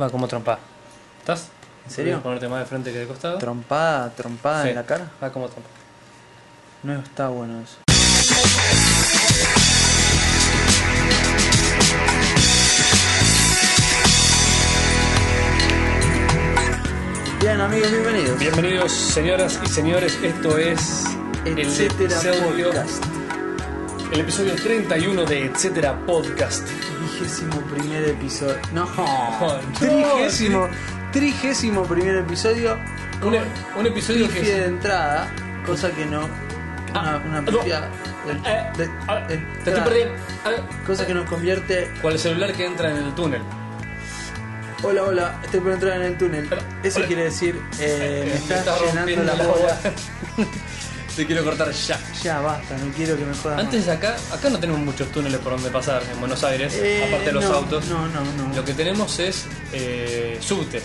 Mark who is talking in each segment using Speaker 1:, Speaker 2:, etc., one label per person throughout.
Speaker 1: Va como trompada.
Speaker 2: ¿Estás?
Speaker 1: ¿En serio?
Speaker 2: ¿Puedes ponerte más de frente que de costado?
Speaker 1: Trompada, trompada
Speaker 2: Sí.
Speaker 1: en la cara.
Speaker 2: Va como trompa.
Speaker 1: No está bueno eso. Bien amigos, bienvenidos.
Speaker 2: Bienvenidos, señoras y señores. Esto es. El
Speaker 1: Etcétera
Speaker 2: episodio,
Speaker 1: Podcast.
Speaker 2: el episodio 31 de Etcétera Podcast.
Speaker 1: Vigésimo primer episodio. No,
Speaker 2: No,
Speaker 1: trigésimo, trigésimo primer episodio.
Speaker 2: Un, e-,
Speaker 1: con
Speaker 2: un episodio que.
Speaker 1: pifia de entrada, cosa que no. Una,
Speaker 2: Ah,
Speaker 1: una
Speaker 2: no.
Speaker 1: pifia de-
Speaker 2: Eh,
Speaker 1: de-
Speaker 2: ah, te
Speaker 1: de
Speaker 2: estoy
Speaker 1: entrada,
Speaker 2: perdiendo. Ah,
Speaker 1: Cosa que nos convierte.
Speaker 2: Con el celular que entra en el túnel.
Speaker 1: Hola, hola, estoy por entrar en el túnel.
Speaker 2: Hola,
Speaker 1: Eso
Speaker 2: hola.
Speaker 1: quiere decir, eh, me
Speaker 2: Eh,
Speaker 1: estás
Speaker 2: está
Speaker 1: llenando
Speaker 2: rompiendo
Speaker 1: la bola.
Speaker 2: Te quiero cortar ya.
Speaker 1: Ya basta, no quiero que me jodan.
Speaker 2: Antes de acá, acá no tenemos muchos túneles por donde pasar en Buenos Aires,
Speaker 1: más. Eh,
Speaker 2: aparte de los
Speaker 1: no,
Speaker 2: autos.
Speaker 1: No, no, no.
Speaker 2: Lo que tenemos es eh, subtes.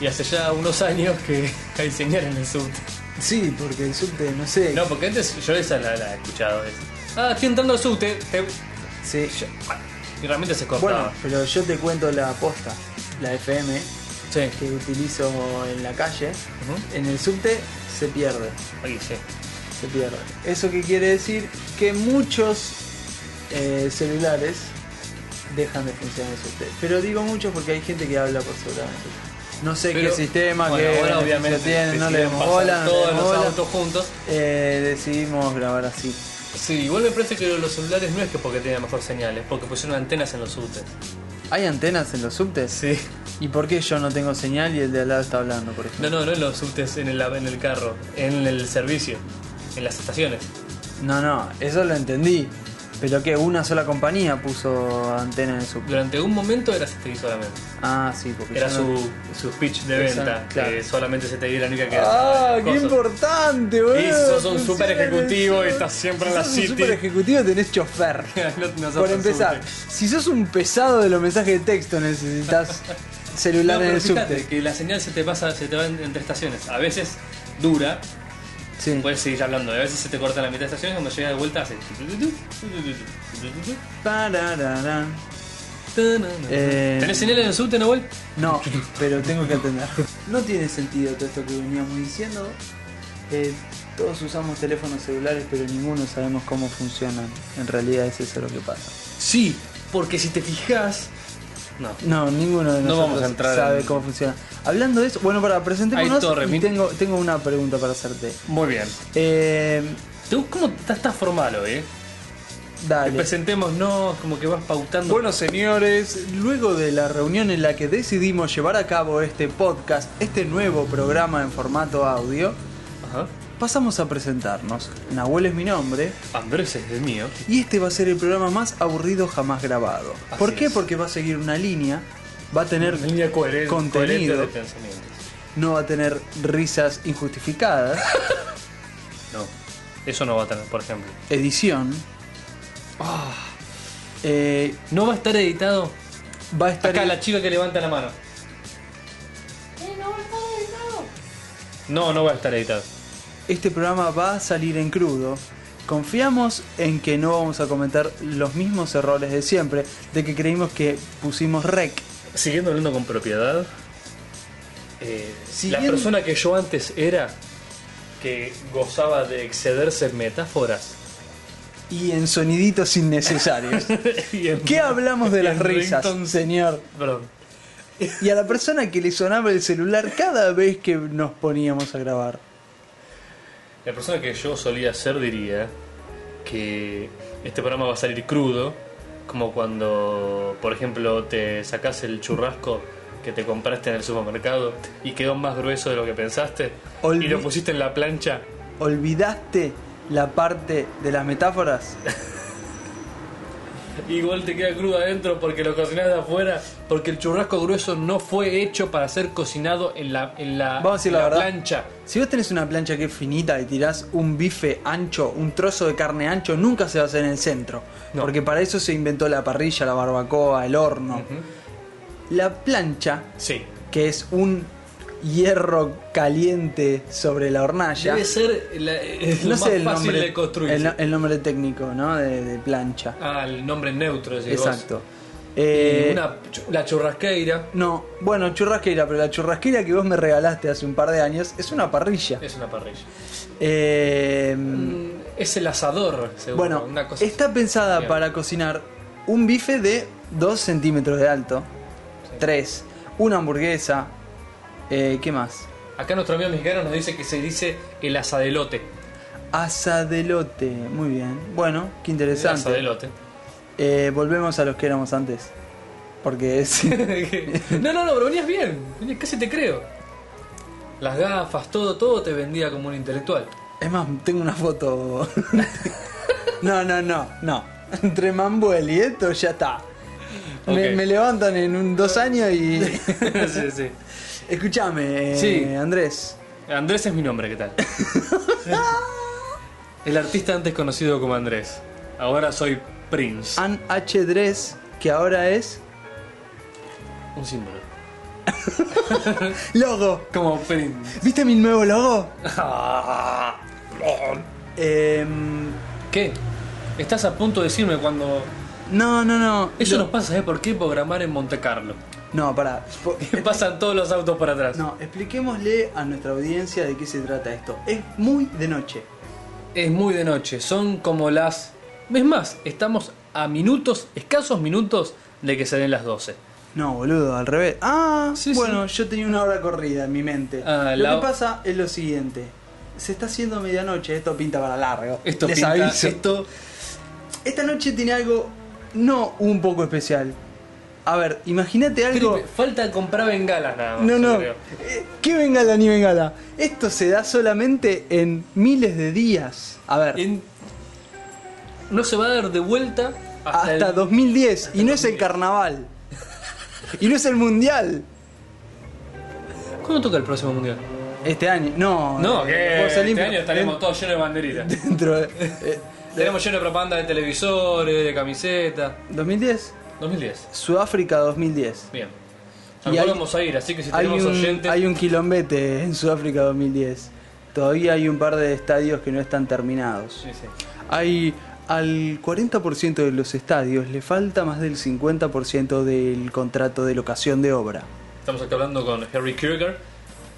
Speaker 2: Y hace ya unos años que hay señal en el subte.
Speaker 1: Sí, porque el subte, no sé.
Speaker 2: No, porque antes yo esa la, la he escuchado. es, ah, estoy entrando al subte. te-
Speaker 1: Sí.
Speaker 2: Y realmente se
Speaker 1: Bueno,
Speaker 2: cortaba.
Speaker 1: pero yo te cuento la posta, la FM,
Speaker 2: sí.
Speaker 1: que utilizo en la calle.
Speaker 2: Ujú.
Speaker 1: En el subte se pierde.
Speaker 2: Ahí, sí.
Speaker 1: se pierde. ¿Eso qué quiere decir? Que muchos eh, celulares dejan de funcionar en el subte. Pero digo muchos porque hay gente que habla por celular en el subte. No sé
Speaker 2: Pero,
Speaker 1: qué sistema,
Speaker 2: bueno,
Speaker 1: qué
Speaker 2: bueno,
Speaker 1: beneficio
Speaker 2: obviamente
Speaker 1: tienen, no le
Speaker 2: decidieron
Speaker 1: demos
Speaker 2: pasar
Speaker 1: bola, no le
Speaker 2: todos
Speaker 1: demos
Speaker 2: los
Speaker 1: bola.
Speaker 2: autos juntos.
Speaker 1: Eh, decidimos grabar así.
Speaker 2: Sí, igual me parece que los celulares no es que porque tengan mejor señal, es porque pusieron antenas en los subtes.
Speaker 1: ¿Hay antenas en los subtes?
Speaker 2: Sí.
Speaker 1: ¿Y por qué yo no tengo señal y el de al lado está hablando, por
Speaker 2: No,
Speaker 1: ejemplo?
Speaker 2: no, no en los subtes, en el, en el carro, en el servicio, en las estaciones.
Speaker 1: No, no, eso lo entendí. Pero que una sola compañía puso antena en el subte.
Speaker 2: Durante un momento era CTI solamente.
Speaker 1: Ah, sí, porque
Speaker 2: Era
Speaker 1: yo no-
Speaker 2: su, su speech de
Speaker 1: Exacto,
Speaker 2: venta, que
Speaker 1: claro.
Speaker 2: solamente CTI era la única que
Speaker 1: ¡Ah,
Speaker 2: hacía
Speaker 1: qué
Speaker 2: cosas.
Speaker 1: importante, boludo!
Speaker 2: Y sos un
Speaker 1: Funciona
Speaker 2: super ejecutivo
Speaker 1: el-
Speaker 2: y estás siempre en la
Speaker 1: Si sos un
Speaker 2: city.
Speaker 1: super ejecutivo tenés chofer.
Speaker 2: No- no sos
Speaker 1: Por
Speaker 2: un
Speaker 1: empezar,
Speaker 2: subte.
Speaker 1: si sos un pesado de los mensajes de texto necesitas
Speaker 2: No,
Speaker 1: celular en
Speaker 2: pero
Speaker 1: el
Speaker 2: fíjate
Speaker 1: subte.
Speaker 2: que la señal se te pasa, se te va en- entre estaciones. A veces dura,
Speaker 1: Sí.
Speaker 2: puedes seguir hablando. A veces se te corta en la mitad de estaciones, cuando llegas de vuelta hace...
Speaker 1: Parararán. Eh,
Speaker 2: ¿Tenés señal en el subte, Nahuel?
Speaker 1: No, pero tengo que atender. No tiene sentido todo esto que veníamos diciendo. Eh, todos usamos teléfonos celulares, pero ninguno sabemos cómo funcionan. En realidad es eso lo que pasa.
Speaker 2: Sí, porque si te fijas... No.
Speaker 1: No, ninguno de
Speaker 2: No
Speaker 1: nosotros
Speaker 2: vamos a entrar
Speaker 1: sabe
Speaker 2: en-
Speaker 1: cómo funciona. Hablando de eso, bueno, para presentémonos
Speaker 2: Ahí torre,
Speaker 1: y
Speaker 2: mi-
Speaker 1: tengo, tengo una pregunta para hacerte.
Speaker 2: Muy bien.
Speaker 1: Eh,
Speaker 2: ¿Tú cómo estás, estás formal hoy, eh?
Speaker 1: dale.
Speaker 2: Presentémonos, como que vas pautando.
Speaker 1: Bueno, señores, luego de la reunión en la que decidimos llevar a cabo este podcast, este nuevo programa en formato audio,
Speaker 2: Ajá.
Speaker 1: pasamos a presentarnos. Nahuel es mi nombre
Speaker 2: Andrés es el mío.
Speaker 1: y este va a ser el programa más aburrido jamás grabado.
Speaker 2: Así
Speaker 1: ¿Por qué?
Speaker 2: es.
Speaker 1: Porque va a seguir una línea, va a tener
Speaker 2: Una línea coherente, coherente
Speaker 1: contenido.
Speaker 2: de pensamiento.
Speaker 1: no va a tener risas injustificadas,
Speaker 2: No, eso no va a tener, por ejemplo.
Speaker 1: edición.
Speaker 2: Ah.
Speaker 1: Eh,
Speaker 2: No va a estar editado.
Speaker 1: va a estar
Speaker 2: Acá la chica que levanta la mano. No, no va a estar editado.
Speaker 1: Este programa va a salir en crudo. Confiamos en que no vamos a cometer los mismos errores de siempre, de que creímos que pusimos rec.
Speaker 2: Siguiendo hablando con propiedad, eh, la
Speaker 1: Siguiendo-
Speaker 2: persona que yo antes era, que gozaba de excederse en metáforas,
Speaker 1: Y en soniditos innecesarios.
Speaker 2: y en-
Speaker 1: ¿Qué hablamos de
Speaker 2: y
Speaker 1: las
Speaker 2: en
Speaker 1: risas,
Speaker 2: ringtones.
Speaker 1: señor?
Speaker 2: Perdón.
Speaker 1: Y a la persona que le sonaba el celular cada vez que nos poníamos a grabar.
Speaker 2: La persona que yo solía ser diría que este programa va a salir crudo, como cuando, por ejemplo, te sacás el churrasco que te compraste en el supermercado y quedó más grueso de lo que pensaste
Speaker 1: Olvi-
Speaker 2: y lo pusiste en la plancha.
Speaker 1: ¿Olvidaste la parte de las metáforas?
Speaker 2: Igual te queda crudo adentro porque lo cocinás de afuera, porque el churrasco grueso no fue hecho para ser cocinado en la, en la,
Speaker 1: Vamos a decir
Speaker 2: en
Speaker 1: la
Speaker 2: la
Speaker 1: verdad.
Speaker 2: plancha.
Speaker 1: Si vos tenés una plancha que es finita y tirás un bife ancho, un trozo de carne ancho, nunca se va a hacer en el centro.
Speaker 2: No.
Speaker 1: Porque para eso se inventó la parrilla, la barbacoa, el horno. La plancha,
Speaker 2: Sí,
Speaker 1: que es un hierro caliente sobre la hornalla.
Speaker 2: Debe ser la, es
Speaker 1: no
Speaker 2: lo más
Speaker 1: sé el
Speaker 2: fácil
Speaker 1: nombre,
Speaker 2: de construir.
Speaker 1: El, no- el nombre técnico, ¿no? De, de plancha.
Speaker 2: Ah, el nombre neutro, decís vos.
Speaker 1: Exacto.
Speaker 2: Y
Speaker 1: Eh,
Speaker 2: una chu- la churrasqueira
Speaker 1: No, bueno, churrasquera, pero la churrasquera que vos me regalaste hace un par de años es una parrilla.
Speaker 2: es una parrilla.
Speaker 1: Eh,
Speaker 2: Mm, Es el asador, seguro.
Speaker 1: bueno,
Speaker 2: una cosa
Speaker 1: está pensada
Speaker 2: Bien.
Speaker 1: para cocinar un bife de 2 centímetros de alto,
Speaker 2: Sí.
Speaker 1: 3, una hamburguesa, eh, ¿qué más?
Speaker 2: Acá nuestro amigo mexicano nos dice que se dice el asadelote.
Speaker 1: Asadelote, muy bien. Bueno, qué
Speaker 2: El
Speaker 1: interesante.
Speaker 2: asadelote.
Speaker 1: Eh, volvemos a los que éramos antes, porque es...
Speaker 2: no, no, no, pero venías bien. Venías- Casi te creo. Las gafas, todo, todo te vendía como un intelectual.
Speaker 1: Es más, tengo una foto. no, no, no, no. Entre Mambuel y esto ya está. Me,
Speaker 2: Ok.
Speaker 1: me levantan en un, dos años y.
Speaker 2: sí, sí.
Speaker 1: Escúchame, eh,
Speaker 2: Sí.
Speaker 1: Andrés.
Speaker 2: Andrés es mi nombre, ¿qué tal? El artista antes conocido como Andrés. Ahora soy Prince.
Speaker 1: An H. Dres, que ahora es.
Speaker 2: Un símbolo.
Speaker 1: ¡Logo!
Speaker 2: Como Prince.
Speaker 1: ¿Viste mi nuevo logo? Em,
Speaker 2: ¿Qué? Estás a punto de decirme cuando...
Speaker 1: no, no, no.
Speaker 2: Eso
Speaker 1: Lo-
Speaker 2: nos pasa, ¿eh? ¿Por qué programar en Monte Carlo?
Speaker 1: No, pará. Po-
Speaker 2: Pasan todos los autos por atrás.
Speaker 1: No, expliquémosle a nuestra audiencia de qué se trata esto. Es muy de noche.
Speaker 2: Es muy de noche, son como las... Es más, estamos a minutos, escasos minutos de que se den las 12.
Speaker 1: No, boludo, al revés. Ah,
Speaker 2: Sí,
Speaker 1: bueno, yo tenía una hora corrida en mi mente.
Speaker 2: Ah,
Speaker 1: Lo
Speaker 2: la-
Speaker 1: que pasa es lo siguiente. Se está haciendo medianoche, esto pinta para largo.
Speaker 2: Esto
Speaker 1: Les
Speaker 2: pinta-
Speaker 1: aviso.
Speaker 2: esto
Speaker 1: Esta noche tiene algo no un poco especial. A ver, imagínate algo.
Speaker 2: Felipe, falta comprar bengalas nada más.
Speaker 1: No,
Speaker 2: yo
Speaker 1: no.
Speaker 2: creo.
Speaker 1: Eh, ¿Qué bengala ni bengala? Esto se da solamente en miles de días. A ver,
Speaker 2: En- No se va a dar de vuelta hasta,
Speaker 1: hasta,
Speaker 2: el-
Speaker 1: 2010. y no es el
Speaker 2: 2010.
Speaker 1: carnaval. y no es el mundial.
Speaker 2: ¿Cuándo toca el próximo mundial?
Speaker 1: Este año. No,
Speaker 2: No,
Speaker 1: eh,
Speaker 2: que
Speaker 1: Juegos
Speaker 2: este
Speaker 1: Olímpicos.
Speaker 2: año estaremos todos llenos de banderitas.
Speaker 1: dentro de- eh,
Speaker 2: Tenemos lleno de propaganda de televisores, de camisetas.
Speaker 1: 2010,
Speaker 2: 2010.
Speaker 1: Sudáfrica 2010.
Speaker 2: Bien.
Speaker 1: Y
Speaker 2: Tampoco
Speaker 1: hay-
Speaker 2: vamos a ir, así que si
Speaker 1: Hay
Speaker 2: tenemos
Speaker 1: un,
Speaker 2: oyentes.
Speaker 1: hay un quilombete en Sudáfrica 2010. Todavía hay un par de estadios que no están terminados.
Speaker 2: Sí, sí.
Speaker 1: Hay al 40% de los estadios le falta más del 50% del contrato de locación de obra.
Speaker 2: Estamos acá hablando con Harry Krueger,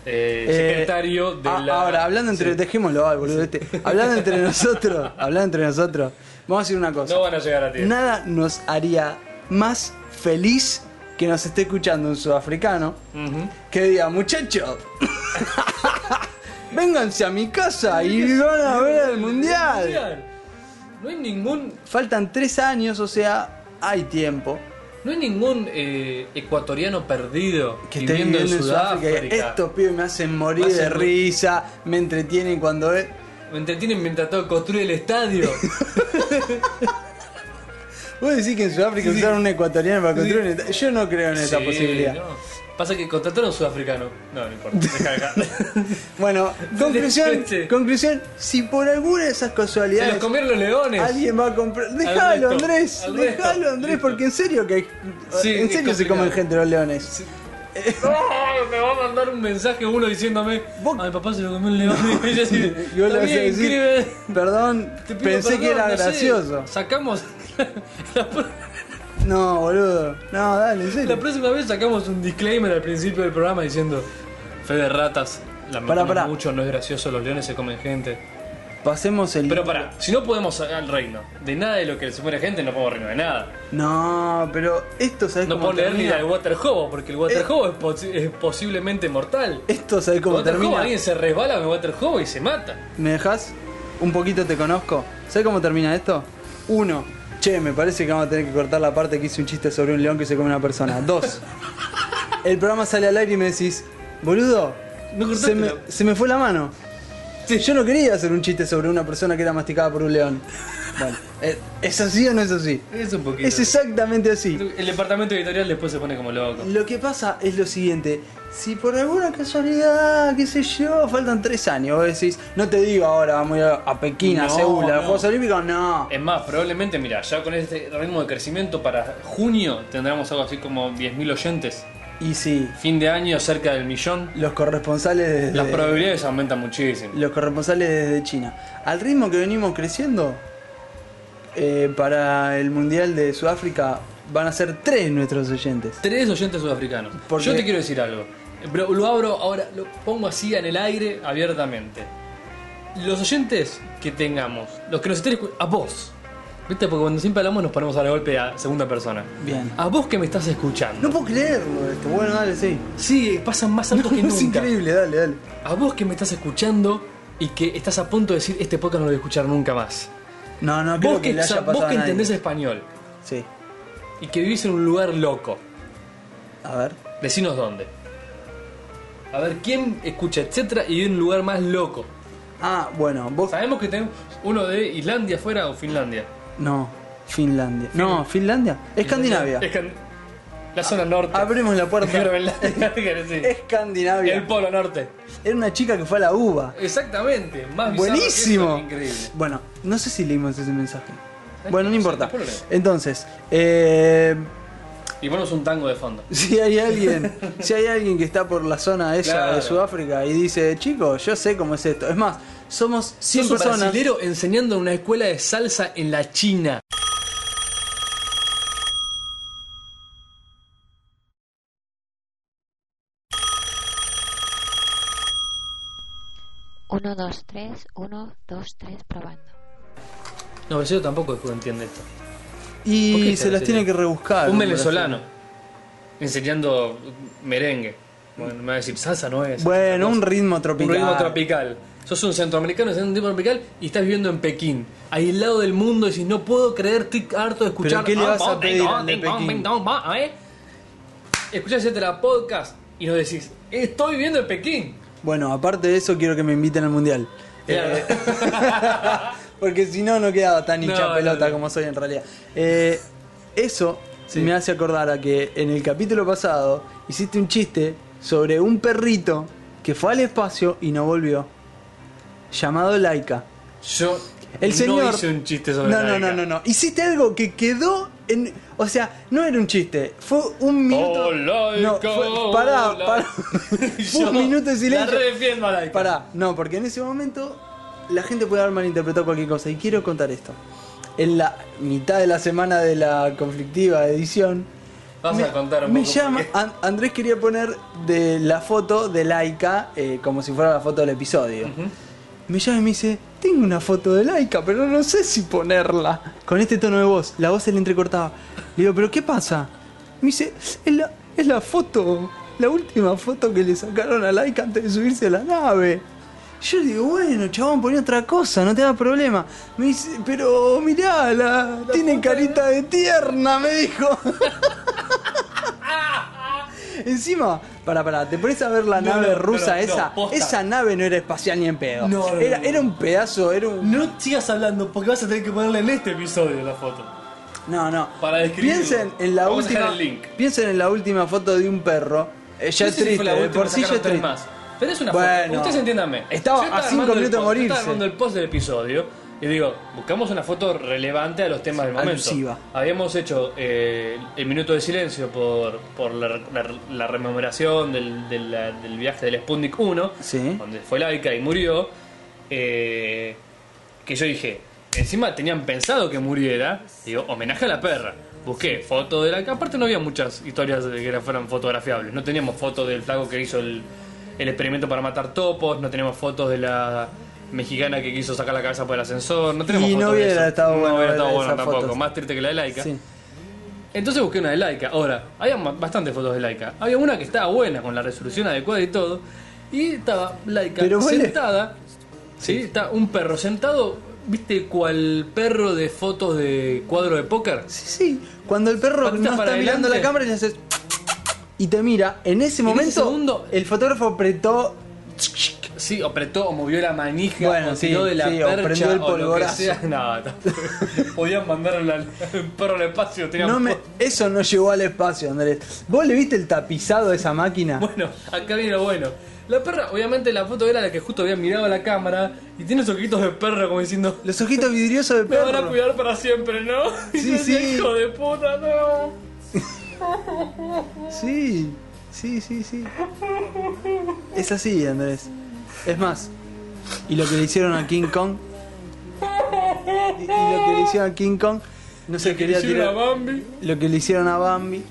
Speaker 2: eh,
Speaker 1: Eh,
Speaker 2: secretario de
Speaker 1: a-
Speaker 2: la.
Speaker 1: Ahora, hablando entre.
Speaker 2: Sí.
Speaker 1: Dejémoslo, ay, boludo, este. Hablando entre nosotros. hablando entre nosotros. Vamos a decir una cosa.
Speaker 2: No van a llegar a ti.
Speaker 1: Nada nos haría más feliz que nos esté escuchando un sudafricano
Speaker 2: Ujú.
Speaker 1: que diga, muchachos, vénganse a mi casa y van a ver el mundial.
Speaker 2: No hay ningún.
Speaker 1: Faltan tres años, o sea, hay tiempo.
Speaker 2: No hay ningún eh, ecuatoriano perdido
Speaker 1: Que esté
Speaker 2: viviendo en Sudáfrica.
Speaker 1: Estos pibes me hacen morir
Speaker 2: Me
Speaker 1: de
Speaker 2: hacen morir.
Speaker 1: risa, me entretienen cuando es.
Speaker 2: Me entretienen mientras todo construye el estadio.
Speaker 1: Vos decís que en Sudáfrica
Speaker 2: Sí, sí.
Speaker 1: usaron un ecuatoriano
Speaker 2: Sí,
Speaker 1: para
Speaker 2: sí.
Speaker 1: construir un esta- Yo no creo en esa
Speaker 2: Sí,
Speaker 1: posibilidad.
Speaker 2: no. Pasa que contrataron a un sudafricano. No, no importa. Deja, deja.
Speaker 1: Bueno, conclusión,
Speaker 2: Sí.
Speaker 1: conclusión, si por alguna de esas
Speaker 2: Se los
Speaker 1: casualidades
Speaker 2: comieron los leones.
Speaker 1: Alguien va a comprar.
Speaker 2: resto,
Speaker 1: Déjalo, Andrés.
Speaker 2: al resto,
Speaker 1: Déjalo, Andrés,
Speaker 2: listo.
Speaker 1: porque en serio que hay-
Speaker 2: Sí,
Speaker 1: en
Speaker 2: es
Speaker 1: serio se
Speaker 2: complicado.
Speaker 1: comen gente los leones.
Speaker 2: No, me va a mandar un mensaje uno diciéndome.
Speaker 1: Vos-
Speaker 2: A mi papá se lo comió un león. Y yo así,
Speaker 1: Y vos le vas a
Speaker 2: "También,
Speaker 1: decir,
Speaker 2: escribe".
Speaker 1: Perdón,
Speaker 2: Te pido
Speaker 1: pensé que
Speaker 2: perdón,
Speaker 1: era
Speaker 2: no sé,
Speaker 1: gracioso.
Speaker 2: Sacamos. La, pro-
Speaker 1: No, boludo. No, dale, en
Speaker 2: la
Speaker 1: serio.
Speaker 2: próxima vez sacamos un disclaimer al principio del programa diciendo: Fe de ratas.
Speaker 1: Pará,
Speaker 2: Lamentamos
Speaker 1: pará.
Speaker 2: mucho, no es gracioso, los leones se comen gente.
Speaker 1: Pasemos el.
Speaker 2: Pero pará, si no podemos sacar el reino de nada de lo que se muere gente, no podemos reino de nada.
Speaker 1: No, pero esto, ¿sabés
Speaker 2: No
Speaker 1: cómo
Speaker 2: puedo leer ni la
Speaker 1: termina?
Speaker 2: del water hobo, porque el water hobo es, posi- es posiblemente mortal.
Speaker 1: Esto, ¿sabés
Speaker 2: El
Speaker 1: cómo
Speaker 2: water hobo,
Speaker 1: termina?
Speaker 2: alguien se resbala con el water hobo y se mata.
Speaker 1: ¿Me dejas? Un poquito te conozco. ¿Sabés cómo termina esto? Uno. Che, me parece que vamos a tener que cortar la parte que hice un chiste sobre un león que se come una persona. Dos. El programa sale al aire y me decís, boludo,
Speaker 2: No cortaste
Speaker 1: se me,
Speaker 2: la-
Speaker 1: se me fue la mano.
Speaker 2: Sí.
Speaker 1: Yo no quería hacer un chiste sobre una persona que era masticada por un león. Bueno, eh, ¿es así o no es así?
Speaker 2: Es un poquito.
Speaker 1: Es exactamente así.
Speaker 2: El departamento editorial después se pone como loco.
Speaker 1: Lo que pasa es lo siguiente. Si por alguna casualidad, qué sé yo, faltan tres años, vos decís, no te digo ahora, vamos a ir a Pekín, a
Speaker 2: No,
Speaker 1: Seúl, a los
Speaker 2: no.
Speaker 1: Juegos Olímpicos, no.
Speaker 2: Es más, probablemente, mira, ya con este ritmo de crecimiento para junio tendremos algo así como 10.000 oyentes.
Speaker 1: Y sí,
Speaker 2: Fin de año cerca del millón.
Speaker 1: los corresponsales desde,
Speaker 2: Las probabilidades aumentan muchísimo.
Speaker 1: los corresponsales desde China. Al ritmo que venimos creciendo, eh, para el Mundial de Sudáfrica van a ser tres nuestros oyentes.
Speaker 2: Tres oyentes sudafricanos.
Speaker 1: Porque-
Speaker 2: Yo te quiero decir algo. Pero lo abro ahora, lo pongo así en el aire abiertamente. Los oyentes que tengamos, los que nos estén escu- a vos. ¿Viste? Porque cuando siempre hablamos nos ponemos al golpe a segunda persona.
Speaker 1: Bien.
Speaker 2: A vos que me estás escuchando.
Speaker 1: No puedo creerlo esto. Bueno, dale, sí.
Speaker 2: Sí, pasan más altos que nunca.
Speaker 1: Es increíble, dale, dale.
Speaker 2: A vos que me estás escuchando y que estás a punto de decir este podcast no lo voy a escuchar nunca más.
Speaker 1: No, no creo
Speaker 2: Vos
Speaker 1: que,
Speaker 2: que,
Speaker 1: le haya
Speaker 2: sa-
Speaker 1: pasado
Speaker 2: vos que
Speaker 1: a nadie.
Speaker 2: entendés español
Speaker 1: Sí.
Speaker 2: y que vivís en un lugar loco.
Speaker 1: A ver.
Speaker 2: Decinos dónde. A ver, ¿quién escucha etcétera y vive en un lugar más loco?
Speaker 1: Ah, bueno, vos.
Speaker 2: Sabemos que tenemos uno de Islandia afuera o Finlandia.
Speaker 1: No, Finlandia. No, Finlandia. Escandinavia.
Speaker 2: Escan- La zona norte.
Speaker 1: Abrimos la puerta.
Speaker 2: Groenlandia, sí. El
Speaker 1: Escandinavia.
Speaker 2: polo norte.
Speaker 1: Era una chica que fue a la uva.
Speaker 2: Exactamente. Más bizarro que
Speaker 1: Buenísimo.
Speaker 2: eso, Increíble.
Speaker 1: Bueno, no sé si leímos ese mensaje.
Speaker 2: Ay,
Speaker 1: Bueno, no
Speaker 2: no sé,
Speaker 1: importa.
Speaker 2: tampoco lo leo.
Speaker 1: Entonces, eh,
Speaker 2: Y ponemos un tango de fondo.
Speaker 1: si hay alguien, si hay alguien que está por la zona esa
Speaker 2: Claro.
Speaker 1: de Sudáfrica y dice, chicos, yo sé cómo es esto. Es más, somos 100
Speaker 2: Sos un
Speaker 1: personas.
Speaker 2: brasilero enseñando en una escuela de salsa en la China.
Speaker 3: Uno, dos, tres, uno, dos, tres, probando.
Speaker 2: No, Brasil tampoco entiende esto. ¿Por qué
Speaker 1: Y
Speaker 2: se
Speaker 1: se las
Speaker 2: hace
Speaker 1: tiene
Speaker 2: eso?
Speaker 1: que rebuscar.
Speaker 2: un venezolano enseñando merengue. Bueno, me va a decir, salsa no es.
Speaker 1: Bueno, un ritmo
Speaker 2: Un
Speaker 1: tropical.
Speaker 2: ritmo tropical. Sos un centroamericano, estás en un ritmo tropical y estás viviendo en Pekín, aislado del mundo, y decís, no puedo creer, estoy harto de escuchar. Ah,
Speaker 1: ¿Pero qué le vas a pedir al de Pekín?
Speaker 2: ¿eh? Escuchás este la podcast y nos decís, estoy viviendo en Pekín.
Speaker 1: Bueno, aparte de eso, quiero que me inviten al mundial.
Speaker 2: Claro.
Speaker 1: Eh, porque si no, no quedaba tan
Speaker 2: No,
Speaker 1: hincha pelota
Speaker 2: no, no.
Speaker 1: como soy en realidad. Eh, eso me hace acordar a que en el capítulo pasado hiciste un chiste sobre un perrito que fue al espacio y no volvió. Llamado Laika.
Speaker 2: Yo
Speaker 1: El
Speaker 2: no
Speaker 1: señor.
Speaker 2: hice un chiste sobre
Speaker 1: no,
Speaker 2: la
Speaker 1: no, no,
Speaker 2: Laika.
Speaker 1: no, no. Hiciste algo que quedó en. O sea, no era un chiste. Fue un minuto.
Speaker 2: Oh, Laika,
Speaker 1: no, fue- pará,
Speaker 2: oh, la-
Speaker 1: pará. fue
Speaker 2: Yo
Speaker 1: un minuto de silencio.
Speaker 2: La refiendo a Laika.
Speaker 1: Pará, no, porque en ese momento la gente puede haber malinterpretado cualquier cosa. Y quiero contar esto. En la mitad de la semana de la conflictiva edición.
Speaker 2: Vas
Speaker 1: me,
Speaker 2: a contar un
Speaker 1: me
Speaker 2: poco
Speaker 1: llama.
Speaker 2: por qué.
Speaker 1: An- Andrés quería poner de la foto de Laika eh, como si fuera la foto del episodio. Me llama y me dice: Tengo una foto de Laika, pero no sé si ponerla. Con este tono de voz, la voz se le entrecortaba. Le digo: ¿Pero qué pasa? Me dice: Es la, es la foto, la última foto que le sacaron a Laika antes de subirse a la nave. Yo le digo, bueno, chabón, poné otra cosa, no te da problema. Me dice, pero mirá, la, tiene carita de tierna, me dijo. Encima, para, para, te pones a ver la
Speaker 2: No,
Speaker 1: nave
Speaker 2: no, no,
Speaker 1: rusa
Speaker 2: no,
Speaker 1: esa.
Speaker 2: posta.
Speaker 1: esa nave no era espacial ni en pedo.
Speaker 2: No, no, no,
Speaker 1: era,
Speaker 2: no.
Speaker 1: era un pedazo, era un.
Speaker 2: No sigas hablando porque vas a tener que ponerle en este episodio la foto.
Speaker 1: No, no.
Speaker 2: Para describirlo.
Speaker 1: piensen en la
Speaker 2: Vamos a
Speaker 1: última.
Speaker 2: dejar el link.
Speaker 1: Piensen en la última foto de un perro. Eh, ya
Speaker 2: No sé
Speaker 1: es
Speaker 2: si
Speaker 1: triste,
Speaker 2: fue la
Speaker 1: de
Speaker 2: última,
Speaker 1: por sí ya
Speaker 2: sacaron
Speaker 1: es
Speaker 2: tres
Speaker 1: triste.
Speaker 2: más. Pero es una
Speaker 1: Bueno.
Speaker 2: foto. Ustedes entiéndanme.
Speaker 1: Estaba
Speaker 2: Yo
Speaker 1: a cinco
Speaker 2: armando el
Speaker 1: minutos de
Speaker 2: post, yo
Speaker 1: morirse.
Speaker 2: Estaba armando el post del episodio y digo, buscamos una foto relevante a los temas del momento.
Speaker 1: Alusiva.
Speaker 2: Habíamos hecho eh, el minuto de silencio por, por la, la- la rememoración del, del- la- del viaje del Sputnik 1,
Speaker 1: Sí.
Speaker 2: donde fue laica y murió. eh, que yo dije, encima tenían pensado que muriera, digo, homenaje a la perra. Busqué foto de la... Aparte no había muchas historias de que fueran fotografiables. No teníamos fotos del flaco que hizo el, el experimento para matar topos, no tenemos fotos de la mexicana que quiso sacar la cabeza por el ascensor, no tenemos
Speaker 1: Y no
Speaker 2: fotos de
Speaker 1: hubiera
Speaker 2: eso.
Speaker 1: estado
Speaker 2: No
Speaker 1: bueno
Speaker 2: hubiera estado
Speaker 1: ver
Speaker 2: bueno
Speaker 1: esas
Speaker 2: tampoco,
Speaker 1: fotos.
Speaker 2: más triste que la de Laika.
Speaker 1: Sí.
Speaker 2: Entonces busqué una de Laika. Ahora, había ma- bastantes fotos de Laika. Había una que estaba buena, con la resolución adecuada y todo. Y estaba Laika
Speaker 1: Pero vos le-
Speaker 2: sentada. Sí, está un perro sentado, ¿viste? Cual perro de fotos de cuadro de póker.
Speaker 1: Sí, sí. Cuando el perro no
Speaker 2: Patas
Speaker 1: está
Speaker 2: para
Speaker 1: mirando la
Speaker 2: adelante.
Speaker 1: cámara y le haces. Y te mira. En ese
Speaker 2: En ese
Speaker 1: momento,
Speaker 2: segundo-
Speaker 1: el fotógrafo apretó.
Speaker 2: Sí, o apretó, o movió la manija,
Speaker 1: Bueno,
Speaker 2: o tiró
Speaker 1: sí,
Speaker 2: de la
Speaker 1: sí, o
Speaker 2: percha,
Speaker 1: prendió el
Speaker 2: o lo que
Speaker 1: polvorazo.
Speaker 2: sea. No, no. podían mandar al- al perro al espacio. Tenían
Speaker 1: No me,
Speaker 2: fotos.
Speaker 1: eso no llegó al espacio, Andrés. ¿Vos le viste el tapizado de esa máquina?
Speaker 2: Bueno, acá viene lo bueno. La perra, obviamente la foto era la que justo había mirado a la cámara y tiene esos ojitos de perro como diciendo...
Speaker 1: Los ojitos vidriosos de
Speaker 2: Me van a
Speaker 1: perro.
Speaker 2: cuidar para siempre, ¿no?
Speaker 1: Sí,
Speaker 2: Y yo,
Speaker 1: sí.
Speaker 2: Hijo de puta, no.
Speaker 1: Sí. Sí, sí, sí. Es así, Andrés. Es más, y lo que le hicieron a King Kong. Y, y lo que le hicieron a King Kong. No se quería
Speaker 2: a
Speaker 1: tirar.
Speaker 2: Bambi.
Speaker 1: Lo que le hicieron a Bambi.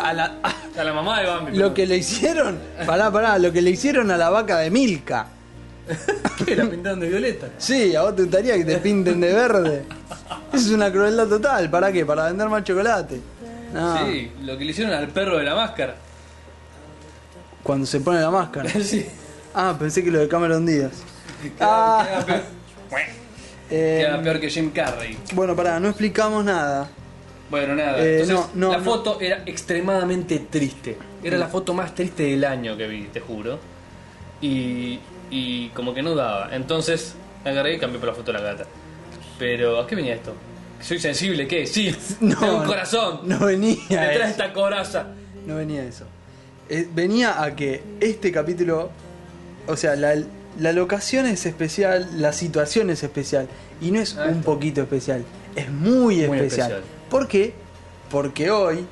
Speaker 1: A la, a-
Speaker 2: A la mamá de Bambi.
Speaker 1: lo que le hicieron. Pará, pará. Lo que le hicieron a la vaca de Milka.
Speaker 2: que la pintaron de violeta.
Speaker 1: Sí, a vos te gustaría que te pinten de verde. Es una crueldad total. ¿Para qué? Para vender más chocolate. No.
Speaker 2: Sí, lo que le hicieron al perro de la máscara.
Speaker 1: Cuando se pone la máscara.
Speaker 2: sí.
Speaker 1: Ah, pensé que lo de Cameron Díaz.
Speaker 2: Queda-
Speaker 1: Ah.
Speaker 2: queda peor-
Speaker 1: Eh,
Speaker 2: queda peor que Jim Carrey.
Speaker 1: bueno, pará, no explicamos nada.
Speaker 2: Bueno, nada.
Speaker 1: Eh,
Speaker 2: Entonces,
Speaker 1: no, Mm. no,
Speaker 2: la
Speaker 1: no.
Speaker 2: foto era extremadamente triste. Era la foto más triste del año que vi, te juro. Y, y como que no daba. Entonces agarré y cambié por la foto de la gata. Pero, ¿a qué venía esto? ¿Soy sensible? ¿Qué? Sí, tengo un corazón.
Speaker 1: No venía.
Speaker 2: Detrás de
Speaker 1: eso.
Speaker 2: esta coraza.
Speaker 1: No venía eso. Eh, venía a que este capítulo. O sea, la, la locación es especial, la situación es especial. Y no es
Speaker 2: Ah,
Speaker 1: un
Speaker 2: está.
Speaker 1: poquito especial. Es muy,
Speaker 2: Muy
Speaker 1: especial.
Speaker 2: especial.
Speaker 1: ¿Por qué? Porque hoy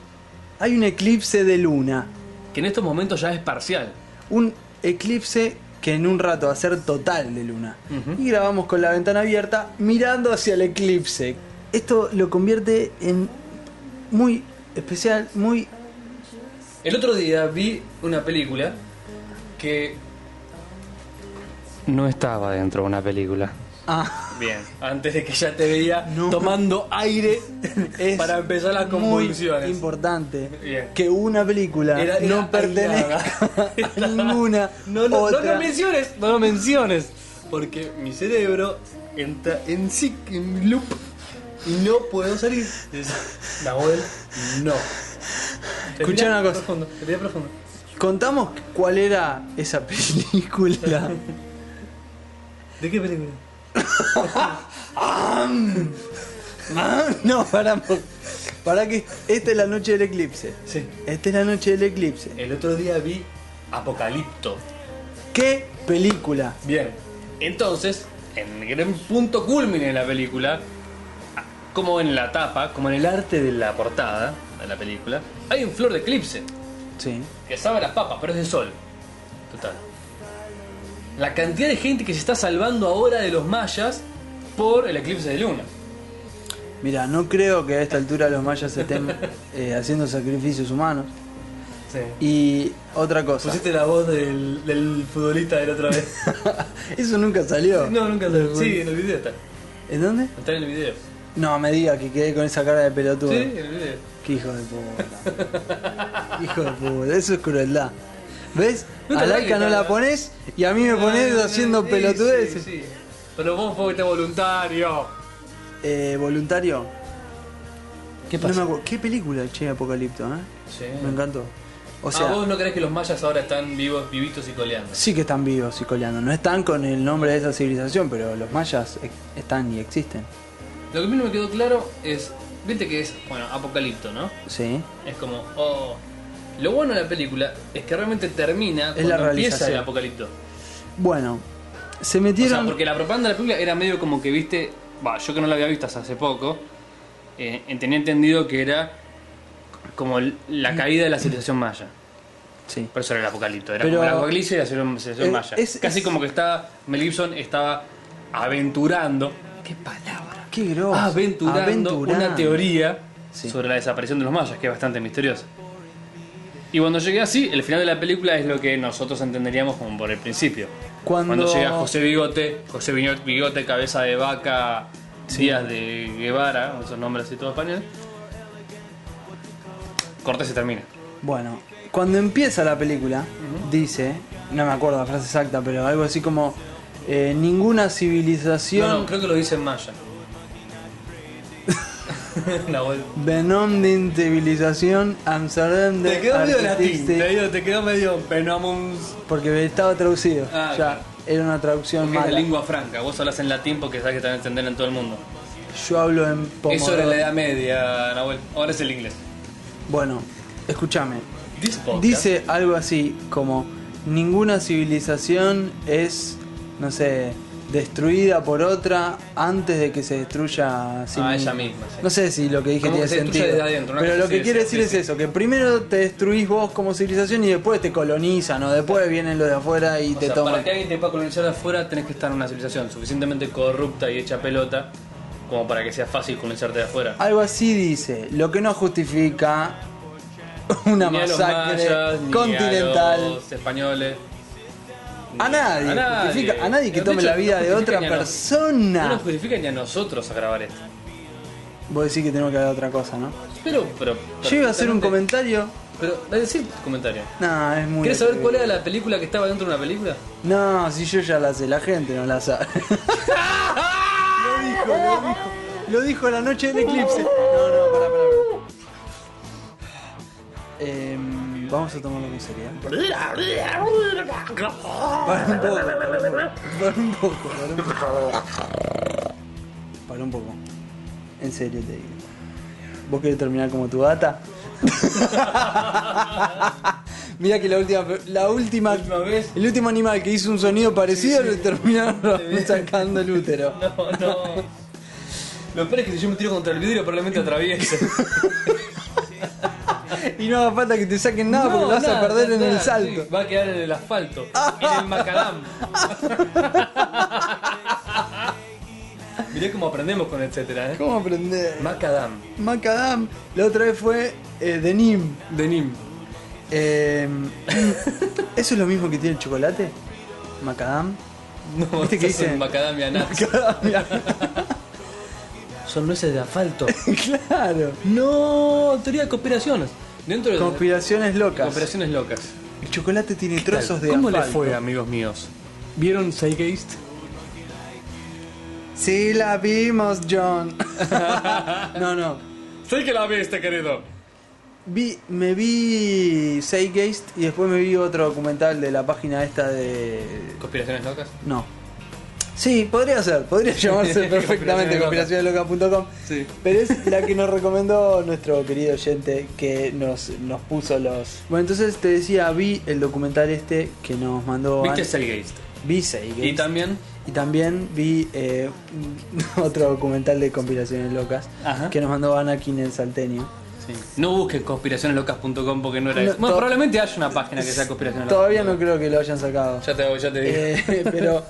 Speaker 1: hay un eclipse de luna.
Speaker 2: Que en estos momentos ya es parcial.
Speaker 1: un eclipse que en un rato va a ser total de luna.
Speaker 2: Ujú.
Speaker 1: Y grabamos con la ventana abierta mirando hacia el eclipse. Esto lo convierte en muy especial, muy...
Speaker 2: El otro día vi una película que... No estaba dentro de una película.
Speaker 1: Ah,
Speaker 2: Bien, antes de que ya te veía
Speaker 1: No.
Speaker 2: tomando aire
Speaker 1: es
Speaker 2: para empezar las
Speaker 1: muy
Speaker 2: convulsiones.
Speaker 1: importante
Speaker 2: Bien.
Speaker 1: que una película
Speaker 2: Era- era
Speaker 1: no pertenezca
Speaker 2: aislada.
Speaker 1: a ninguna
Speaker 2: No, no, no
Speaker 1: otra.
Speaker 2: lo menciones, no lo menciones. Porque mi cerebro entra en sí, en loop y no puedo salir. Es- Nahuel, no.
Speaker 1: Escuchá una cosa.
Speaker 2: Profundo, respira profundo.
Speaker 1: Contamos cuál era esa película.
Speaker 2: ¿De qué película?
Speaker 1: Ah, no, para, para que esta es la noche del eclipse.
Speaker 2: Sí.
Speaker 1: Esta es la noche del eclipse.
Speaker 2: El otro día vi Apocalipto.
Speaker 1: ¿Qué película?
Speaker 2: Bien. Entonces, en el gran punto culmine de la película, como en la tapa, como en el arte de la portada de la película, hay un flor de eclipse
Speaker 1: Sí.
Speaker 2: que sabe a las papas, pero es de sol. Total. La cantidad de gente que se está salvando ahora de los mayas por el eclipse de luna.
Speaker 1: Mira, no creo que a esta altura los mayas estén eh, haciendo sacrificios humanos. Y otra cosa.
Speaker 2: la voz del, futbolista de la otra vez.
Speaker 1: Eso nunca salió.
Speaker 2: nunca lo Sí, en el video está.
Speaker 1: ¿En dónde?
Speaker 2: Está en el video.
Speaker 1: No, me diga que quedé con esa cara de pelotudo.
Speaker 2: Sí, en el video.
Speaker 1: Qué hijo de puta. hijo de puta, eso es crueldad. ¿Ves?
Speaker 2: No te
Speaker 1: a
Speaker 2: ataques,
Speaker 1: Laika no la
Speaker 2: nada.
Speaker 1: pones y a mí me pones haciendo
Speaker 2: Sí,
Speaker 1: pelotudeces.
Speaker 2: sí, sí. Pero vos fuiste voluntario.
Speaker 1: Eh, voluntario.
Speaker 2: ¿Qué
Speaker 1: No me acuerdo. ¿Qué película, che, Apocalipto? eh?
Speaker 2: Sí.
Speaker 1: Me encantó. O sea,
Speaker 2: ¿A Ah, vos no crees que los mayas ahora están vivos, vivitos y coleando?
Speaker 1: Sí que están vivos y coleando. No están con el nombre de esa civilización, pero los mayas ex- están y existen.
Speaker 2: Lo que a mí no me quedó claro es, viste que es, bueno, apocalipto, ¿no?
Speaker 1: Sí.
Speaker 2: Es como, oh... Lo bueno de la película es que realmente termina
Speaker 1: Es la
Speaker 2: cuando empieza
Speaker 1: realización.
Speaker 2: el apocalipto.
Speaker 1: Bueno, se
Speaker 2: O
Speaker 1: metieron.
Speaker 2: sea, porque la propaganda de la película era medio como que viste, va, yo que no la había visto hasta hace poco, eh, tenía entendido que era como el- la caída de la civilización maya.
Speaker 1: Sí.
Speaker 2: Por eso era el apocalipto. Era
Speaker 1: Pero-
Speaker 2: como el apocalipsis y la civilización
Speaker 1: Eh,
Speaker 2: maya.
Speaker 1: es-
Speaker 2: Casi
Speaker 1: es-
Speaker 2: como que estaba. Mel Gibson estaba aventurando. ¿Qué palabra?
Speaker 1: Qué groso.
Speaker 2: Aventurando, una teoría
Speaker 1: Sí.
Speaker 2: sobre la desaparición de los mayas, que es bastante misteriosa. Y cuando llegué así, el final de la película es lo que nosotros entenderíamos como por el principio.
Speaker 1: Cuando-
Speaker 2: llega José Bigote, José Biño- Bigote, cabeza de vaca, Díaz de Guevara, esos nombres así todos españoles. Corta y se termina.
Speaker 1: Bueno, cuando empieza la película, dice. No me acuerdo la frase exacta, pero algo así como. eh, ninguna civilización.
Speaker 2: No, no, creo que lo dice en maya. La vuelta.
Speaker 1: Venom de civilización Amsterdam de
Speaker 2: Te quedó medio latín,
Speaker 1: artistic-
Speaker 2: te digo, te quedó medio penomums.
Speaker 1: Porque estaba traducido.
Speaker 2: Ah,
Speaker 1: ya.
Speaker 2: claro.
Speaker 1: Era una traducción
Speaker 2: Porque es la
Speaker 1: mala.
Speaker 2: lengua franca, vos hablas en latín porque sabes que te van a entender en todo el mundo.
Speaker 1: Yo hablo en
Speaker 2: Eso era
Speaker 1: pomodoro.
Speaker 2: la edad media, Nahuel. Ahora es el inglés.
Speaker 1: Bueno, escúchame.
Speaker 2: This podcast-
Speaker 1: Dice algo así como ninguna civilización es, no sé, destruida por otra antes de que se destruya a sí
Speaker 2: Ah,
Speaker 1: misma.
Speaker 2: ella misma, sí.
Speaker 1: No sé si lo que dije
Speaker 2: Como que
Speaker 1: tiene
Speaker 2: se destruye
Speaker 1: sentido.
Speaker 2: desde adentro, una
Speaker 1: pero
Speaker 2: cosa
Speaker 1: lo que
Speaker 2: así,
Speaker 1: quiere
Speaker 2: sí,
Speaker 1: decir
Speaker 2: sí,
Speaker 1: es
Speaker 2: sí.
Speaker 1: eso, que primero te destruís vos como civilización y después te colonizan o después vienen los de afuera y
Speaker 2: O
Speaker 1: te
Speaker 2: sea,
Speaker 1: toman.
Speaker 2: para que alguien te pueda colonizar de afuera tenés que estar en una civilización suficientemente corrupta y hecha pelota como para que sea fácil colonizarte de afuera.
Speaker 1: Algo así dice, lo que no justifica una
Speaker 2: Ni a los
Speaker 1: masacre
Speaker 2: mayas, ni
Speaker 1: continental.
Speaker 2: a los españoles.
Speaker 1: A nadie,
Speaker 2: A nadie.
Speaker 1: justifica- a nadie que
Speaker 2: De
Speaker 1: tome
Speaker 2: hecho,
Speaker 1: la vida
Speaker 2: no
Speaker 1: de otra
Speaker 2: justifica ni a nos-
Speaker 1: persona.
Speaker 2: No nos justifica ni a nosotros a grabar esto.
Speaker 1: Vos decís que tenemos que hablar de otra cosa, ¿no?
Speaker 2: Pero, pero.
Speaker 1: Yo iba a hacer un
Speaker 2: perfectamente-
Speaker 1: comentario.
Speaker 2: Pero, a decir tu comentario.
Speaker 1: No, es muy.
Speaker 2: ¿Querés saber cuál
Speaker 1: es?
Speaker 2: era la película que estaba dentro de una película?
Speaker 1: No, si yo ya la sé, la gente no la sabe. lo dijo, lo dijo. Lo dijo la noche del eclipse. No, no, pará, pará, pará. Em, vamos a tomarlo con seriedad. Para un poco, para un poco, para un poco. Para un poco. En serio te digo. ¿Vos querés terminar como tu gata? Mira que la última, la última,
Speaker 2: Última vez.
Speaker 1: el último animal que hizo un sonido parecido le terminaron sacando el útero.
Speaker 2: No, no. Lo peor es que si yo me tiro contra el vidrio probablemente atraviese.
Speaker 1: Y no haga falta que te saquen nada Ah, porque lo vas a
Speaker 2: nada,
Speaker 1: perder en el
Speaker 2: nada,
Speaker 1: salto.
Speaker 2: sí, va a quedar en el asfalto, en el macadam. Mirá cómo aprendemos con etcétera, ¿eh?
Speaker 1: ¿Cómo aprender?
Speaker 2: Macadam.
Speaker 1: Macadam. La otra vez fue eh, de Nim.
Speaker 2: De Nim.
Speaker 1: Eh, ¿Eso es lo mismo que tiene el chocolate? Macadam.
Speaker 2: No,
Speaker 1: ¿Viste que
Speaker 2: esas son
Speaker 1: dicen?
Speaker 2: Macadamia nuts.
Speaker 1: Macadamia.
Speaker 2: Son nueces de asfalto.
Speaker 1: claro.
Speaker 2: no, teoría de conspiraciones. Dentro de
Speaker 1: Conspiraciones locas.
Speaker 2: conspiraciones locas.
Speaker 1: El chocolate tiene trozos de
Speaker 2: ¿Cómo
Speaker 1: asfalto.
Speaker 2: le fue, amigos míos? ¿Vieron Zeitgeist?
Speaker 1: Sí la vimos, John. no, no.
Speaker 2: Sé que la viste, querido.
Speaker 1: Vi, me vi Zeitgeist y después me vi otro documental de la página esta de
Speaker 2: ¿Conspiraciones locas?
Speaker 1: No. Sí, podría ser, podría llamarse perfectamente conspiracionesloca.com.
Speaker 2: Sí.
Speaker 1: Pero es la que nos recomendó nuestro querido oyente que nos, nos puso los. Bueno, entonces te decía, vi el documental este que nos mandó.
Speaker 2: ¿Viste
Speaker 1: An-
Speaker 2: Zeitgeist?
Speaker 1: Vi Seige.
Speaker 2: Y también
Speaker 1: Y también vi eh, otro documental de conspiraciones locas
Speaker 2: Ajá.
Speaker 1: que nos mandó Anakin el Saltenio.
Speaker 2: No busques conspiracioneslocas.com porque no era
Speaker 1: No,
Speaker 2: eso. Bueno,
Speaker 1: to-
Speaker 2: probablemente haya una página que sea conspiraciones locas.
Speaker 1: Todavía no creo que lo hayan sacado.
Speaker 2: Ya te, ya te digo.
Speaker 1: Eh, pero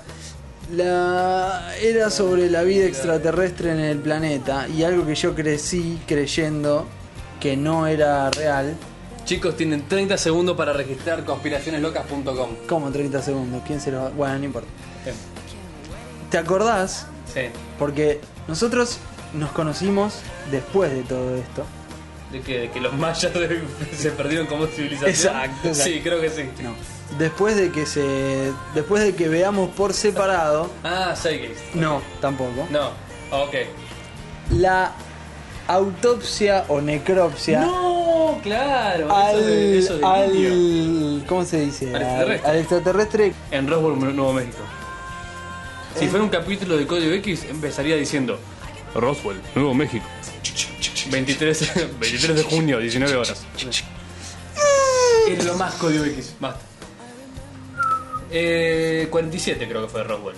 Speaker 1: la era sobre la vida extraterrestre en el planeta y algo que yo crecí creyendo que no era real.
Speaker 2: Chicos, tienen 30 segundos para registrar conspiracioneslocas.com.
Speaker 1: Como 30 segundos, ¿quién se lo va? Bueno, no importa.
Speaker 2: Bien.
Speaker 1: ¿Te acordás?
Speaker 2: Sí.
Speaker 1: Porque nosotros nos conocimos después de todo esto.
Speaker 2: De que, de que los mayas de- se perdieron como civilización.
Speaker 1: Exacto, exacto.
Speaker 2: Sí, creo que sí.
Speaker 1: No. Después de que se. Después de que veamos por separado.
Speaker 2: Ah, Zeitgeist.
Speaker 1: No, tampoco.
Speaker 2: No. Ok.
Speaker 1: La autopsia o necropsia.
Speaker 2: No, claro.
Speaker 1: ah. al,
Speaker 2: eso de, eso de
Speaker 1: al-
Speaker 2: indio.
Speaker 1: ¿cómo se dice?
Speaker 2: Al extraterrestre.
Speaker 1: al extraterrestre.
Speaker 2: En Roswell, Nuevo México. Si fuera un capítulo de Código X, empezaría diciendo
Speaker 4: Roswell, Nuevo México.
Speaker 2: 23, 23 de junio, 19 horas. Es lo más código X, basta. Eh, 47 creo que fue de Roswell.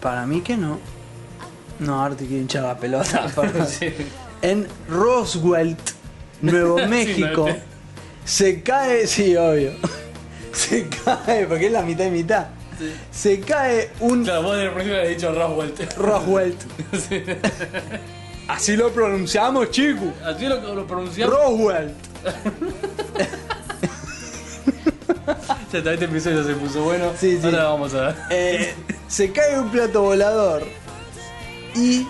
Speaker 1: Para mí que no. No, ahora te quiero hinchar la pelota. perdón.
Speaker 2: Sí.
Speaker 1: En Roswell, Nuevo
Speaker 2: Sí,
Speaker 1: México,
Speaker 2: no, este- te-
Speaker 1: se cae, sí, obvio. Se cae, porque es la mitad y mitad. Se cae un
Speaker 2: Claro, vos desde el principio habías dicho Roswell.
Speaker 1: Roswell.
Speaker 2: Sí.
Speaker 1: Así lo pronunciamos, chico.
Speaker 2: Así lo, lo pronunciamos.
Speaker 1: Roswell.
Speaker 2: Ya está, este episodio se puso bueno.
Speaker 1: Sí, sí.
Speaker 2: Ahora vamos a
Speaker 1: Eh, se cae un plato volador. Y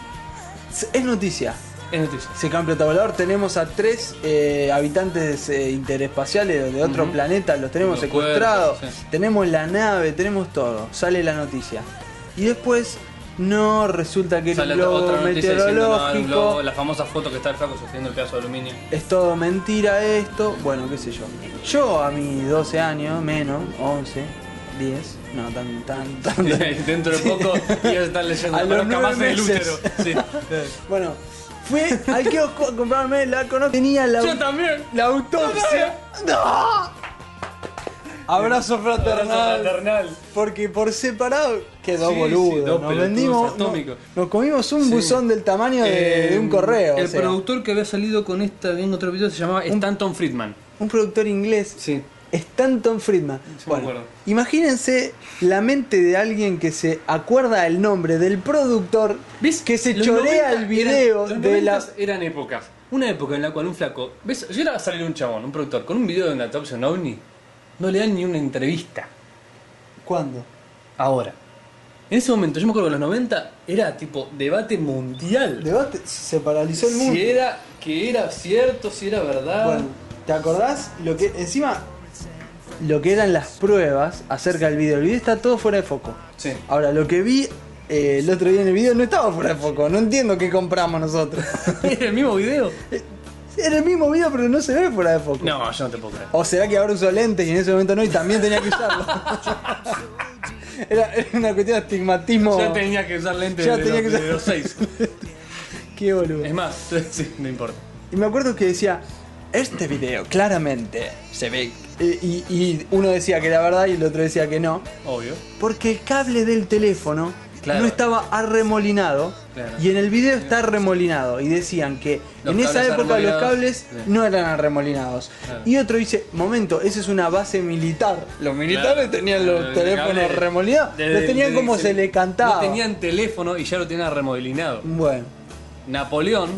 Speaker 1: es noticia.
Speaker 2: Es noticia.
Speaker 1: Se cae un plato volador. Tenemos a tres eh, habitantes eh, interespaciales de otro planeta. Los tenemos
Speaker 2: Los
Speaker 1: secuestrados.
Speaker 2: cuerpos, sí.
Speaker 1: Tenemos la nave, tenemos todo. Sale la noticia. Y después no resulta que era
Speaker 2: Sale
Speaker 1: un
Speaker 2: otra-
Speaker 1: globo
Speaker 2: otra noticia diciendo no, era
Speaker 1: meteorológico.
Speaker 2: un globo, la famosa foto que está el flaco sosteniendo el pedazo de aluminio.
Speaker 1: Es todo mentira esto. Bueno, qué sé yo. Yo a mis 12 años, menos, 11, 10. No, tan, tan, tan.
Speaker 2: Dentro de poco ellos están leyendo
Speaker 1: A
Speaker 2: la
Speaker 1: los
Speaker 2: parroquia
Speaker 1: nueve
Speaker 2: más del útero.
Speaker 1: meses.
Speaker 2: Sí.
Speaker 1: Bueno, fui al kiosco a comprarme la conozco. Tenía la,
Speaker 2: Yo también.
Speaker 1: la autopsia. ¡No! Abrazo fraternal.
Speaker 4: Abrazo fraternal.
Speaker 1: Porque por separado quedó
Speaker 2: Sí, sí,
Speaker 1: boludo.
Speaker 2: dos
Speaker 1: nos
Speaker 2: pelotudos
Speaker 1: vendimos.
Speaker 2: atómicos.
Speaker 1: no- nos comimos un
Speaker 2: Sí.
Speaker 1: buzón del tamaño de,
Speaker 2: Eh,
Speaker 1: de un correo.
Speaker 2: El
Speaker 1: o sea.
Speaker 2: productor que había salido con esta en otro video se llamaba Stanton Friedman.
Speaker 1: un productor inglés.
Speaker 2: Sí.
Speaker 1: Stanton Friedman.
Speaker 2: me
Speaker 1: Bueno,
Speaker 2: acuerdo.
Speaker 1: imagínense la mente de alguien que se acuerda el nombre del productor
Speaker 2: ¿Ves?
Speaker 1: que se
Speaker 2: Los 90
Speaker 1: chorea el video
Speaker 2: eran- los
Speaker 1: de la.
Speaker 2: 90 eran épocas. Una época en la cual un flaco. ¿Ves? Si ahora va a salir un chabón, un productor, con un video de una autopsia a un ovni, no le dan ni una entrevista.
Speaker 1: ¿Cuándo?
Speaker 2: Ahora. En ese momento, yo me acuerdo que en los 90 era tipo debate mundial.
Speaker 1: Debate, se paralizó el mundo.
Speaker 2: si era que era cierto, si era verdad.
Speaker 1: Bueno, ¿te acordás? Lo que, encima, lo que eran las pruebas acerca del video. El video está todo fuera de foco.
Speaker 2: Sí.
Speaker 1: Ahora, lo que vi eh, el otro día en el video no estaba fuera de foco. No entiendo qué compramos nosotros.
Speaker 2: ¿Era el mismo video?
Speaker 1: Era el mismo video, pero no se ve fuera de foco.
Speaker 2: No, yo no te puedo creer.
Speaker 1: O será que ahora usó lentes y en ese momento no, y también tenía que usarlo. era, era una cuestión de estigmatismo.
Speaker 2: Ya tenía que usar lentes
Speaker 1: Ya
Speaker 2: de,
Speaker 1: tenía
Speaker 2: los,
Speaker 1: que
Speaker 2: de
Speaker 1: usar-
Speaker 2: los seis.
Speaker 1: Qué boludo.
Speaker 2: Es más, sí, no importa.
Speaker 1: Y me acuerdo que decía, este video claramente se ve. eh, Y, y uno decía que era verdad y el otro decía que no.
Speaker 2: Obvio.
Speaker 1: Porque el cable del teléfono
Speaker 2: Claro.
Speaker 1: no estaba arremolinado.
Speaker 2: Claro.
Speaker 1: Y en el video está arremolinado. Y decían que
Speaker 2: Los
Speaker 1: en esa
Speaker 2: cables
Speaker 1: época los
Speaker 2: arremolinados.
Speaker 1: cables
Speaker 2: Sí.
Speaker 1: no eran arremolinados.
Speaker 2: Claro.
Speaker 1: Y otro dice, momento, esa es una base militar. Los militares
Speaker 2: Claro.
Speaker 1: tenían los
Speaker 2: Los
Speaker 1: teléfonos
Speaker 2: cables-
Speaker 1: arremolinados.
Speaker 2: desde-
Speaker 1: los tenían
Speaker 2: desde
Speaker 1: como
Speaker 2: que
Speaker 1: se le cantaba. Mm.
Speaker 2: No tenían teléfono y ya lo tenían remodelinado.
Speaker 1: Bueno,
Speaker 2: Napoleón,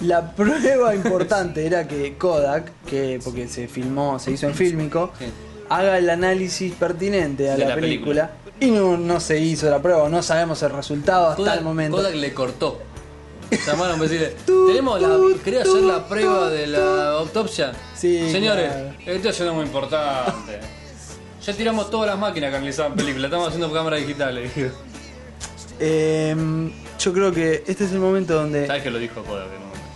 Speaker 1: la prueba importante era que Kodak, que porque se filmó, se hizo en fílmico,
Speaker 2: Sí.
Speaker 1: haga el análisis pertinente a
Speaker 2: De
Speaker 1: la,
Speaker 2: la
Speaker 1: película.
Speaker 2: película.
Speaker 1: Y no, no se hizo la prueba, no sabemos el resultado hasta
Speaker 2: Kodak,
Speaker 1: el momento.
Speaker 2: Kodak le cortó. Llamaron para decirle,
Speaker 1: Tu,
Speaker 2: tenemos la,
Speaker 1: tu,
Speaker 2: ¿querés
Speaker 1: tu,
Speaker 2: hacer la
Speaker 1: tu,
Speaker 2: prueba
Speaker 1: tu.
Speaker 2: de la autopsia?
Speaker 1: Sí,
Speaker 2: Señores,
Speaker 1: claro.
Speaker 2: esto es algo muy importante. Ya tiramos todas las máquinas que analizaban películas, estamos haciendo cámaras digitales.
Speaker 1: Em, yo creo que este es el momento donde.
Speaker 2: ¿Sabes que lo dijo Kodak en un momento?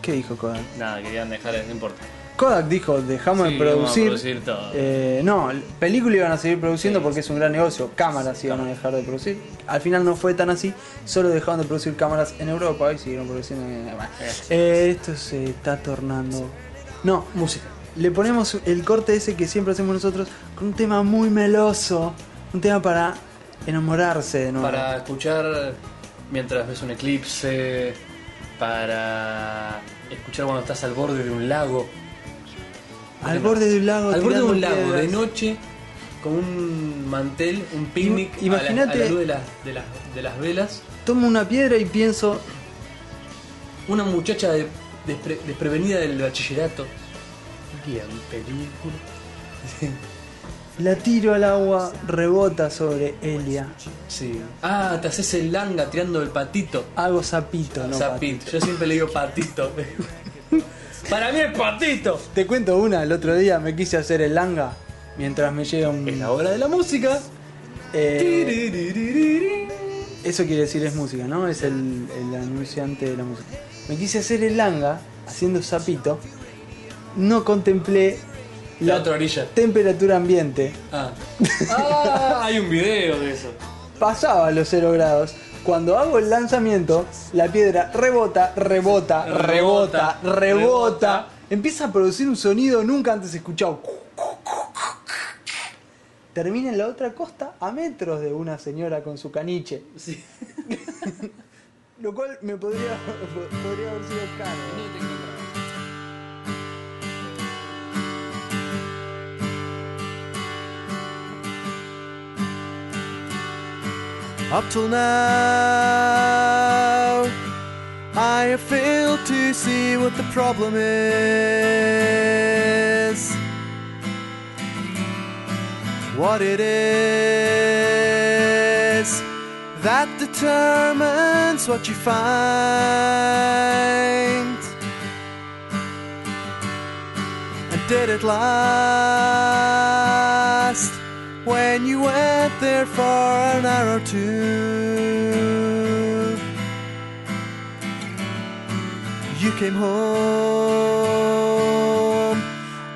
Speaker 1: ¿Qué dijo Kodak?
Speaker 2: Nada, querían dejar, no importa.
Speaker 1: Kodak dijo: dejamos
Speaker 2: Sí,
Speaker 1: de
Speaker 2: vamos a
Speaker 1: producir.
Speaker 2: producir todo.
Speaker 1: Eh, no, películas iban a seguir produciendo porque es un gran negocio. Cámaras iban a dejar de producir. Al final no fue tan así, solo dejaron de producir cámaras en Europa y siguieron produciendo. en- Eh, esto se está tornando. No, música. Le ponemos el corte ese que siempre hacemos nosotros con un tema muy meloso. Un tema para enamorarse de nuevo.
Speaker 2: Para escuchar mientras ves un eclipse, para escuchar cuando estás al borde de un lago.
Speaker 1: Al borde de un lago.
Speaker 2: Al borde de un
Speaker 1: tirando
Speaker 2: lago, de
Speaker 1: piedras.
Speaker 2: noche, con un mantel, un picnic, a la- a
Speaker 1: Imagínate-
Speaker 2: la luz de las, de, las, de las velas.
Speaker 1: Tomo una piedra y pienso,
Speaker 2: Una muchacha de- despre- desprevenida del bachillerato. Bien, película.
Speaker 1: la tiro al agua, rebota sobre Elia.
Speaker 2: Sí. Ah, te haces el langa tirando el patito.
Speaker 1: Hago sapito, ¿no?
Speaker 2: Zapito. Yo siempre le digo patito. Para mí es patito.
Speaker 1: Te cuento una, el otro día me quise hacer el langa mientras me llega un...
Speaker 2: Es la hora de la música.
Speaker 1: Eh, eso quiere decir es música, ¿no? Es el, el anunciante de la música. Me quise hacer el langa haciendo sapito. No contemplé
Speaker 2: La otra orilla.
Speaker 1: temperatura ambiente.
Speaker 2: Ah. Ah, hay un video de eso.
Speaker 1: Pasaba los 0 grados. Cuando hago el lanzamiento, la piedra rebota, rebota, rebota,
Speaker 2: Rebota,
Speaker 1: rebota.
Speaker 2: rebota.
Speaker 1: Empieza a producir un sonido nunca antes escuchado. Termina en la otra costa a metros de una señora con su caniche.
Speaker 2: Sí.
Speaker 1: Lo cual me podría, podría haber sido caro.
Speaker 5: Up till now, I have failed to see what the problem is. What it is that determines what you find. And did it last? when you went there for an hour or two. You came home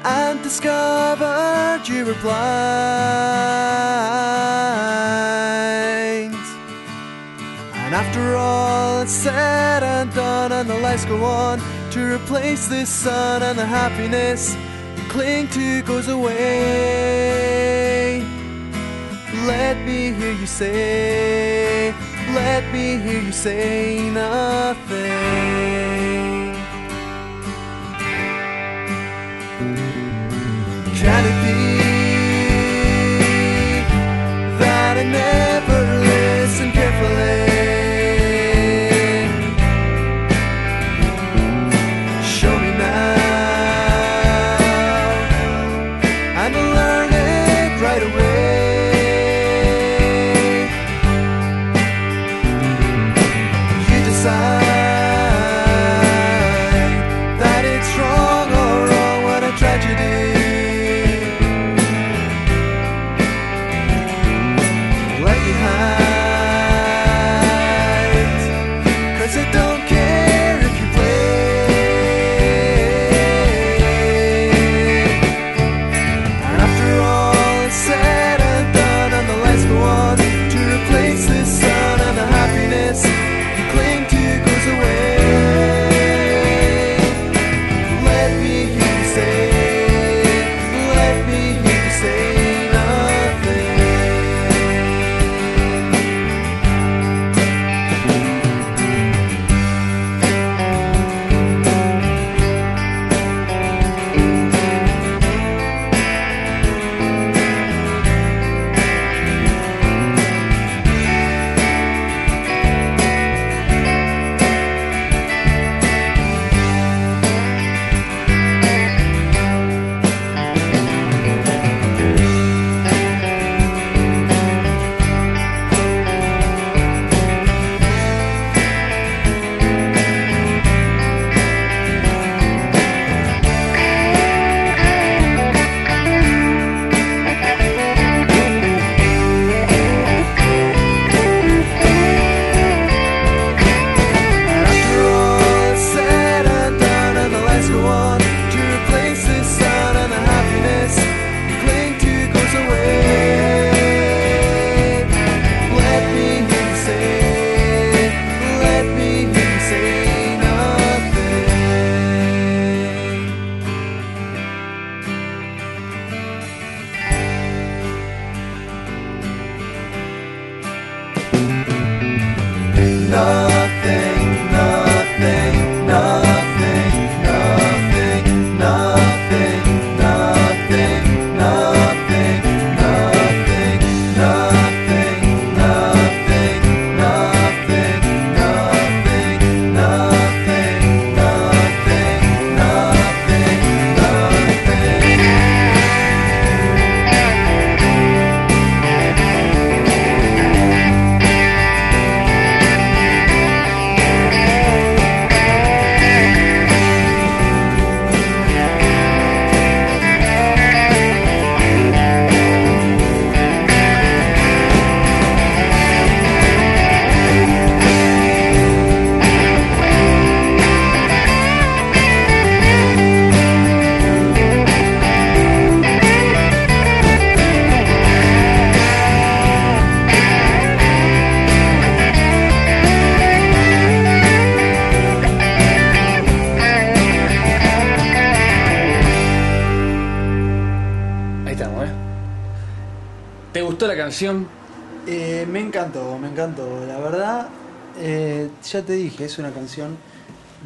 Speaker 5: and discovered you were blind. And after all it's said and done, and the lights go on to replace this sun and the happiness
Speaker 1: you cling to goes away. Let me hear you say, let me hear you say nothing. Can it be that I never listened carefully? Show me now. And I'll learn it right away. You decide that it's wrong or wrong, what a tragedy. Left behind. Cause I don't care if you play. And after all is said and done, and the lights go on to replace the sun, and the happiness you cling to goes away. Let me hear you say, let me hear you say nothing. After all is said and done, and the lights go on to replace the sun, and the happiness you cling to goes away. Let me hear you say, let me hear you say nothing. nothing, nothing, nothing, nothing, nothing, nothing, nothing, nothing, nothing, nothing, nothing, nothing, nothing, nothing, nothing, nothing.
Speaker 2: Ahí estamos, ¿eh? ¿Te gustó la canción?
Speaker 6: Eh, me encantó, me encantó. La verdad, eh, ya te dije, es una canción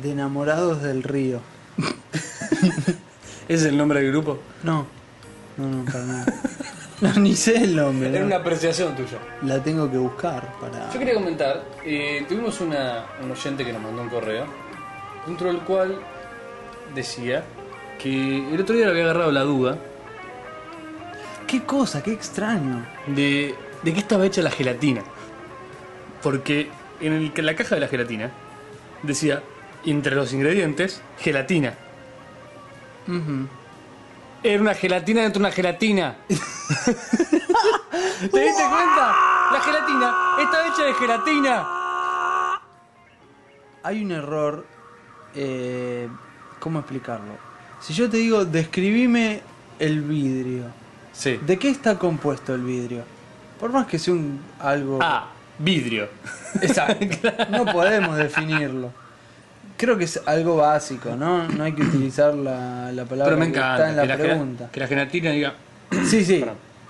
Speaker 6: de enamorados del río.
Speaker 2: ¿Ese es el nombre del grupo?
Speaker 6: No, no, no, para nada. No, ni sé el nombre.
Speaker 2: Era
Speaker 6: ¿no?
Speaker 2: una apreciación tuya.
Speaker 6: La tengo que buscar para.
Speaker 2: Yo quería comentar, eh, tuvimos una, un oyente que nos mandó un correo, dentro del cual decía que el otro día le había agarrado la duda
Speaker 6: Qué cosa, qué extraño.
Speaker 2: de, de qué estaba hecha la gelatina. Porque en el- en la caja de la gelatina decía, entre los ingredientes, gelatina.
Speaker 6: Ujú.
Speaker 2: Era una gelatina dentro de una gelatina. ¿Te diste cuenta? La gelatina está hecha de gelatina.
Speaker 6: Hay un error. eh, ¿Cómo explicarlo? Si yo te digo, describime el vidrio.
Speaker 2: Sí.
Speaker 6: ¿De qué está compuesto el vidrio? Por más que sea un algo.
Speaker 2: Ah, vidrio.
Speaker 6: Exacto. No podemos definirlo.
Speaker 1: Creo que es algo básico, ¿no? No hay que utilizar la, la palabra
Speaker 2: Pero me
Speaker 1: que
Speaker 2: encanta que
Speaker 1: está en la
Speaker 2: la,
Speaker 1: pregunta.
Speaker 2: gelatina, que la gelatina diga.
Speaker 1: Sí, sí.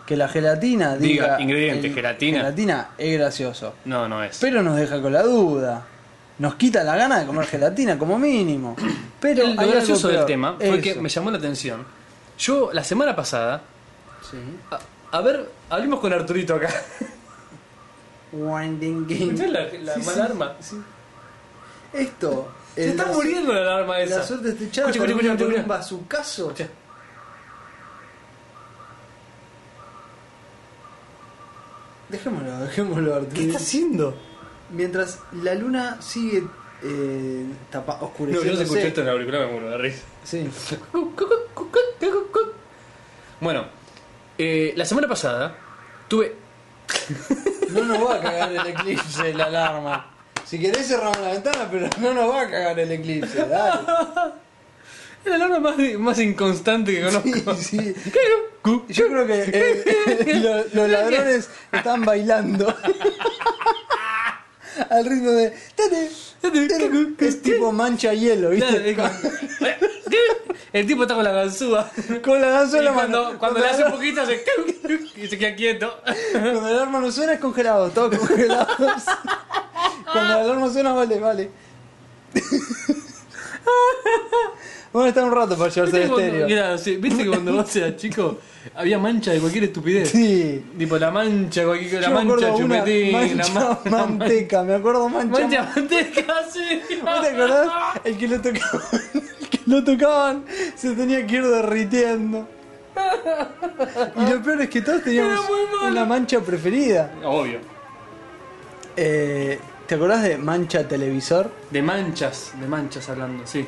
Speaker 1: Que la gelatina diga,
Speaker 2: Diga, ingrediente,
Speaker 1: el-
Speaker 2: gelatina.
Speaker 1: Gelatina es gracioso.
Speaker 2: No, no es.
Speaker 1: Pero nos deja con la duda. Nos quita la gana de comer gelatina como mínimo. Pero
Speaker 2: El-
Speaker 1: hay
Speaker 2: lo
Speaker 1: algo
Speaker 2: gracioso del
Speaker 1: peor.
Speaker 2: tema fue que
Speaker 1: Eso.
Speaker 2: me llamó la atención. Yo, la semana pasada,
Speaker 1: Sí.
Speaker 2: a, a ver, hablemos con Arturito acá.
Speaker 1: Winding game.
Speaker 2: ¿Escuchás la, la
Speaker 1: Sí, sí,
Speaker 2: alarma?
Speaker 1: sí. Esto.
Speaker 2: Se está muriendo la alarma esa.
Speaker 1: La suerte de este chavo
Speaker 2: Escucha, escucha, escucha,
Speaker 1: con un
Speaker 2: escucha.
Speaker 1: bazucazo.
Speaker 2: Escucha.
Speaker 1: Dejémoslo, dejémoslo, Arturo.
Speaker 2: ¿Qué está haciendo?
Speaker 1: Mientras la luna sigue eh, tapa,
Speaker 2: No,
Speaker 1: oscureciéndose.
Speaker 2: yo no escuché esto en la auricular, me muero de risa.
Speaker 1: Sí.
Speaker 2: Bueno, eh, la semana pasada tuve.
Speaker 1: No nos va a cagar el eclipse, la alarma. Si querés cerramos la ventana, pero no nos va a cagar el eclipse, dale.
Speaker 2: Es la alarma más, más inconstante que conozco.
Speaker 1: Sí, sí.
Speaker 2: Cu-
Speaker 1: Yo creo que eh, lo- los, ladrones están bailando. Al ritmo de. "Tate, tate". Es tipo mancha hielo,
Speaker 2: Claro,
Speaker 1: ¿viste?
Speaker 2: es como- eh, El tipo está con la ganzúa.
Speaker 1: Con la danza en
Speaker 2: Y
Speaker 1: la
Speaker 2: cuando,
Speaker 1: mano.
Speaker 2: cuando le hace
Speaker 1: la-
Speaker 2: un poquito hace y se queda quieto.
Speaker 1: Cuando el alarma no suena es congelado, todos congelados. Cuando el alarma suena, vale, vale. Bueno, está un rato para llevarse de
Speaker 2: ¿Viste, cuando-
Speaker 1: estéreo.
Speaker 2: Mirá, sí, ¿viste que cuando vos eras chico había mancha de cualquier estupidez?
Speaker 1: Sí.
Speaker 2: Tipo la mancha, cualquier, la
Speaker 1: Yo me
Speaker 2: mancha
Speaker 1: acuerdo una
Speaker 2: chupetín, la
Speaker 1: mancha
Speaker 2: mancha.
Speaker 1: manteca, me acuerdo mancha.
Speaker 2: Mancha manteca, sí.
Speaker 1: ¿Vos te acordás? El que lo tocaban, el que lo tocaban se tenía que ir derritiendo. Y lo peor es que todos teníamos
Speaker 2: Era muy malo.
Speaker 1: una mancha preferida.
Speaker 2: Obvio.
Speaker 1: Eh, ¿Te acordás de mancha televisor?
Speaker 2: De manchas, de manchas hablando, sí.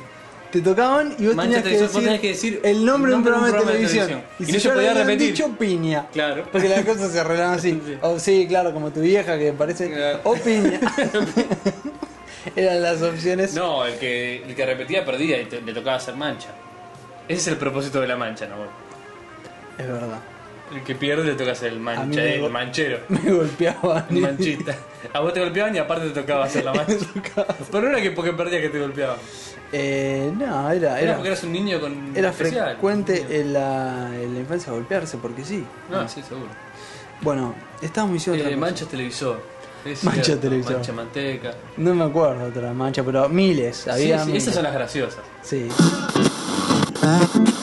Speaker 1: Te tocaban y vos,
Speaker 2: Mancha
Speaker 1: tenías que,
Speaker 2: televisor,
Speaker 1: decir
Speaker 2: vos tenías que decir
Speaker 1: el nombre de un programa, de televisión.
Speaker 2: televisión.
Speaker 1: Y,
Speaker 2: Y
Speaker 1: si
Speaker 2: no
Speaker 1: yo
Speaker 2: se
Speaker 1: le
Speaker 2: podía
Speaker 1: habían
Speaker 2: repetir.
Speaker 1: dicho piña.
Speaker 2: Claro.
Speaker 1: Porque las cosas se arreglaban así.
Speaker 2: Sí.
Speaker 1: O sí, claro, como tu vieja que parece.
Speaker 2: Claro.
Speaker 1: O piña. Eran las opciones.
Speaker 2: No, el que, el que repetía perdía y te- le tocaba hacer mancha. Ese es el propósito de la mancha, ¿no?
Speaker 1: Es verdad.
Speaker 2: El que pierde le toca hacer el
Speaker 1: A mí
Speaker 2: mancha,
Speaker 1: me go-
Speaker 2: el manchero.
Speaker 1: Me golpeaban.
Speaker 2: El manchita. A vos te golpeaban y aparte te tocaba hacer la mancha. Pero no era que porque perdías que te golpeaban.
Speaker 1: Eh, no, era.
Speaker 2: Era
Speaker 1: Era,
Speaker 2: porque eras un niño con.
Speaker 1: era
Speaker 2: especial,
Speaker 1: frecuente eh.
Speaker 2: un niño.
Speaker 1: en la, en la infancia golpearse, porque sí.
Speaker 2: No, sí, seguro.
Speaker 1: Bueno, estábamos diciendo. otra
Speaker 2: Eh,
Speaker 1: cosa.
Speaker 2: mancha televisor. Es
Speaker 1: Mancha televisor.
Speaker 2: Mancha manteca.
Speaker 1: No me acuerdo otra mancha, pero miles. Había
Speaker 2: Sí, sí,
Speaker 1: miles.
Speaker 2: esas son las graciosas.
Speaker 1: Sí.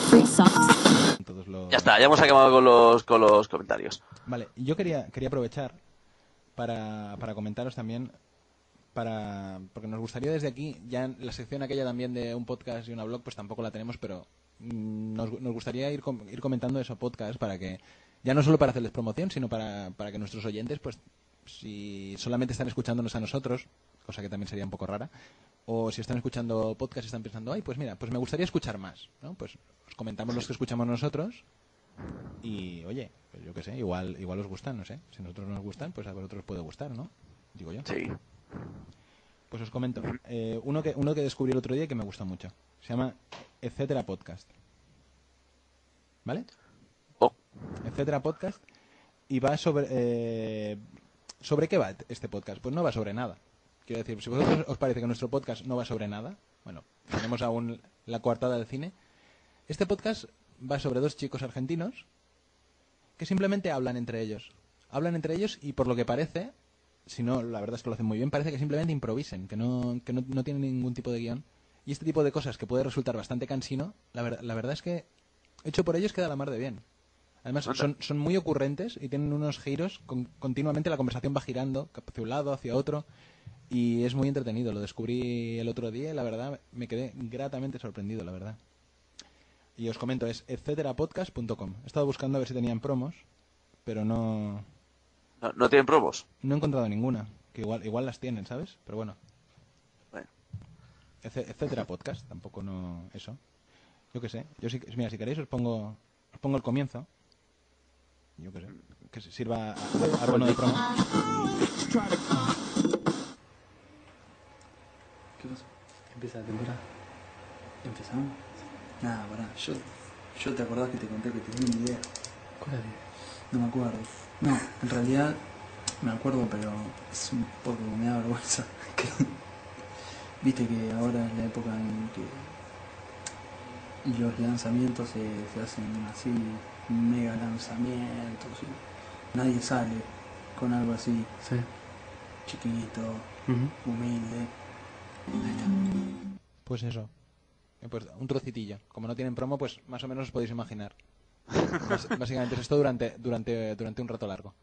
Speaker 7: Free socks.
Speaker 8: Todos los-
Speaker 9: Ya está, ya hemos acabado con los, con los comentarios.
Speaker 8: Vale, yo quería, quería aprovechar para, para comentaros también, para porque nos gustaría desde aquí, ya en la sección aquella también de un podcast y una blog, pues tampoco la tenemos, pero mm, nos, nos gustaría ir, com- ir comentando esos podcasts para que, ya no solo para hacerles promoción, sino para, para que nuestros oyentes, pues si solamente están escuchándonos a nosotros, cosa que también sería un poco rara, o si están escuchando podcast y están pensando, ay, pues mira, pues me gustaría escuchar más, ¿no? Pues os comentamos los que escuchamos nosotros y oye, pues yo qué sé, igual, igual os gustan, no sé. Si a nosotros nos gustan, pues a vosotros puede gustar, ¿no? Digo yo.
Speaker 9: Sí.
Speaker 8: Pues os comento. eh, uno, que, uno que descubrí el otro día y que me gusta mucho. Se llama Etcétera Podcast. ¿Vale?
Speaker 9: Oh.
Speaker 8: Etcétera Podcast. Y va sobre... eh, ¿Sobre qué va este podcast? Pues no va sobre nada. Quiero decir, si vosotros os parece que nuestro podcast no va sobre nada, bueno, tenemos aún la coartada del cine. Este podcast va sobre dos chicos argentinos que simplemente hablan entre ellos. Hablan entre ellos y por lo que parece, si no, la verdad es que lo hacen muy bien, parece que simplemente improvisen, que no, que no, no tienen ningún tipo de guión. Y este tipo de cosas que puede resultar bastante cansino, la, ver- la verdad es que hecho por ellos queda la mar de bien. Además, son, son muy ocurrentes y tienen unos giros, con- continuamente la conversación va girando hacia un lado, hacia otro, y es muy entretenido. Lo descubrí el otro día y la verdad me quedé gratamente sorprendido, la verdad. Y os comento, es etcéterapodcast.com. He estado buscando a ver si tenían promos, pero no,
Speaker 9: No, no tienen promos.
Speaker 8: no he encontrado ninguna. Que igual, igual las tienen, ¿sabes? Pero bueno.
Speaker 9: Bueno.
Speaker 8: Ece- Etcétera podcast, tampoco no. Eso. Yo qué sé. Yo sí, que- mira, si queréis os pongo, os pongo el comienzo. Yo qué sé. Que se- sirva a, a- a bono de promo.
Speaker 2: ¿Qué pasa? Empieza la temporada. Empezamos.
Speaker 1: Nada, pará, yo, yo te acordás que te conté que tenía una idea.
Speaker 2: ¿Cuál es?
Speaker 1: No me acuerdo. No, en realidad me acuerdo, pero es un poco, me da vergüenza. Que- Viste que ahora es la época en que los lanzamientos se, se hacen así, mega lanzamientos, y nadie sale con algo así,
Speaker 2: Sí.
Speaker 1: chiquito,
Speaker 2: Ujú.
Speaker 1: humilde.
Speaker 8: Pues eso. He puesto Eh, pues un trocitillo. Como no tienen promo, pues más o menos os podéis imaginar. Bas- Básicamente es esto durante, durante, durante un rato largo.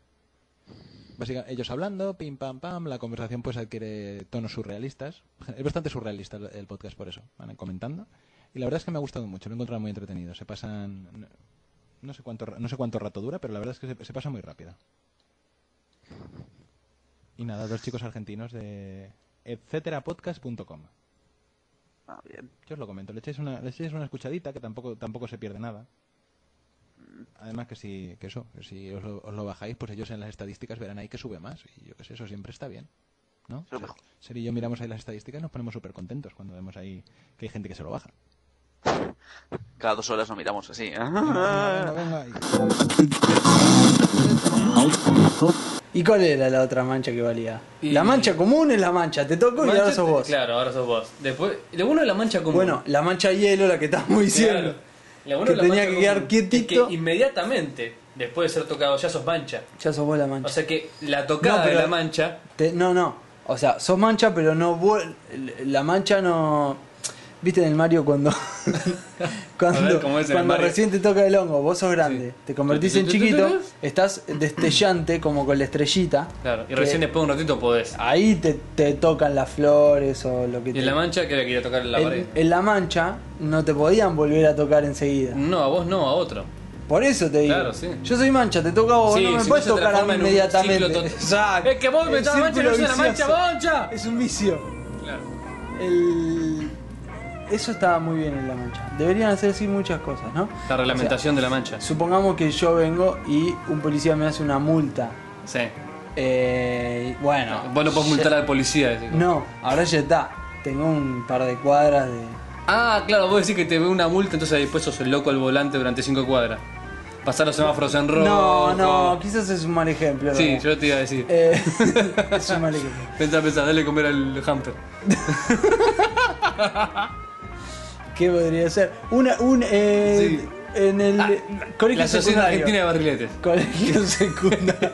Speaker 8: Básicamente, ellos hablando, pim pam pam, la conversación pues adquiere tonos surrealistas. Es bastante surrealista el- el podcast por eso. Van comentando. Y la verdad es que me ha gustado mucho, lo he encontrado muy entretenido. Se pasan. no- No sé cuánto, ra- no sé cuánto rato dura, pero la verdad es que se, se pasa muy rápido. Y nada, dos chicos argentinos de etcéterapodcast.com.
Speaker 9: Ah, bien.
Speaker 8: Yo os lo comento, le echéis una, le echéis una escuchadita que tampoco, tampoco se pierde nada. Además que si, que eso, que si os lo, os lo bajáis, pues ellos en las estadísticas verán ahí que sube más. Y yo qué sé, eso siempre está bien. ¿No?
Speaker 9: Eso es mejor.
Speaker 8: Ser y yo miramos ahí las estadísticas y nos ponemos súper contentos cuando vemos ahí que hay gente que se lo baja.
Speaker 9: Cada dos horas nos miramos así. ¿eh?
Speaker 8: Venga, venga, venga, y-
Speaker 1: ¿Y cuál era la otra mancha que valía?
Speaker 2: Y-
Speaker 1: La mancha común es la mancha, te tocó y ahora
Speaker 2: Mancha-
Speaker 1: sos vos.
Speaker 2: Claro, ahora sos vos. Después, lo bueno de la mancha común.
Speaker 1: Bueno, la mancha hielo, la que estábamos diciendo.
Speaker 2: Claro. Lo bueno
Speaker 1: Que
Speaker 2: de la
Speaker 1: tenía
Speaker 2: mancha
Speaker 1: que quedar
Speaker 2: común
Speaker 1: quietito.
Speaker 2: Es que inmediatamente, después de ser tocado, ya sos mancha.
Speaker 1: Ya sos vos la
Speaker 2: O
Speaker 1: mancha.
Speaker 2: sea que la tocada
Speaker 1: No, pero-
Speaker 2: de la mancha.
Speaker 1: Te- no, no. O sea, sos mancha, pero no. vuel- La mancha no. ¿Viste en el Mario cuando. cuando
Speaker 2: A ver, ¿cómo es en el
Speaker 1: cuando
Speaker 2: Mario?
Speaker 1: recién te toca el hongo, vos sos grande, te convertís en
Speaker 2: Tu, tu, tu, tu,
Speaker 1: chiquito,
Speaker 2: tu,
Speaker 1: estás destellante como con la estrellita.
Speaker 2: Claro, y
Speaker 1: que
Speaker 2: recién después de un ratito podés.
Speaker 1: Ahí te, te tocan las flores o lo que
Speaker 2: Y
Speaker 1: te-
Speaker 2: en la mancha que era que ir a tocar la
Speaker 1: en-
Speaker 2: pared.
Speaker 1: en la mancha no te podían volver a tocar enseguida.
Speaker 2: No, a vos no, a otro.
Speaker 1: Por eso te digo.
Speaker 2: Claro, sí.
Speaker 1: Yo soy mancha, te toca a vos, no me
Speaker 2: si
Speaker 1: puedes
Speaker 2: se
Speaker 1: tocar a mí
Speaker 2: transforma en un
Speaker 1: inmediatamente.
Speaker 2: ciclo tot-
Speaker 1: Exacto.
Speaker 2: Es que vos me
Speaker 1: El
Speaker 2: estás mancha,
Speaker 1: círculo
Speaker 2: no soy la mancha,
Speaker 1: vicioso.
Speaker 2: mancha.
Speaker 1: Es un vicio.
Speaker 2: Claro.
Speaker 1: El... Eso estaba muy bien en la mancha. Deberían hacer así muchas cosas, ¿no?
Speaker 2: La reglamentación de la mancha.
Speaker 1: O sea, supongamos que yo vengo y un policía me hace una multa.
Speaker 2: Sí.
Speaker 1: Eh, bueno.
Speaker 2: Vos no podés
Speaker 1: ya-
Speaker 2: multar al policía. decís.
Speaker 1: No, ahora ya está. Tengo un par de cuadras de.
Speaker 2: Ah, claro, vos decís que te ve una multa, entonces después sos el loco al volante durante cinco cuadras. Pasar los semáforos en rojo.
Speaker 1: No, no, quizás es un mal ejemplo. la
Speaker 2: Sí,
Speaker 1: verdad.
Speaker 2: yo te iba a decir.
Speaker 1: Eh, es un mal ejemplo.
Speaker 2: Pensá, pensá, dale comer al hamster.
Speaker 1: ¿Qué podría ser? Una, un, eh,
Speaker 2: Sí.
Speaker 1: En el
Speaker 2: Ah,
Speaker 1: colegio
Speaker 2: la Asociación
Speaker 1: secundario.
Speaker 2: Argentina de Barriletes.
Speaker 1: Colegio secundario.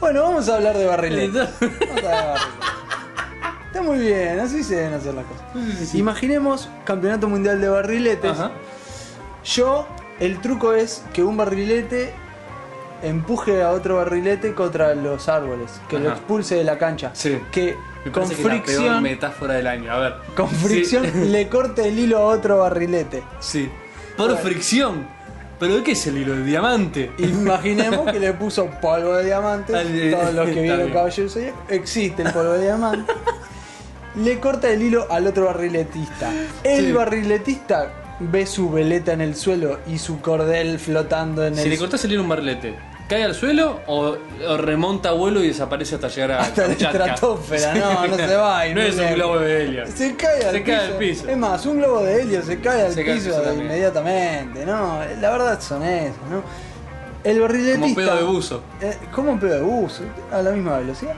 Speaker 1: bueno, vamos a hablar de barriletes. Vamos a hablar de barriletes. Está muy bien, así se deben hacer las cosas. Imaginemos campeonato mundial de barriletes.
Speaker 2: Ajá.
Speaker 1: Yo, el truco es que un barrilete empuje a otro barrilete contra los árboles, que lo
Speaker 2: Ajá.
Speaker 1: expulse de la cancha.
Speaker 2: Sí.
Speaker 1: Que
Speaker 2: Me
Speaker 1: con
Speaker 2: parece que es la peor
Speaker 1: fricción,
Speaker 2: metáfora del año. A ver.
Speaker 1: con fricción
Speaker 2: Sí.
Speaker 1: le corte el hilo a otro barrilete.
Speaker 2: Sí. Por fricción. ¿Pero de qué es el hilo? ¿De diamante?
Speaker 1: Imaginemos que le puso polvo de diamante.
Speaker 2: Está bien,
Speaker 1: Todos los que
Speaker 2: está
Speaker 1: vieron
Speaker 2: bien.
Speaker 1: Caballero del Zodíaco, existe el polvo de diamante. Le corta el hilo al otro barriletista. El
Speaker 2: Sí.
Speaker 1: barriletista ve su veleta en el suelo y su cordel flotando en
Speaker 2: Si
Speaker 1: el
Speaker 2: le cortás el hilo a un barrilete, ¿cae al suelo o, o remonta a vuelo y desaparece hasta llegar a
Speaker 1: Hasta la
Speaker 2: Kamchatka?
Speaker 1: estratosfera, no, no se va a ir
Speaker 2: No
Speaker 1: muy
Speaker 2: es un
Speaker 1: lejos.
Speaker 2: globo de helio.
Speaker 1: Se cae al
Speaker 2: Se
Speaker 1: piso.
Speaker 2: cae al piso.
Speaker 1: Es más, un globo de helio se cae al
Speaker 2: Se cae al
Speaker 1: piso,
Speaker 2: piso también.
Speaker 1: inmediatamente, ¿no? La verdad son esos, ¿no? El barriletista.
Speaker 2: Como pedo de buzo.
Speaker 1: Eh, ¿Cómo un pedo de buzo? A la misma velocidad.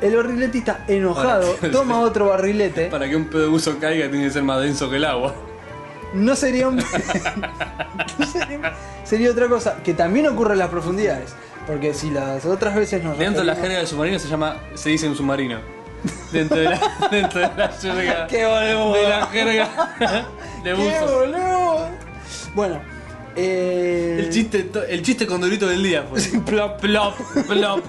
Speaker 1: El barriletista enojado
Speaker 2: Ahora,
Speaker 1: toma otro barrilete.
Speaker 2: Para que un pedo de buzo caiga tiene que ser más denso que el agua.
Speaker 1: No sería un. No sería- sería otra cosa que también ocurre en las profundidades. Porque si las otras veces nos.
Speaker 2: Dentro de la
Speaker 1: referimos-
Speaker 2: jerga del submarino se llama. se dice un submarino. Dentro de la, dentro de la jerga.
Speaker 1: ¡Qué boludo!
Speaker 2: De la jerga de
Speaker 1: ¡Qué
Speaker 2: buzo.
Speaker 1: boludo! Bueno. eh,
Speaker 2: El chiste, to- el chiste con durito del día fue. plop, plop, plop.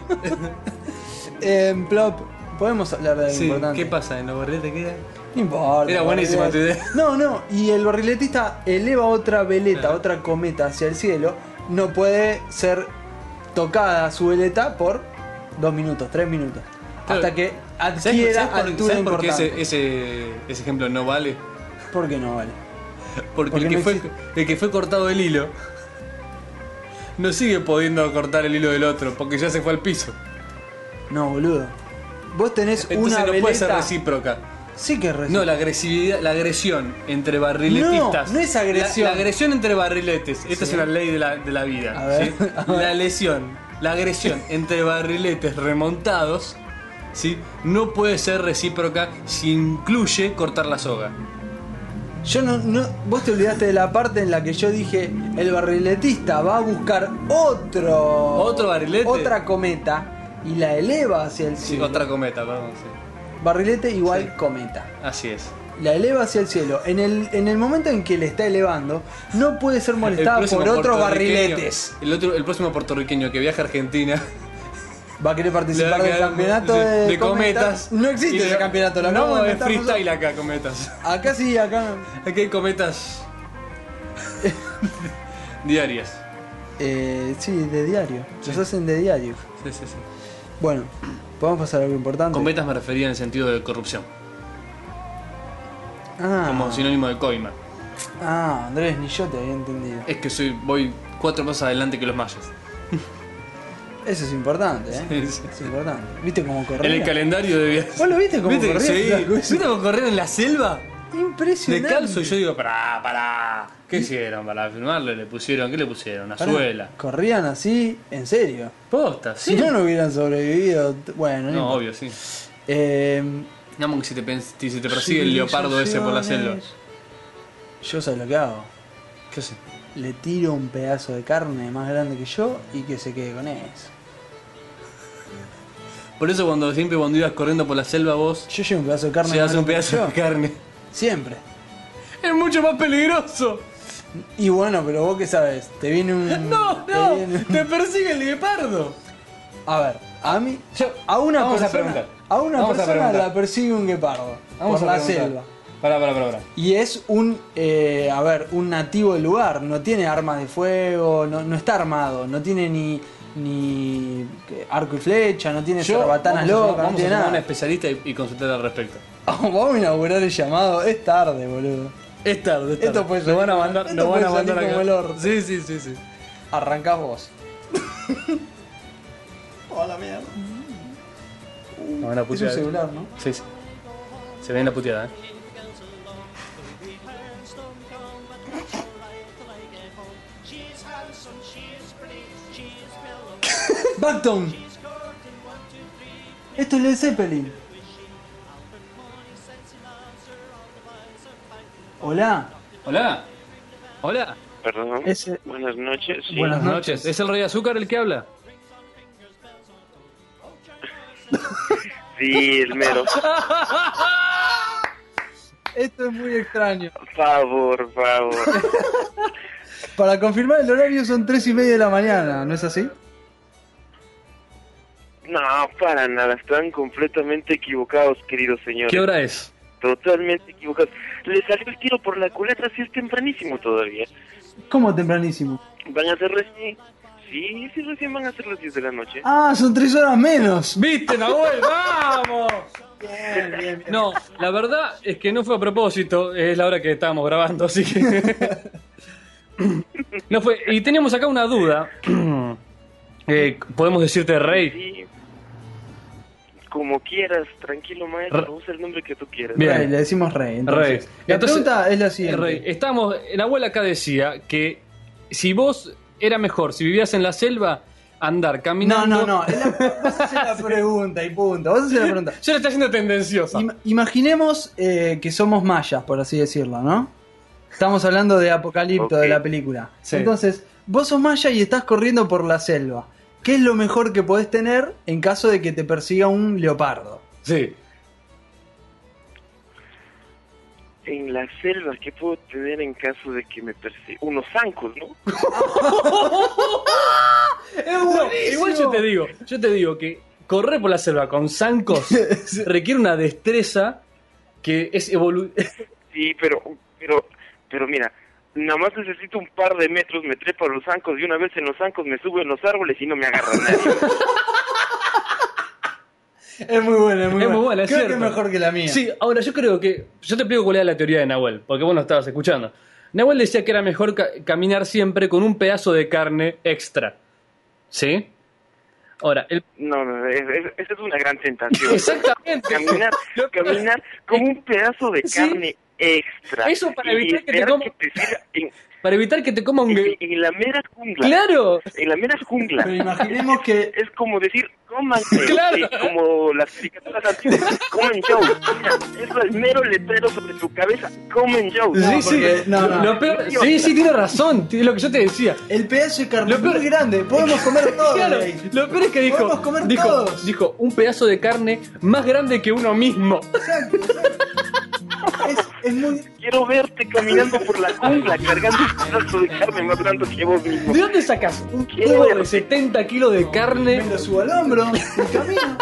Speaker 1: Eh, Plop, podemos hablar de algo
Speaker 2: Sí,
Speaker 1: importante.
Speaker 2: ¿Qué pasa? ¿En los barriletes queda?
Speaker 1: No importa.
Speaker 2: Era buenísima tu idea.
Speaker 1: No, no. Y el barriletista eleva otra veleta, otra cometa hacia el cielo. No puede ser tocada su veleta por dos minutos, tres minutos.
Speaker 2: Claro.
Speaker 1: Hasta que
Speaker 2: ¿Sabes,
Speaker 1: adquiera
Speaker 2: sabes por-
Speaker 1: altura
Speaker 2: sabes por qué
Speaker 1: importante.
Speaker 2: ese, ese, ese ejemplo no vale?
Speaker 1: ¿Por qué no vale?
Speaker 2: Porque,
Speaker 1: Porque
Speaker 2: el, que
Speaker 1: no
Speaker 2: fue,
Speaker 1: existe.
Speaker 2: el que fue cortado el hilo no sigue pudiendo cortar el hilo del otro porque ya se fue al piso.
Speaker 1: No, boludo. Vos tenés
Speaker 2: Entonces
Speaker 1: una
Speaker 2: no puede ser
Speaker 1: veleta.
Speaker 2: recíproca.
Speaker 1: sí que es recíproco.
Speaker 2: No, la agresividad, la agresión entre barriletistas.
Speaker 1: No, no es agresión.
Speaker 2: La, la agresión entre barriletes. Esta
Speaker 1: Sí.
Speaker 2: es una ley de la, de la vida.
Speaker 1: A ver,
Speaker 2: ¿sí? La lesión, la agresión entre barriletes remontados ¿sí? no puede ser recíproca si incluye cortar la soga.
Speaker 1: Yo no, no. Vos te olvidaste de la parte en la que yo dije: el barriletista va a buscar otro.
Speaker 2: ¿Otro barrilete?
Speaker 1: Otra cometa y la eleva hacia el
Speaker 2: Sí,
Speaker 1: cielo.
Speaker 2: otra cometa, perdón. sí.
Speaker 1: Barrilete igual
Speaker 2: Sí.
Speaker 1: cometa.
Speaker 2: Así es.
Speaker 1: La eleva hacia el cielo. En el, en el momento en que le está elevando, no puede ser molestada
Speaker 2: próximo
Speaker 1: por otros
Speaker 2: puertorriqueño-
Speaker 1: barriletes.
Speaker 2: El, otro, el próximo puertorriqueño que viaja a Argentina
Speaker 1: Va a
Speaker 2: le
Speaker 1: querer
Speaker 2: va a
Speaker 1: participar del
Speaker 2: quedar-
Speaker 1: campeonato
Speaker 2: sí,
Speaker 1: de,
Speaker 2: cometas.
Speaker 1: No
Speaker 2: Y
Speaker 1: existe
Speaker 2: le-
Speaker 1: ese campeonato, lo acabamos
Speaker 2: No,
Speaker 1: de
Speaker 2: es
Speaker 1: inventar nosotros.
Speaker 2: freestyle acá, cometas.
Speaker 1: Acá sí, acá no.
Speaker 2: Aquí hay cometas diarias.
Speaker 1: Eh, sí, de diario. Los
Speaker 2: Sí.
Speaker 1: hacen de diario.
Speaker 2: Sí, sí, sí.
Speaker 1: Bueno, podemos pasar a algo importante.
Speaker 2: Cometas me refería en el sentido de corrupción,
Speaker 1: ah,
Speaker 2: como sinónimo de coima.
Speaker 1: ah, Andrés, ni yo te había entendido.
Speaker 2: Es que soy voy cuatro pasos adelante que los mayas.
Speaker 1: Eso es importante, ¿eh?
Speaker 2: Sí, sí.
Speaker 1: Es importante. ¿Viste cómo
Speaker 2: En
Speaker 1: corría?
Speaker 2: el calendario debía.
Speaker 1: ¿Vos lo viste cómo
Speaker 2: ¿Viste?
Speaker 1: corría?
Speaker 2: Sí.
Speaker 1: Flaco?
Speaker 2: ¿Viste cómo corrían en la selva? De
Speaker 1: Impresionante.
Speaker 2: calzo y yo digo, pará, pará. ¿Qué hicieron para filmarlo? ¿Le pusieron? ¿Qué le pusieron?
Speaker 1: Pará,
Speaker 2: Azuela.
Speaker 1: Corrían así, en serio.
Speaker 2: Posta, sí.
Speaker 1: Si no, no hubieran sobrevivido. t- Bueno,
Speaker 2: No,
Speaker 1: no. importa.
Speaker 2: obvio, sí.
Speaker 1: Eh,
Speaker 2: Vamos que si te, pen- si te persigue el leopardo ese por la selva.
Speaker 1: civilizaciones. Yo sé lo que hago.
Speaker 2: ¿Qué sé?
Speaker 1: Le tiro un pedazo de carne más grande que yo y que se quede con eso.
Speaker 2: Por eso cuando siempre cuando ibas corriendo por la selva vos
Speaker 1: Yo llevo un pedazo de carne.
Speaker 2: se
Speaker 1: más
Speaker 2: hace un
Speaker 1: grande que
Speaker 2: pedazo de
Speaker 1: yo.
Speaker 2: carne.
Speaker 1: Siempre.
Speaker 2: Es mucho más peligroso.
Speaker 1: Y bueno, pero vos qué sabes, te viene un.
Speaker 2: No,
Speaker 1: te
Speaker 2: no,
Speaker 1: viene-
Speaker 2: te persigue el leopardo.
Speaker 1: A ver, a mí. a una
Speaker 2: Vamos a
Speaker 1: persona.
Speaker 2: preguntar.
Speaker 1: a una
Speaker 2: Vamos a
Speaker 1: persona
Speaker 2: preguntar.
Speaker 1: la persigue un guepardo. por la selva.
Speaker 2: Pará, pará, pará, pará.
Speaker 1: Y es un, eh, a ver, un nativo del lugar, no tiene armas de fuego, no, no está armado, no tiene ni, ni arco y flecha, no tiene
Speaker 2: vamos
Speaker 1: cerbatanas
Speaker 2: a llamar-
Speaker 1: locas, no
Speaker 2: vamos a
Speaker 1: tiene
Speaker 2: llamar a un
Speaker 1: nada.
Speaker 2: especialista y, y consultar al respecto.
Speaker 1: Vamos a inaugurar el llamado, es tarde, boludo.
Speaker 2: Es tarde, es tarde.
Speaker 1: Esto puede
Speaker 2: Lo
Speaker 1: salir-
Speaker 2: van a mandar,
Speaker 1: esto
Speaker 2: lo van
Speaker 1: puede
Speaker 2: a
Speaker 1: salir
Speaker 2: mandar
Speaker 1: como
Speaker 2: acá.
Speaker 1: el orto.
Speaker 2: Sí, sí, sí, sí.
Speaker 1: Arrancás vos.
Speaker 2: Lo van a
Speaker 1: Es un
Speaker 2: putear.
Speaker 1: celular, ¿no?
Speaker 2: Sí, sí. Se ve en la puteada, ¿eh?
Speaker 1: Backton. Esto es Led Zeppelin. Hola.
Speaker 2: Hola. Hola.
Speaker 7: Perdón.
Speaker 1: Ese-
Speaker 7: Buenas noches. sí.
Speaker 1: Buenas
Speaker 2: Buenas noches. ¿Es el rey azúcar el que habla?
Speaker 7: Sí, el mero.
Speaker 1: Esto es muy extraño.
Speaker 7: Favor, favor.
Speaker 1: Para confirmar el horario son tres y media de la mañana, ¿no es así?
Speaker 7: No, para nada. Están completamente equivocados, queridos señores.
Speaker 2: ¿Qué hora es?
Speaker 7: Totalmente equivocados. Le salió el tiro por la culata, si es tempranísimo todavía.
Speaker 1: ¿Cómo tempranísimo?
Speaker 7: Van a ser recién. Sí, sí, recién van a ser las 10 de la noche.
Speaker 1: Ah, son tres horas menos.
Speaker 2: ¡Viste, Nahuel! ¡Vamos! No, la verdad es que no fue a propósito, es la hora que estábamos grabando, así que. No fue. Y teníamos acá una duda. Eh, ¿Podemos decirte rey?
Speaker 7: Sí. Como quieras, tranquilo,
Speaker 2: Ra-
Speaker 7: maestro. Usa el nombre que tú quieras.
Speaker 2: Bien.
Speaker 1: Rey, le decimos rey. Entonces,
Speaker 2: Rey.
Speaker 1: La
Speaker 2: Entonces,
Speaker 1: pregunta es la siguiente.
Speaker 2: Rey, estamos. Nahuel acá decía que si vos era mejor, si vivías en la selva, andar
Speaker 1: No,
Speaker 2: caminando.
Speaker 1: no, no. es la- Vas a hacer la pregunta y punto. Vas a hacer la pregunta.
Speaker 2: Yo le está haciendo tendenciosa.
Speaker 1: Ima- imaginemos eh, que somos mayas, por así decirlo, ¿no? Estamos hablando de Apocalipto,
Speaker 7: Ok.
Speaker 1: de la película.
Speaker 2: Sí.
Speaker 1: Entonces, vos sos maya y estás corriendo por la selva. ¿Qué es lo mejor que podés tener en caso de que te persiga un leopardo?
Speaker 2: Sí.
Speaker 7: En la selva, ¿qué puedo tener en caso de que me persiga? Unos zancos, ¿no?
Speaker 2: No, igual yo te digo, yo te digo que correr por la selva con zancos requiere una destreza que es evolu
Speaker 7: Sí, pero, pero, pero mira, nada más necesito un par de metros, me trepo a los zancos y una vez en los zancos me subo en los árboles y no me agarra nadie.
Speaker 1: Es muy buena, es muy
Speaker 2: Es
Speaker 1: buena.
Speaker 2: muy buena, es
Speaker 1: Creo que
Speaker 2: cierto.
Speaker 1: es mejor que la mía.
Speaker 2: Sí, ahora yo creo que yo te explico cuál era la teoría de Nahuel, porque vos no estabas escuchando. Nahuel decía que era mejor ca- caminar siempre con un pedazo de carne extra. ¿Sí? Ahora, el
Speaker 7: No, no, es- es- esa es una gran tentación.
Speaker 2: exactamente
Speaker 7: Caminar, caminar como un pedazo de
Speaker 2: Sí.
Speaker 7: carne extra.
Speaker 2: Eso para
Speaker 7: Y
Speaker 2: evitar que te
Speaker 7: esperar
Speaker 2: coma-
Speaker 7: que te sirva en-
Speaker 2: para evitar que te coma un...
Speaker 7: En,
Speaker 2: gue-
Speaker 7: en la mera jungla.
Speaker 2: ¡Claro!
Speaker 7: En la mera jungla.
Speaker 1: Pero imaginemos que
Speaker 7: Es como decir, coman
Speaker 2: Claro.
Speaker 7: como las caricaturas antiguas, comen Joe. Mira, Eso es mero letrero sobre tu cabeza, comen Joe.
Speaker 1: No,
Speaker 2: sí, sí.
Speaker 1: porque- no, no.
Speaker 2: Lo peor- sí, sí, tiene razón, es lo que yo te decía.
Speaker 1: el pedazo de carne
Speaker 2: Lo peor-
Speaker 1: es muy grande, podemos comer todo.
Speaker 2: Claro,
Speaker 1: de ahí.
Speaker 2: lo peor es que dijo,
Speaker 1: Podemos comer
Speaker 2: dijo,
Speaker 1: todos.
Speaker 2: dijo un pedazo de carne más grande que uno mismo.
Speaker 1: Exacto, exacto. Es, es muy.
Speaker 7: Quiero verte caminando por la jungla, cargando un pedazo de carne más grande que vos mismo.
Speaker 2: ¿De dónde sacas un
Speaker 7: Quiero
Speaker 2: cubo de
Speaker 7: ver-
Speaker 2: 70 kilos de carne?
Speaker 1: Me lo subo al hombro y camino.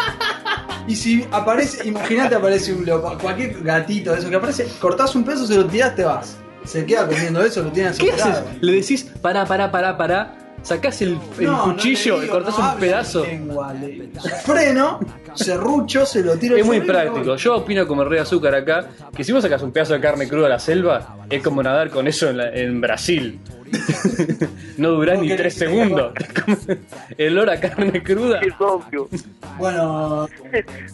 Speaker 1: Y si aparece, imagínate, aparece un lobo, cualquier gatito de eso que aparece, cortás un peso, se lo tirás, te vas. Se queda comiendo eso, lo tiene
Speaker 2: ¿Qué
Speaker 1: asegurado.
Speaker 2: haces? Le decís, pará, pará, pará, pará. Sacás el, el
Speaker 1: No, no
Speaker 2: cuchillo
Speaker 1: le
Speaker 2: y
Speaker 1: digo,
Speaker 2: cortás
Speaker 1: no
Speaker 2: un
Speaker 1: hables
Speaker 2: pedazo.
Speaker 1: en lengua, le digo. Freno, serrucho, se lo tiro
Speaker 2: Es
Speaker 1: al
Speaker 2: muy
Speaker 1: cerro y me
Speaker 2: práctico.
Speaker 1: voy.
Speaker 2: Yo opino como rey de azúcar acá, que si vos sacas un pedazo de carne cruda a la selva, es como nadar con eso en, la- en Brasil. no durás ni
Speaker 1: Porque-
Speaker 2: tres segundos. el olor a carne cruda.
Speaker 7: Es obvio.
Speaker 1: Bueno,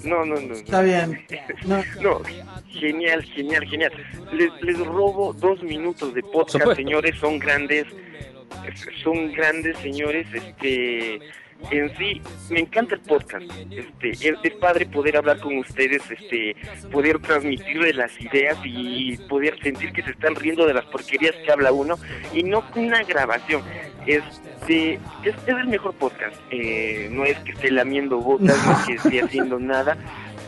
Speaker 7: No, no, no. no.
Speaker 1: está bien. No,
Speaker 7: No, genial, genial, genial. Les, les robo dos minutos de
Speaker 2: Por
Speaker 7: podcast,
Speaker 2: supuesto.
Speaker 7: señores, son grandes, son grandes, señores, este... En sí, me encanta el podcast. Este, es, es padre poder hablar con ustedes, este, poder transmitirles las ideas y poder sentir que se están riendo de las porquerías que habla uno y no una grabación. Este, es, es el mejor podcast. Eh, no es que esté lamiendo botas, no es que esté haciendo nada,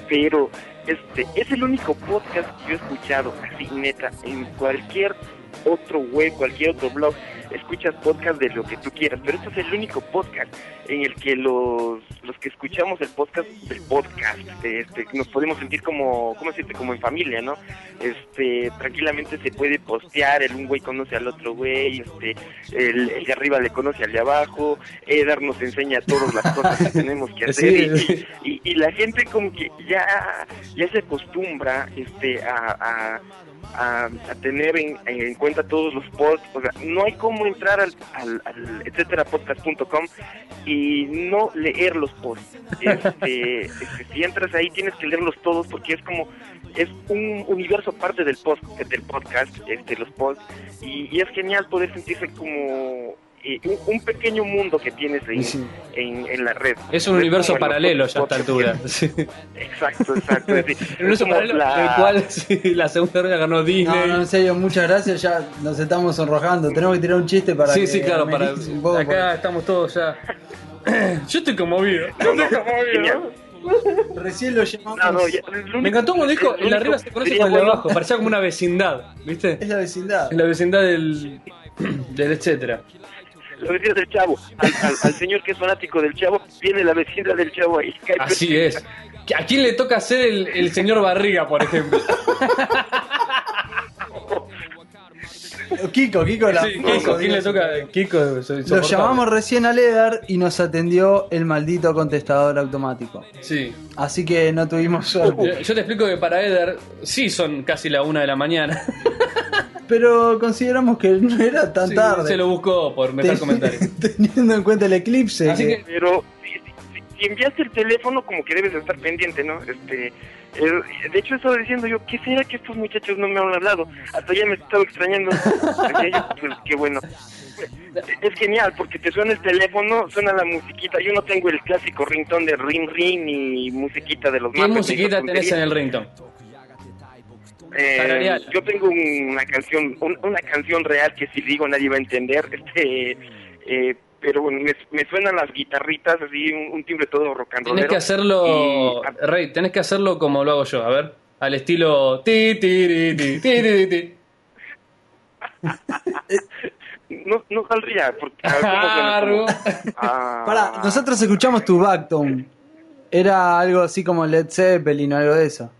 Speaker 7: pero este es el único podcast que yo he escuchado así neta en cualquier otro web, cualquier otro blog, escuchas podcast de lo que tú quieras, pero este es el único podcast en el que los, los que escuchamos el podcast del podcast, este, nos podemos sentir como, ¿cómo decirte? como en familia, ¿no? Este, tranquilamente se puede postear, el un güey conoce al otro güey, este, el, el de arriba le conoce al de abajo, Edar nos enseña a todos las cosas que tenemos que hacer
Speaker 2: Sí,
Speaker 7: y-
Speaker 2: sí.
Speaker 7: y, y la gente como que ya, ya se acostumbra este a, a, a- a tener en, en cuenta todos los posts o sea no hay cómo entrar al, al, al etcéterapodcast.com y no leer los posts este, este, si entras ahí tienes que leerlos todos porque es como es un universo aparte del post del podcast este los posts y, y es genial poder sentirse como eh, un, un pequeño mundo que tienes ahí
Speaker 2: Sí.
Speaker 7: en, en la red
Speaker 2: Es un universo
Speaker 7: Bueno,
Speaker 2: paralelo
Speaker 7: por-
Speaker 2: ya a esta
Speaker 7: por-
Speaker 2: altura. Sí.
Speaker 7: Exacto, exacto. es decir,
Speaker 2: Un universo
Speaker 7: como
Speaker 2: paralelo del cual sí, la segunda ronda ganó Disney.
Speaker 1: no, no, en serio, muchas gracias, ya nos estamos sonrojando. Tenemos que tirar un chiste para
Speaker 2: sí,
Speaker 1: que
Speaker 2: sí, claro, para.
Speaker 1: amenices un poco,
Speaker 2: Acá estamos todos ya. Yo estoy conmovido.
Speaker 7: No, no,
Speaker 2: Estoy conmovido.
Speaker 7: genial.
Speaker 1: porque Recién lo llamamos.
Speaker 7: No, no, ya, el único-
Speaker 2: Me encantó cuando dijo
Speaker 7: el
Speaker 2: el de arriba
Speaker 7: único-
Speaker 2: se conoce
Speaker 7: sería
Speaker 2: con el de
Speaker 7: bueno-
Speaker 2: abajo, parecía como una vecindad,
Speaker 1: Es
Speaker 2: ¿viste?
Speaker 1: la vecindad.
Speaker 2: En la vecindad del. del etcétera.
Speaker 7: Lo decías del chavo. Al, al- al señor que es fanático del chavo, viene la vecindad del chavo ahí. cae
Speaker 2: Así
Speaker 7: perfecta.
Speaker 2: es. ¿A quién le toca ser el, el señor Barriga, por ejemplo?
Speaker 1: Kiko, Kiko la.
Speaker 2: Sí, Kiko, ¿quién le toca? Kiko, soy
Speaker 1: Lo
Speaker 2: insoportable.
Speaker 1: llamamos recién a Ledar y nos atendió el maldito contestador automático.
Speaker 2: Sí.
Speaker 1: Así que no tuvimos
Speaker 2: Yo,
Speaker 1: suerte.
Speaker 2: yo te explico que para Eder sí son casi la una de la mañana.
Speaker 1: Pero consideramos que no era tan
Speaker 2: Sí,
Speaker 1: tarde.
Speaker 2: Se lo buscó por meter comentarios.
Speaker 1: Teniendo en cuenta el eclipse.
Speaker 2: Así que-
Speaker 7: Pero si, si- si enviaste el teléfono, como que debes de estar pendiente, ¿no? Este, eh, de hecho, estaba diciendo yo, ¿qué será que estos muchachos no me han hablado? Hasta ya me estaba extrañando. Decía yo, pues, qué bueno. Es genial, porque te suena el teléfono, suena la musiquita. Yo no tengo el clásico ringtone de ring ring ni musiquita de los
Speaker 2: ¿Qué
Speaker 7: Muppets,
Speaker 2: musiquita
Speaker 7: ni esas
Speaker 2: tenés en el ringtone?
Speaker 7: Eh,
Speaker 2: Tarareala.
Speaker 7: yo tengo una canción, un- una canción real que si digo nadie va a entender, este, eh, pero bueno, me, me suenan las guitarritas, así un, un timbre todo rock and
Speaker 2: Tenés
Speaker 7: rollero.
Speaker 2: que hacerlo,
Speaker 7: Y- ah,
Speaker 2: Rey, tenés que hacerlo como lo hago yo, a ver, al estilo ti ti ri, ti ti ri, ti.
Speaker 7: no, no saldría, porque... a ver, ¿cómo suena?
Speaker 2: Argo.
Speaker 7: Ah.
Speaker 1: Pará, nosotros escuchamos tu backtone. Era algo así como Led Zeppelin o algo de eso.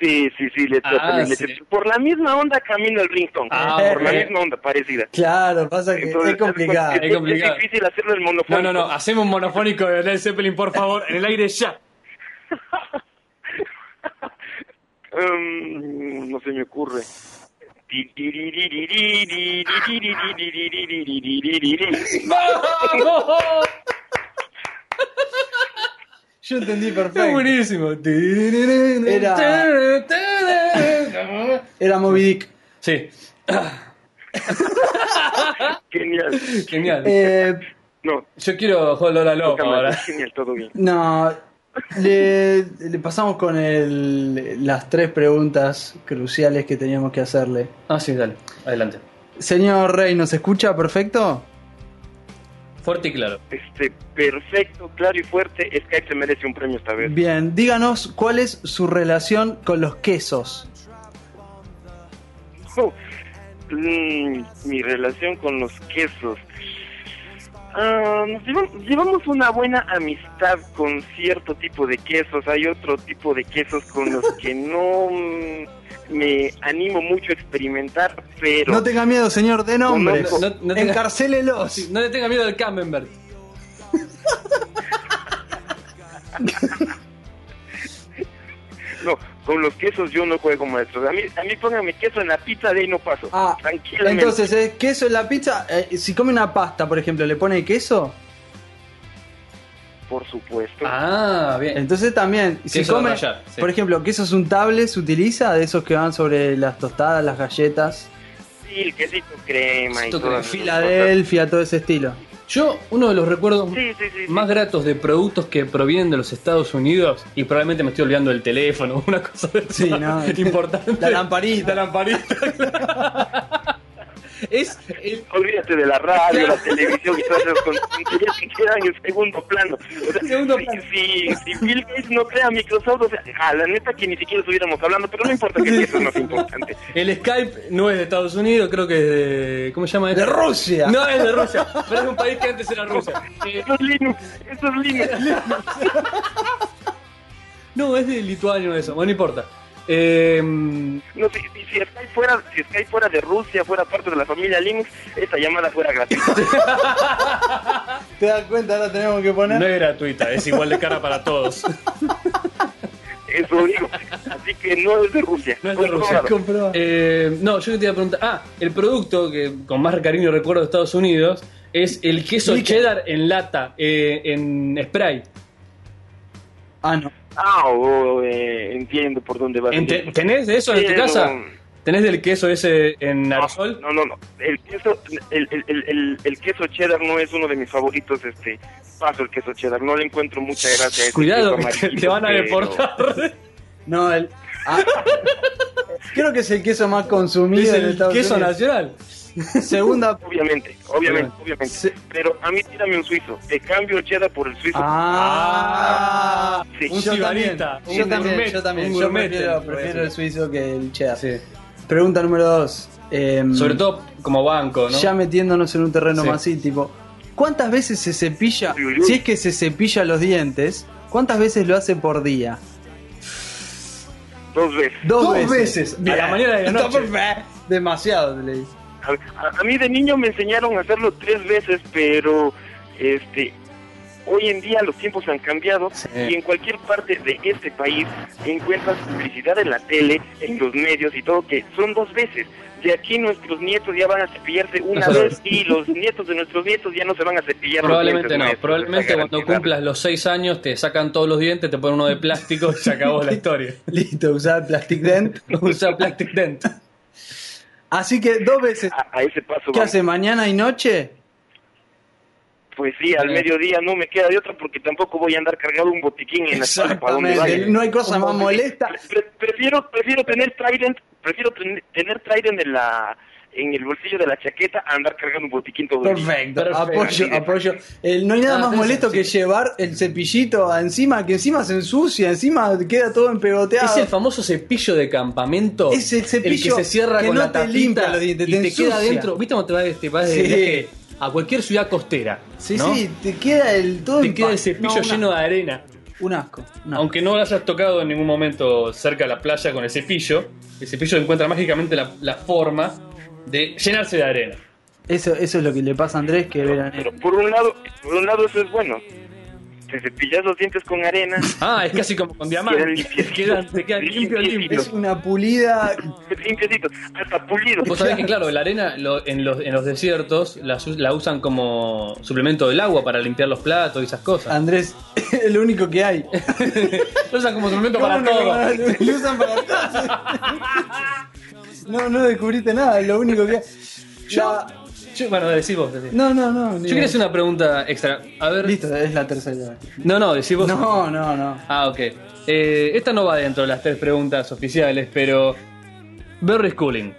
Speaker 7: Sí, sí, sí, le
Speaker 2: Ah,
Speaker 7: le- le-
Speaker 2: sí.
Speaker 7: Por la misma onda camino el ringtone,
Speaker 2: Ah,
Speaker 7: por la
Speaker 2: ok.
Speaker 7: misma onda parecida.
Speaker 1: Claro, pasa que
Speaker 7: Entonces,
Speaker 1: es complicado.
Speaker 7: Es,
Speaker 2: Es complicado.
Speaker 7: es difícil hacerlo el monofónico.
Speaker 2: No, no, no, hacemos un monofónico de Led Zeppelin, por favor, en el aire ya.
Speaker 7: Em, no se me ocurre.
Speaker 2: ¡Vamos!
Speaker 1: Yo entendí
Speaker 2: ¡Es
Speaker 1: perfecto.
Speaker 2: buenísimo!
Speaker 1: Era- Era Moby Dick.
Speaker 2: Sí.
Speaker 7: Genial.
Speaker 2: Genial.
Speaker 1: Eh,
Speaker 7: No,
Speaker 2: Yo quiero Hold on a Love
Speaker 7: poca madre,
Speaker 2: ahora.
Speaker 7: genial, todo bien.
Speaker 1: no, le, le pasamos con el- las tres preguntas cruciales que teníamos que hacerle.
Speaker 2: Ah, sí, dale. Adelante.
Speaker 1: Señor Rey, ¿nos escucha perfecto?
Speaker 2: Fuerte y claro.
Speaker 7: Este, perfecto, claro y fuerte. Skype se merece un premio esta vez.
Speaker 1: Bien, díganos cuál es su relación con los quesos.
Speaker 7: Oh, mm, mi relación con los quesos. Ah, nos lleva- llevamos una buena amistad con cierto tipo de quesos. Hay otro tipo de quesos con los que no mm, me animo mucho a experimentar, pero
Speaker 1: No tenga miedo, señor, de nombres.
Speaker 7: No,
Speaker 2: no, no tenga-
Speaker 1: Encarcélelos.
Speaker 2: Sí, no le tenga miedo al Camembert.
Speaker 7: no, con los quesos yo no juego, maestro. A mí, a mí póngame queso en la pizza, de ahí no paso.
Speaker 1: Ah,
Speaker 7: Tranquilamente.
Speaker 1: entonces, ¿es queso en la pizza? Eh, si come una pasta, por ejemplo, ¿le pone queso?
Speaker 7: Por supuesto.
Speaker 2: Ah, bien.
Speaker 1: Entonces también, si
Speaker 2: Queso de
Speaker 1: come,
Speaker 2: rallar, sí.
Speaker 1: por ejemplo, queso untable, ¿se utiliza de esos que van sobre las tostadas, las galletas?
Speaker 7: Sí, el quesito crema y
Speaker 2: Quesito
Speaker 7: todo.
Speaker 2: crema,
Speaker 1: Filadelfia, todo ese estilo.
Speaker 2: Yo, uno de los recuerdos
Speaker 7: Sí, sí, sí. sí.
Speaker 2: más gratos de productos que provienen de los Estados Unidos, y probablemente me estoy olvidando del teléfono, una cosa de esa
Speaker 1: Sí, ¿no?
Speaker 2: importante.
Speaker 1: La lamparita.
Speaker 2: La lamparita, claro. Es el-
Speaker 7: Olvídate de la radio, la televisión y todas esas tonterías que quedan en segundo plano. O sea,
Speaker 1: Segundo
Speaker 7: si,
Speaker 1: plano.
Speaker 7: Si, si Bill Gates no crea Microsoft, o sea, a la neta que ni siquiera estuviéramos hablando, pero no importa que eso es más importante.
Speaker 2: el Skype no es de Estados Unidos, creo que es de. ¿Cómo se llama? este?
Speaker 1: De Rusia.
Speaker 2: No es de Rusia, pero es un país que antes era Rusia. Eh,
Speaker 7: Eso es Linux, eso es Linux.
Speaker 2: no, es de Lituania eso, bueno, no importa. Eh,
Speaker 7: No, si, si, si Skype fuera, si Skype fuera de Rusia, fuera parte de la familia Linux, esta llamada fuera gratuita.
Speaker 1: ¿Te das cuenta? Ahora tenemos que
Speaker 2: no
Speaker 1: poner.
Speaker 2: es gratuita, es igual de cara para todos.
Speaker 7: Eso digo. Así que no es de Rusia.
Speaker 2: No es de Rusia.
Speaker 7: Comprobado.
Speaker 1: Comprobado.
Speaker 2: Eh, no, yo te iba a preguntar. Ah, el producto que con más cariño recuerdo de Estados Unidos es el queso cheddar en lata, eh, en spray.
Speaker 1: Ah, no.
Speaker 7: Ah, oh, eh, entiendo por dónde va.
Speaker 2: Ente- ¿Tenés de eso en tu
Speaker 7: Pero-
Speaker 2: casa? ¿Tenés del queso ese en
Speaker 7: No,
Speaker 2: aerosol?
Speaker 7: No, no, no. El queso, el, el- el- el- el queso cheddar no es uno de mis favoritos. Este paso el queso cheddar. No le encuentro mucha gracia. a ese
Speaker 2: Cuidado,
Speaker 7: queso
Speaker 2: que te,
Speaker 7: amarillito,
Speaker 2: te van a
Speaker 7: pero-
Speaker 2: deportar.
Speaker 1: No, el. ah. creo que es el queso más consumido
Speaker 2: Es
Speaker 1: en
Speaker 2: el
Speaker 1: Estados
Speaker 2: queso
Speaker 1: Unidos.
Speaker 2: nacional.
Speaker 1: Segunda.
Speaker 7: Obviamente, obviamente,
Speaker 2: Perdón.
Speaker 7: obviamente.
Speaker 1: Sí.
Speaker 7: Pero a mí tírame un suizo. Te cambio cheddar por el suizo.
Speaker 1: Ah,
Speaker 7: Sí.
Speaker 1: un
Speaker 2: Yo
Speaker 1: sibarita.
Speaker 2: también,
Speaker 1: Yo
Speaker 2: un
Speaker 1: también,
Speaker 2: gourmet,
Speaker 1: yo también.
Speaker 2: un
Speaker 1: Yo
Speaker 2: gourmet,
Speaker 1: prefiero,
Speaker 2: te voy a
Speaker 1: prefiero
Speaker 2: decir.
Speaker 1: el suizo que el cheddar.
Speaker 2: Sí.
Speaker 1: Pregunta número dos. Em,
Speaker 2: Mm. Sobre todo como banco, ¿no?
Speaker 1: ya metiéndonos en un terreno
Speaker 2: Sí.
Speaker 1: más íntimo. ¿Cuántas veces se cepilla,
Speaker 7: Uy, uy, uy.
Speaker 1: si es que se cepilla los dientes, cuántas veces lo hace por día?
Speaker 7: Dos veces.
Speaker 1: Dos,
Speaker 2: Dos veces.
Speaker 1: Bien.
Speaker 2: A la mañana y a la
Speaker 1: Está
Speaker 2: noche.
Speaker 1: perfecto. Demasiado, le dije.
Speaker 7: A, a- a mí de niño me enseñaron a hacerlo tres veces, pero este hoy en día los tiempos han cambiado y en cualquier parte de este país encuentras publicidad en la tele, en los medios y todo que son dos veces. De aquí nuestros nietos ya van a cepillarse una
Speaker 2: Nosotros.
Speaker 7: vez y los nietos de nuestros nietos ya no se van a cepillar. los
Speaker 2: Probablemente
Speaker 7: dientes,
Speaker 2: no,
Speaker 7: maestro,
Speaker 2: probablemente
Speaker 7: está
Speaker 2: cuando
Speaker 7: garantizado.
Speaker 2: cumplas los seis años te sacan todos los dientes, te ponen uno de plástico y se acabó la historia.
Speaker 1: Listo, usar plastic dent.
Speaker 2: Usa plastic dent.
Speaker 1: Así que dos veces.
Speaker 7: A, a ese paso
Speaker 1: ¿Qué
Speaker 7: vamos.
Speaker 1: hace? ¿Mañana y noche?
Speaker 7: Pues sí, al
Speaker 2: Eh.
Speaker 7: mediodía no me queda de otra porque tampoco voy a andar cargado un botiquín en la espalda para donde vaya.
Speaker 1: No hay cosa más
Speaker 7: Como-
Speaker 1: molesta.
Speaker 7: Pre- prefiero prefiero tener Trident, prefiero ten- tener Trident en la en el bolsillo de la chaqueta a andar cargando un botiquín todo el día.
Speaker 1: Perfecto,
Speaker 2: Perfecto.
Speaker 1: apoyo, apoyo. Eh, no hay nada
Speaker 2: Ah,
Speaker 1: más
Speaker 2: tenés
Speaker 1: molesto
Speaker 2: el
Speaker 1: que
Speaker 2: cepillo.
Speaker 1: llevar el cepillito a encima, que encima se ensucia, encima queda todo empegoteado.
Speaker 2: Es el famoso cepillo de campamento.
Speaker 1: Es el cepillo
Speaker 2: que se cierra
Speaker 1: que
Speaker 2: con
Speaker 1: no
Speaker 2: la
Speaker 1: te
Speaker 2: tapita
Speaker 1: limpia los dientes,
Speaker 2: y
Speaker 1: te
Speaker 2: te, queda
Speaker 1: ensucia.
Speaker 2: adentro. ¿Viste cómo te vas, este, vas de
Speaker 1: Sí.
Speaker 2: viaje a cualquier ciudad costera?
Speaker 1: Sí,
Speaker 2: ¿no?
Speaker 1: sí, te queda el todo
Speaker 2: Te
Speaker 1: empa-
Speaker 2: queda el cepillo
Speaker 1: No, un
Speaker 2: lleno de
Speaker 1: asco,
Speaker 2: arena.
Speaker 1: Un asco. un asco.
Speaker 2: Aunque no lo hayas tocado en ningún momento cerca de la playa con el cepillo, el cepillo encuentra mágicamente la, la forma de llenarse de arena.
Speaker 1: Eso, eso es lo que le pasa a Andrés, que verán.
Speaker 7: Pero por un lado, por un lado eso es bueno. Te cepillas los dientes con arena.
Speaker 2: Ah, es casi como con
Speaker 7: Quedan
Speaker 2: diamante.
Speaker 7: limpiecitos.
Speaker 2: Quedan, te quedan limpio, limpio.
Speaker 1: Es una pulida.
Speaker 7: Limpiecito, hasta pulido.
Speaker 2: Vos sabés que, claro, la arena lo- en, los, en los desiertos la, us- la usan como suplemento del agua para limpiar los platos y esas cosas.
Speaker 1: Andrés, el único que hay.
Speaker 2: Lo usan como suplemento para
Speaker 1: ¿Cómo no
Speaker 2: todo.
Speaker 1: lo van a- lo usan para todo. No, no descubriste nada, lo único que hay. Yo.
Speaker 2: Yo- bueno, decí vos. decí.
Speaker 1: No, no, no.
Speaker 2: Yo quería hacer una pregunta extra. A ver.
Speaker 1: Listo, es la tercera vez.
Speaker 2: No, no, decí vos.
Speaker 1: No, no, no.
Speaker 2: Ah, ok. Eh, esta no va dentro de las tres preguntas oficiales, pero. Berry Schooling.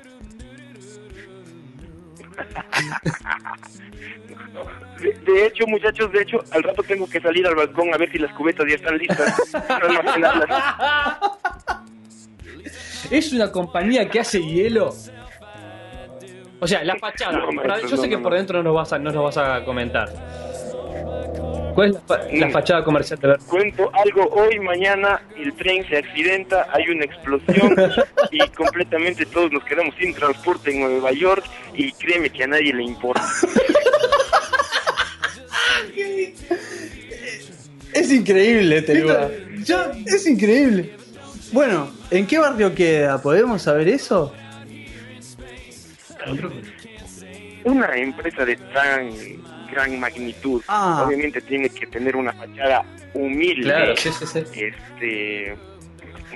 Speaker 7: De, de hecho, muchachos, de hecho, al rato tengo que salir al balcón a ver si las cubetas ya están listas para almacenarlas.
Speaker 2: Es una compañía que hace hielo. O sea, la fachada.
Speaker 7: No, maestro,
Speaker 2: Para- Yo sé
Speaker 7: no,
Speaker 2: que
Speaker 7: no,
Speaker 2: por
Speaker 7: no.
Speaker 2: dentro no, vas a, no nos vas a comentar. ¿Cuál es la, fa- la
Speaker 7: Mm.
Speaker 2: fachada comercial de Berry?
Speaker 7: Cuento algo hoy, mañana, el tren se accidenta, hay una explosión y completamente todos nos quedamos sin transporte en Nueva York y créeme que a nadie le importa.
Speaker 1: Es increíble este
Speaker 2: Listo.
Speaker 1: lugar. Ya, es increíble. Bueno, ¿en qué barrio queda? ¿Podemos saber eso?
Speaker 7: Una empresa de tan gran magnitud,
Speaker 1: Ah.
Speaker 7: obviamente tiene que tener una fachada humilde.
Speaker 2: Claro, sí, sí, sí.
Speaker 7: este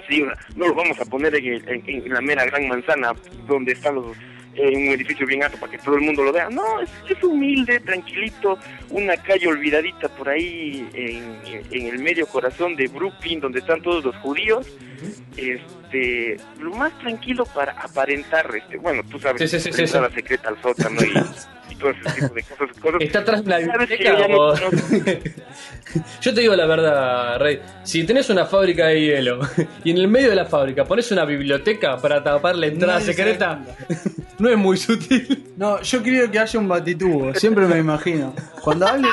Speaker 7: sí una- no lo vamos a poner en, el- en- en la mera gran manzana donde están los en un edificio bien alto para que todo el mundo lo vea no es, es humilde tranquilito una calle olvidadita por ahí en, en el medio corazón de Brooklyn donde están todos los judíos este lo más tranquilo para aparentar este bueno tú sabes
Speaker 2: Sí, sí, sí, sí,
Speaker 7: la entrada
Speaker 2: sí.
Speaker 7: secreta al sótano y, y todo ese tipo de cosas, cosas
Speaker 2: ¿Está atrás de la
Speaker 7: Sabes que
Speaker 2: biblioteca
Speaker 7: ya no-
Speaker 2: o-
Speaker 7: no-
Speaker 2: Yo te digo la verdad, Rey. Si tenés una fábrica de hielo y en el medio de la fábrica pones una biblioteca para tapar la entrada
Speaker 1: Nadie se
Speaker 2: secreta,
Speaker 1: da
Speaker 2: no es muy sutil.
Speaker 1: No, yo creo que haya un batitubo, siempre me imagino. Cuando hable-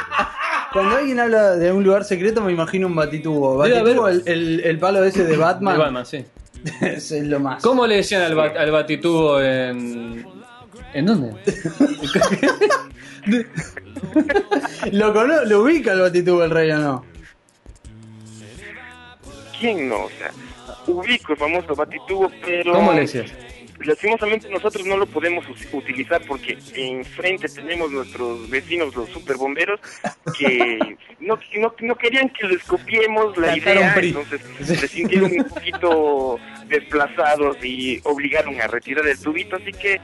Speaker 1: cuando alguien habla de un lugar secreto me imagino un batitubo.
Speaker 2: Debe
Speaker 1: Batitubo,
Speaker 2: haber-
Speaker 1: el, el- el palo ese de Batman,
Speaker 2: De Batman, sí.
Speaker 1: es lo más.
Speaker 2: ¿Cómo le decían al, bat- al batitubo en. ¿En dónde?
Speaker 1: ¿Lo, cono- ¿Lo ubica el batitubo el rey o no?
Speaker 7: quién no o sea ubico el famoso batitubo pero
Speaker 2: ¿Cómo le decías?
Speaker 7: Lastimosamente nosotros no lo podemos us- utilizar porque enfrente tenemos nuestros vecinos, los superbomberos, que no, no, no querían que les copiemos la
Speaker 1: Sacaron
Speaker 7: idea,
Speaker 1: PRI.
Speaker 7: entonces se sintieron un poquito desplazados y obligaron a retirar el tubito, así que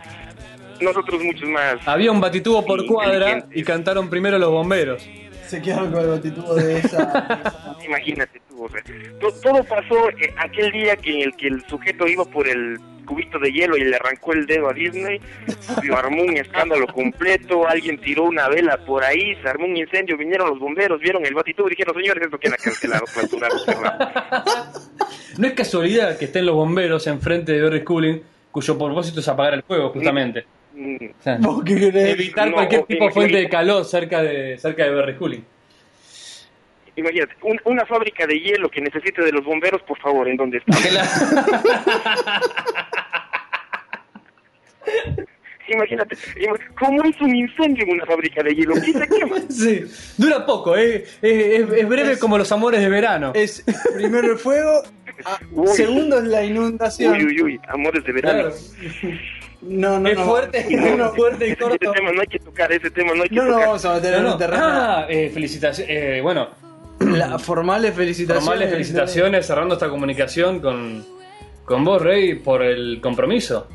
Speaker 7: nosotros muchos más.
Speaker 2: Había un batitubo por
Speaker 7: Sí,
Speaker 2: cuadra
Speaker 7: inteligente.
Speaker 2: y cantaron primero los bomberos.
Speaker 1: Se quedaron con el batitubo de esa...
Speaker 7: Imagínate tú, o sea, to- todo pasó eh, aquel día que en el que el sujeto iba por el cubito de hielo y le arrancó el dedo a Disney, se armó un escándalo completo, alguien tiró una vela por ahí, se armó un incendio, vinieron los bomberos, vieron el batitubo y dijeron, señores, esto queda cancelado, clausurado, cerrado".
Speaker 2: No es casualidad que estén los bomberos enfrente de Berry Schooling, cuyo propósito es apagar el fuego, justamente.
Speaker 7: Mm,
Speaker 2: O sea,
Speaker 1: ¿Vos qué querés?
Speaker 2: evitar
Speaker 7: no,
Speaker 2: cualquier
Speaker 7: o-
Speaker 2: tipo de
Speaker 7: imagínate.
Speaker 2: fuente de calor cerca de, cerca de Berry Schooling.
Speaker 7: Imagínate, un- una fábrica de hielo que necesite de los bomberos, por favor, ¿en dónde está? Imagínate, ima- ¿cómo es un incendio en una fábrica de hielo? ¿Quién se quema?
Speaker 2: Sí, dura poco, eh. es, es- es breve como los amores de verano.
Speaker 1: Es primero el fuego, a-
Speaker 7: Uy.
Speaker 1: segundo es la inundación.
Speaker 7: Uy, uy, uy, amores de verano.
Speaker 2: Claro.
Speaker 1: No, no,
Speaker 2: Es
Speaker 1: no.
Speaker 2: fuerte,
Speaker 1: No, no,
Speaker 2: es fuerte y corto.
Speaker 7: Ese Este tema no hay que tocar, ese tema no hay que
Speaker 1: No nos
Speaker 7: tocar.
Speaker 1: vamos a meter
Speaker 2: No,
Speaker 1: en
Speaker 2: no.
Speaker 1: un terreno.
Speaker 2: Ah, eh, felicitaciones. eh, bueno,
Speaker 1: La- formales felicitaciones.
Speaker 2: formales felicitaciones cerrando esta comunicación con, con vos, Rey, por el compromiso.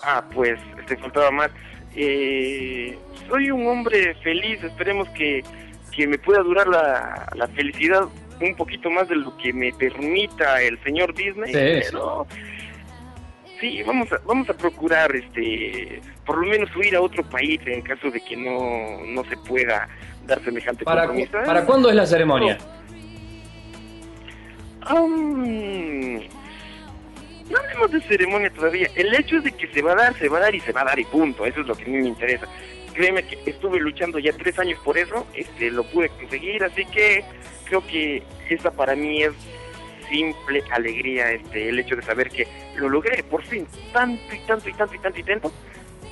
Speaker 7: Ah, pues, te faltaba más. Eh, soy un hombre feliz, esperemos que, que me pueda durar la, la felicidad un poquito más de lo que me permita el señor Disney,
Speaker 2: Sí, sí.
Speaker 7: pero... Sí, vamos a, vamos a procurar, este, por lo menos huir a otro país en caso de que no, no se pueda dar semejante
Speaker 2: ¿Para, cu-
Speaker 7: compromiso.
Speaker 2: ¿Para cuándo es la ceremonia?
Speaker 7: Am, no hablemos de ceremonia todavía. El hecho es de que se va a dar, se va a dar y se va a dar y punto. Eso es lo que a mí me interesa. Créeme que estuve luchando ya tres años por eso. Este, lo pude conseguir, así que creo que esa para mí es simple alegría. Este, el hecho de saber que lo logré por fin. Tanto y tanto y tanto y tanto y tanto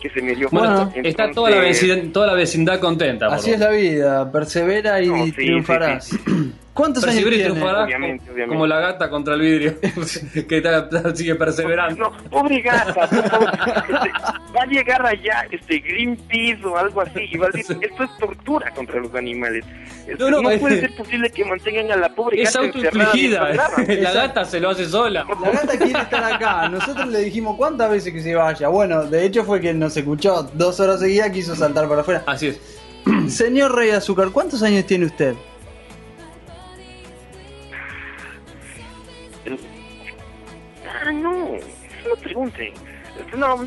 Speaker 7: que se me dio.
Speaker 2: Bueno,
Speaker 7: Entonces,
Speaker 2: está toda la, vecindad, toda la vecindad contenta. por
Speaker 1: Así
Speaker 2: vos.
Speaker 1: es la vida, persevera y
Speaker 7: No, sí,
Speaker 1: triunfarás. ¿Cuántos años
Speaker 2: Perseverar y
Speaker 1: tiene?
Speaker 2: triunfarás
Speaker 7: Obviamente, obviamente.
Speaker 2: como la gata contra el vidrio que está- sigue perseverando.
Speaker 7: No, pobre gata. por favor. Este, va a llegar allá este Greenpeace o algo así y va a decir, esto es tortura contra los animales. Este,
Speaker 2: No,
Speaker 7: no,
Speaker 2: no, es-
Speaker 7: puede ser posible que mantengan a la pobre
Speaker 2: Es
Speaker 7: gata encerrada
Speaker 2: autoinfligida.
Speaker 7: mientras lavan".
Speaker 2: La gata se lo hace sola.
Speaker 1: La gata quiere estar acá. Nosotros le dijimos cuántas veces que se vaya. Bueno, de hecho fue que nos escuchó dos horas seguidas, quiso saltar para afuera.
Speaker 2: Así es.
Speaker 1: Señor Rey Azúcar, ¿cuántos años tiene usted?
Speaker 7: Ah, no, no pregunte. No,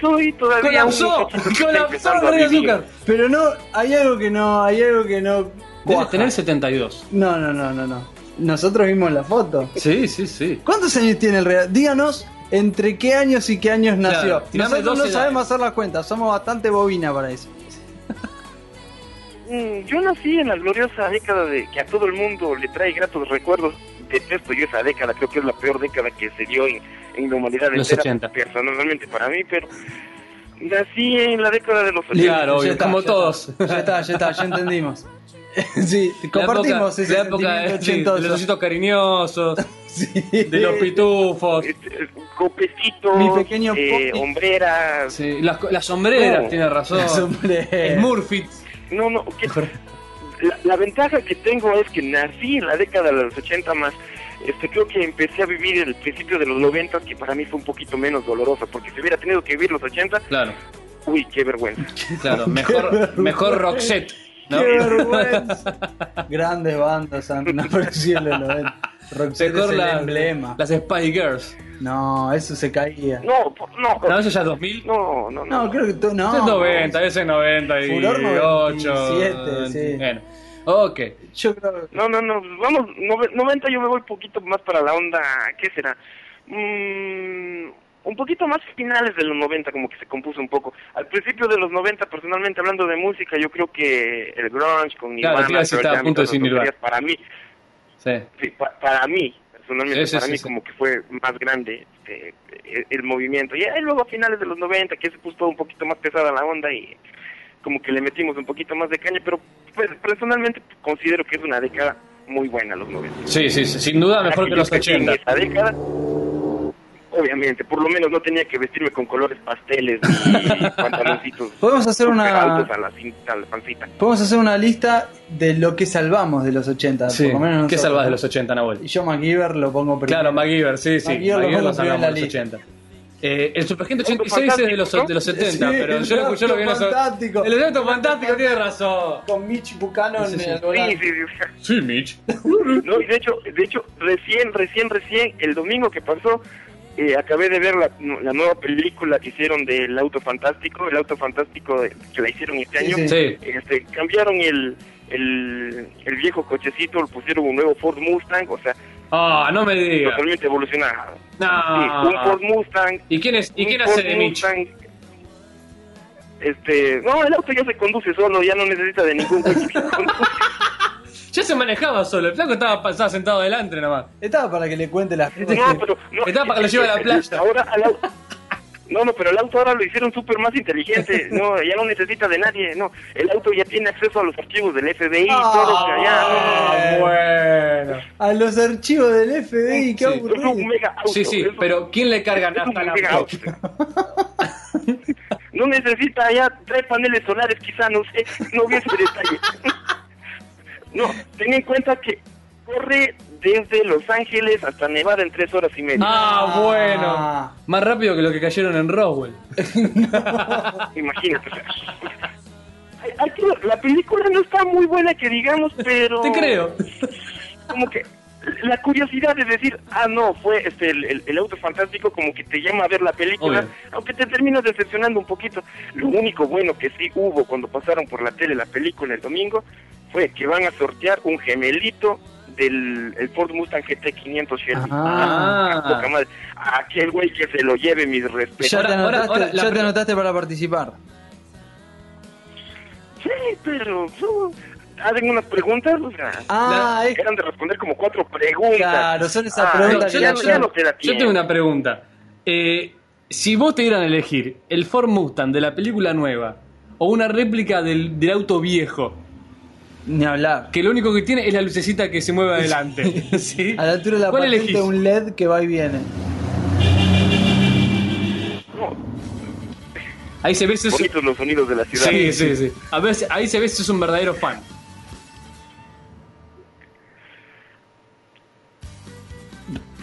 Speaker 7: soy todavía un
Speaker 2: ¡Colapsó!
Speaker 7: muchacho que está
Speaker 2: ¡Colapsó
Speaker 7: empezando a
Speaker 2: Rey
Speaker 7: vivir.
Speaker 2: Azúcar!
Speaker 1: Pero no, hay algo que no, hay algo que no.
Speaker 2: Debe
Speaker 1: cuaja.
Speaker 2: tener 72.
Speaker 1: No, no, no, no, no. Nosotros vimos la foto.
Speaker 2: Sí, sí, sí.
Speaker 1: ¿Cuántos años tiene el Rey? Díganos entre qué años y qué años
Speaker 2: Claro,
Speaker 1: nació.
Speaker 2: tirame
Speaker 1: Nosotros no
Speaker 2: 12
Speaker 1: sabemos hacer las cuentas, somos bastante bobina para eso.
Speaker 7: Mm, Yo nací en la gloriosa década de que a todo el mundo le trae gratos recuerdos. Detesto yo esa década, creo que es la peor década que se dio en, en la humanidad
Speaker 2: Los
Speaker 7: entera,
Speaker 2: 80.
Speaker 7: personalmente para mí, pero nací en la década de los 80.
Speaker 2: Claro, obvio,
Speaker 1: está,
Speaker 2: como
Speaker 1: ya
Speaker 2: todos.
Speaker 1: está, Ya está, ya está, ya entendimos. sí,
Speaker 2: La época-
Speaker 1: compartimos ese
Speaker 2: la época eh,
Speaker 1: sentimiento
Speaker 2: sí, de los
Speaker 1: ochentoso.
Speaker 2: ositos cariñosos,
Speaker 1: Sí.
Speaker 2: de los pitufos,
Speaker 7: Este, Copecitos,
Speaker 1: Mi pequeño
Speaker 7: eh,
Speaker 1: Poppy.
Speaker 7: hombreras.
Speaker 2: sí, las, las sombreras,
Speaker 7: No.
Speaker 2: tiene razón.
Speaker 1: Hombre.
Speaker 2: Smurfits.
Speaker 7: No, no, que- la, la ventaja que tengo es que nací en la década de los 80 más. Este, creo que empecé a vivir el principio de los 90, que para mí fue un poquito menos doloroso, porque si hubiera tenido que vivir los 80,
Speaker 2: Claro,
Speaker 7: uy, qué vergüenza.
Speaker 2: claro. Mejor, mejor Roxette. ¿no?
Speaker 1: ¡Qué vergüenza! Grandes bandas han aparecido en los 90. Roxette es
Speaker 2: Mejor
Speaker 1: el
Speaker 2: las-
Speaker 1: emblema.
Speaker 2: las Spy Girls.
Speaker 1: No, eso se caía.
Speaker 7: No, po- no,
Speaker 2: No, eso ya es 2000.
Speaker 7: no, no,
Speaker 1: No,
Speaker 7: no.
Speaker 1: creo que tú, no.
Speaker 2: Ese es 90, ese es 98.
Speaker 1: Furor 97, sí.
Speaker 2: Bueno, ok.
Speaker 1: Yo creo
Speaker 7: No, no, no, vamos, nove- 90 yo me voy un poquito más para la onda, ¿qué será? Mm, un poquito más finales de los 90, como que se compuso un poco. Al principio de los 90, personalmente hablando de música, yo creo que el grunge con mi
Speaker 2: Claro, te iba a decir, estaba a punto de decir Nirvana.
Speaker 7: para mí,
Speaker 2: Sí.
Speaker 7: sí, pa- para mí, personalmente,
Speaker 2: Sí, sí,
Speaker 7: para
Speaker 2: sí,
Speaker 7: mí
Speaker 2: sí.
Speaker 7: como que fue más grande este, el, el movimiento. Y ahí luego a finales de los 90, que se puso todo un poquito más pesada la onda y como que le metimos un poquito más de caña, pero pues, personalmente considero que es una década muy buena los 90.
Speaker 2: sí, sí, sí, sin duda mejor que los
Speaker 7: Yo crecí en
Speaker 2: 80.
Speaker 7: esa década, obviamente, por lo menos no tenía que vestirme con colores pasteles ni pantaloncitos.
Speaker 1: Podemos hacer una-
Speaker 7: súper altos a la, cinta, a la pancita.
Speaker 1: Podemos hacer una lista de lo que salvamos de los 80.
Speaker 2: Sí.
Speaker 1: Por lo menos
Speaker 2: ¿Qué
Speaker 1: nosotros.
Speaker 2: salvás de los 80, Nahuel?
Speaker 1: Y yo MacGyver lo pongo primero.
Speaker 2: Claro, MacGyver, sí, sí.
Speaker 1: MacGyver lo
Speaker 2: MacGyver lo
Speaker 1: pongo primero en
Speaker 2: salvamos
Speaker 1: la
Speaker 2: de los
Speaker 1: lista.
Speaker 2: 80. Eh, el Supergente
Speaker 7: Mundo
Speaker 2: 86 es de los,
Speaker 7: Fantástico, ¿no?
Speaker 2: de los 70,
Speaker 1: Sí,
Speaker 2: pero
Speaker 1: el
Speaker 2: yo lo escuché lo
Speaker 1: Rapto
Speaker 2: que no son-
Speaker 1: Fantástico.
Speaker 2: El evento fantástico tiene razón.
Speaker 1: Con Mitch Buchanan
Speaker 2: Sí, sí.
Speaker 1: en el
Speaker 7: Sí,
Speaker 1: volante.
Speaker 7: sí, sí, o sea,
Speaker 2: Sí, Mitch.
Speaker 7: No, y de hecho, de hecho, recién, recién, recién, el domingo que pasó, eh, acabé de ver la, la nueva película que hicieron del Auto Fantástico, el Auto Fantástico eh, que la hicieron este
Speaker 1: Sí,
Speaker 7: año.
Speaker 1: sí.
Speaker 2: Sí.
Speaker 7: Este, cambiaron el, el, el viejo cochecito, le pusieron un nuevo Ford Mustang, o sea,
Speaker 2: Ah, no me digas.
Speaker 7: totalmente evolucionado. Sí, un
Speaker 2: No.
Speaker 7: Ford Mustang.
Speaker 2: ¿Y quién, es, ¿Y
Speaker 7: un
Speaker 2: quién
Speaker 7: Ford
Speaker 2: hace de Mitch?
Speaker 7: Mustang. Este, no, el auto ya se conduce solo, ya no necesita de ningún coche que conduzca.
Speaker 2: Ya se manejaba solo, el flaco estaba, pa- estaba sentado delante nomás.
Speaker 1: Estaba para que le cuente las cosas.
Speaker 7: No, Ah, pero. No,
Speaker 2: Está para que lo lleve a la playa.
Speaker 7: Ahora al au- No, no, pero el auto ahora lo hicieron súper más inteligente. No, ya no necesita de nadie. No, el auto ya tiene acceso a los archivos del FBI y todo. o sea, ya, no, no, no.
Speaker 2: Ah, bueno.
Speaker 1: A los archivos del FBI, qué
Speaker 2: Sí.
Speaker 7: Es un
Speaker 1: aburrido.
Speaker 7: mega auto.
Speaker 2: Sí, sí,
Speaker 7: es un-
Speaker 2: pero ¿quién le carga
Speaker 7: es un
Speaker 2: nafta a la
Speaker 7: mega auto.
Speaker 2: moto?
Speaker 7: No necesita ya tres paneles solares, quizá, no sé. No vi ese detalle. No, ten en cuenta que corre desde Los Ángeles hasta Nevada en tres horas y media.
Speaker 2: Ah,
Speaker 1: Ah.
Speaker 2: bueno. Más rápido que lo que cayeron en Roswell.
Speaker 7: Imagínate. Ay, ay, tío, La película no está muy buena que digamos, pero...
Speaker 2: Te creo.
Speaker 7: Como que la curiosidad de decir, ah, no, fue este el, el- el auto fantástico como que te llama a ver la película,
Speaker 2: Obvio.
Speaker 7: aunque te terminas decepcionando un poquito. Lo único bueno que sí hubo cuando pasaron por la tele la película el domingo fue que van a sortear un gemelito del el Ford Mustang GT500 Shelby.
Speaker 1: Ah.
Speaker 7: Ah, poca madre. Aquel güey que se lo lleve, mis respetos.
Speaker 1: Ya,
Speaker 2: Ahora-
Speaker 1: te anotaste,
Speaker 2: ahora- ahora la
Speaker 1: ya te
Speaker 2: pre-
Speaker 1: anotaste para participar.
Speaker 7: Sí, pero no, hacen unas preguntas, o sea,
Speaker 1: Ah, es-
Speaker 7: eran de responder como cuatro preguntas.
Speaker 1: Claro, son esas preguntas
Speaker 7: ya,
Speaker 2: que
Speaker 7: ya
Speaker 2: hacen.
Speaker 7: ya no te da
Speaker 2: Yo
Speaker 7: tiempo.
Speaker 2: tengo una pregunta. Eh, si vos te dieran a elegir el Ford Mustang de la película nueva o una réplica del, del auto viejo,
Speaker 1: ni hablar.
Speaker 2: que lo único que tiene es la lucecita que se mueve adelante, ¿sí?
Speaker 1: A la altura de la
Speaker 2: ¿Cuál
Speaker 1: patente
Speaker 2: elegís?
Speaker 1: un LED que va y viene.
Speaker 7: No,
Speaker 2: Ahí se ve si es un...
Speaker 7: Bonitos los sonidos de la ciudad.
Speaker 2: Sí, sí, sí. A ver, si- ahí se ve si es un verdadero fan.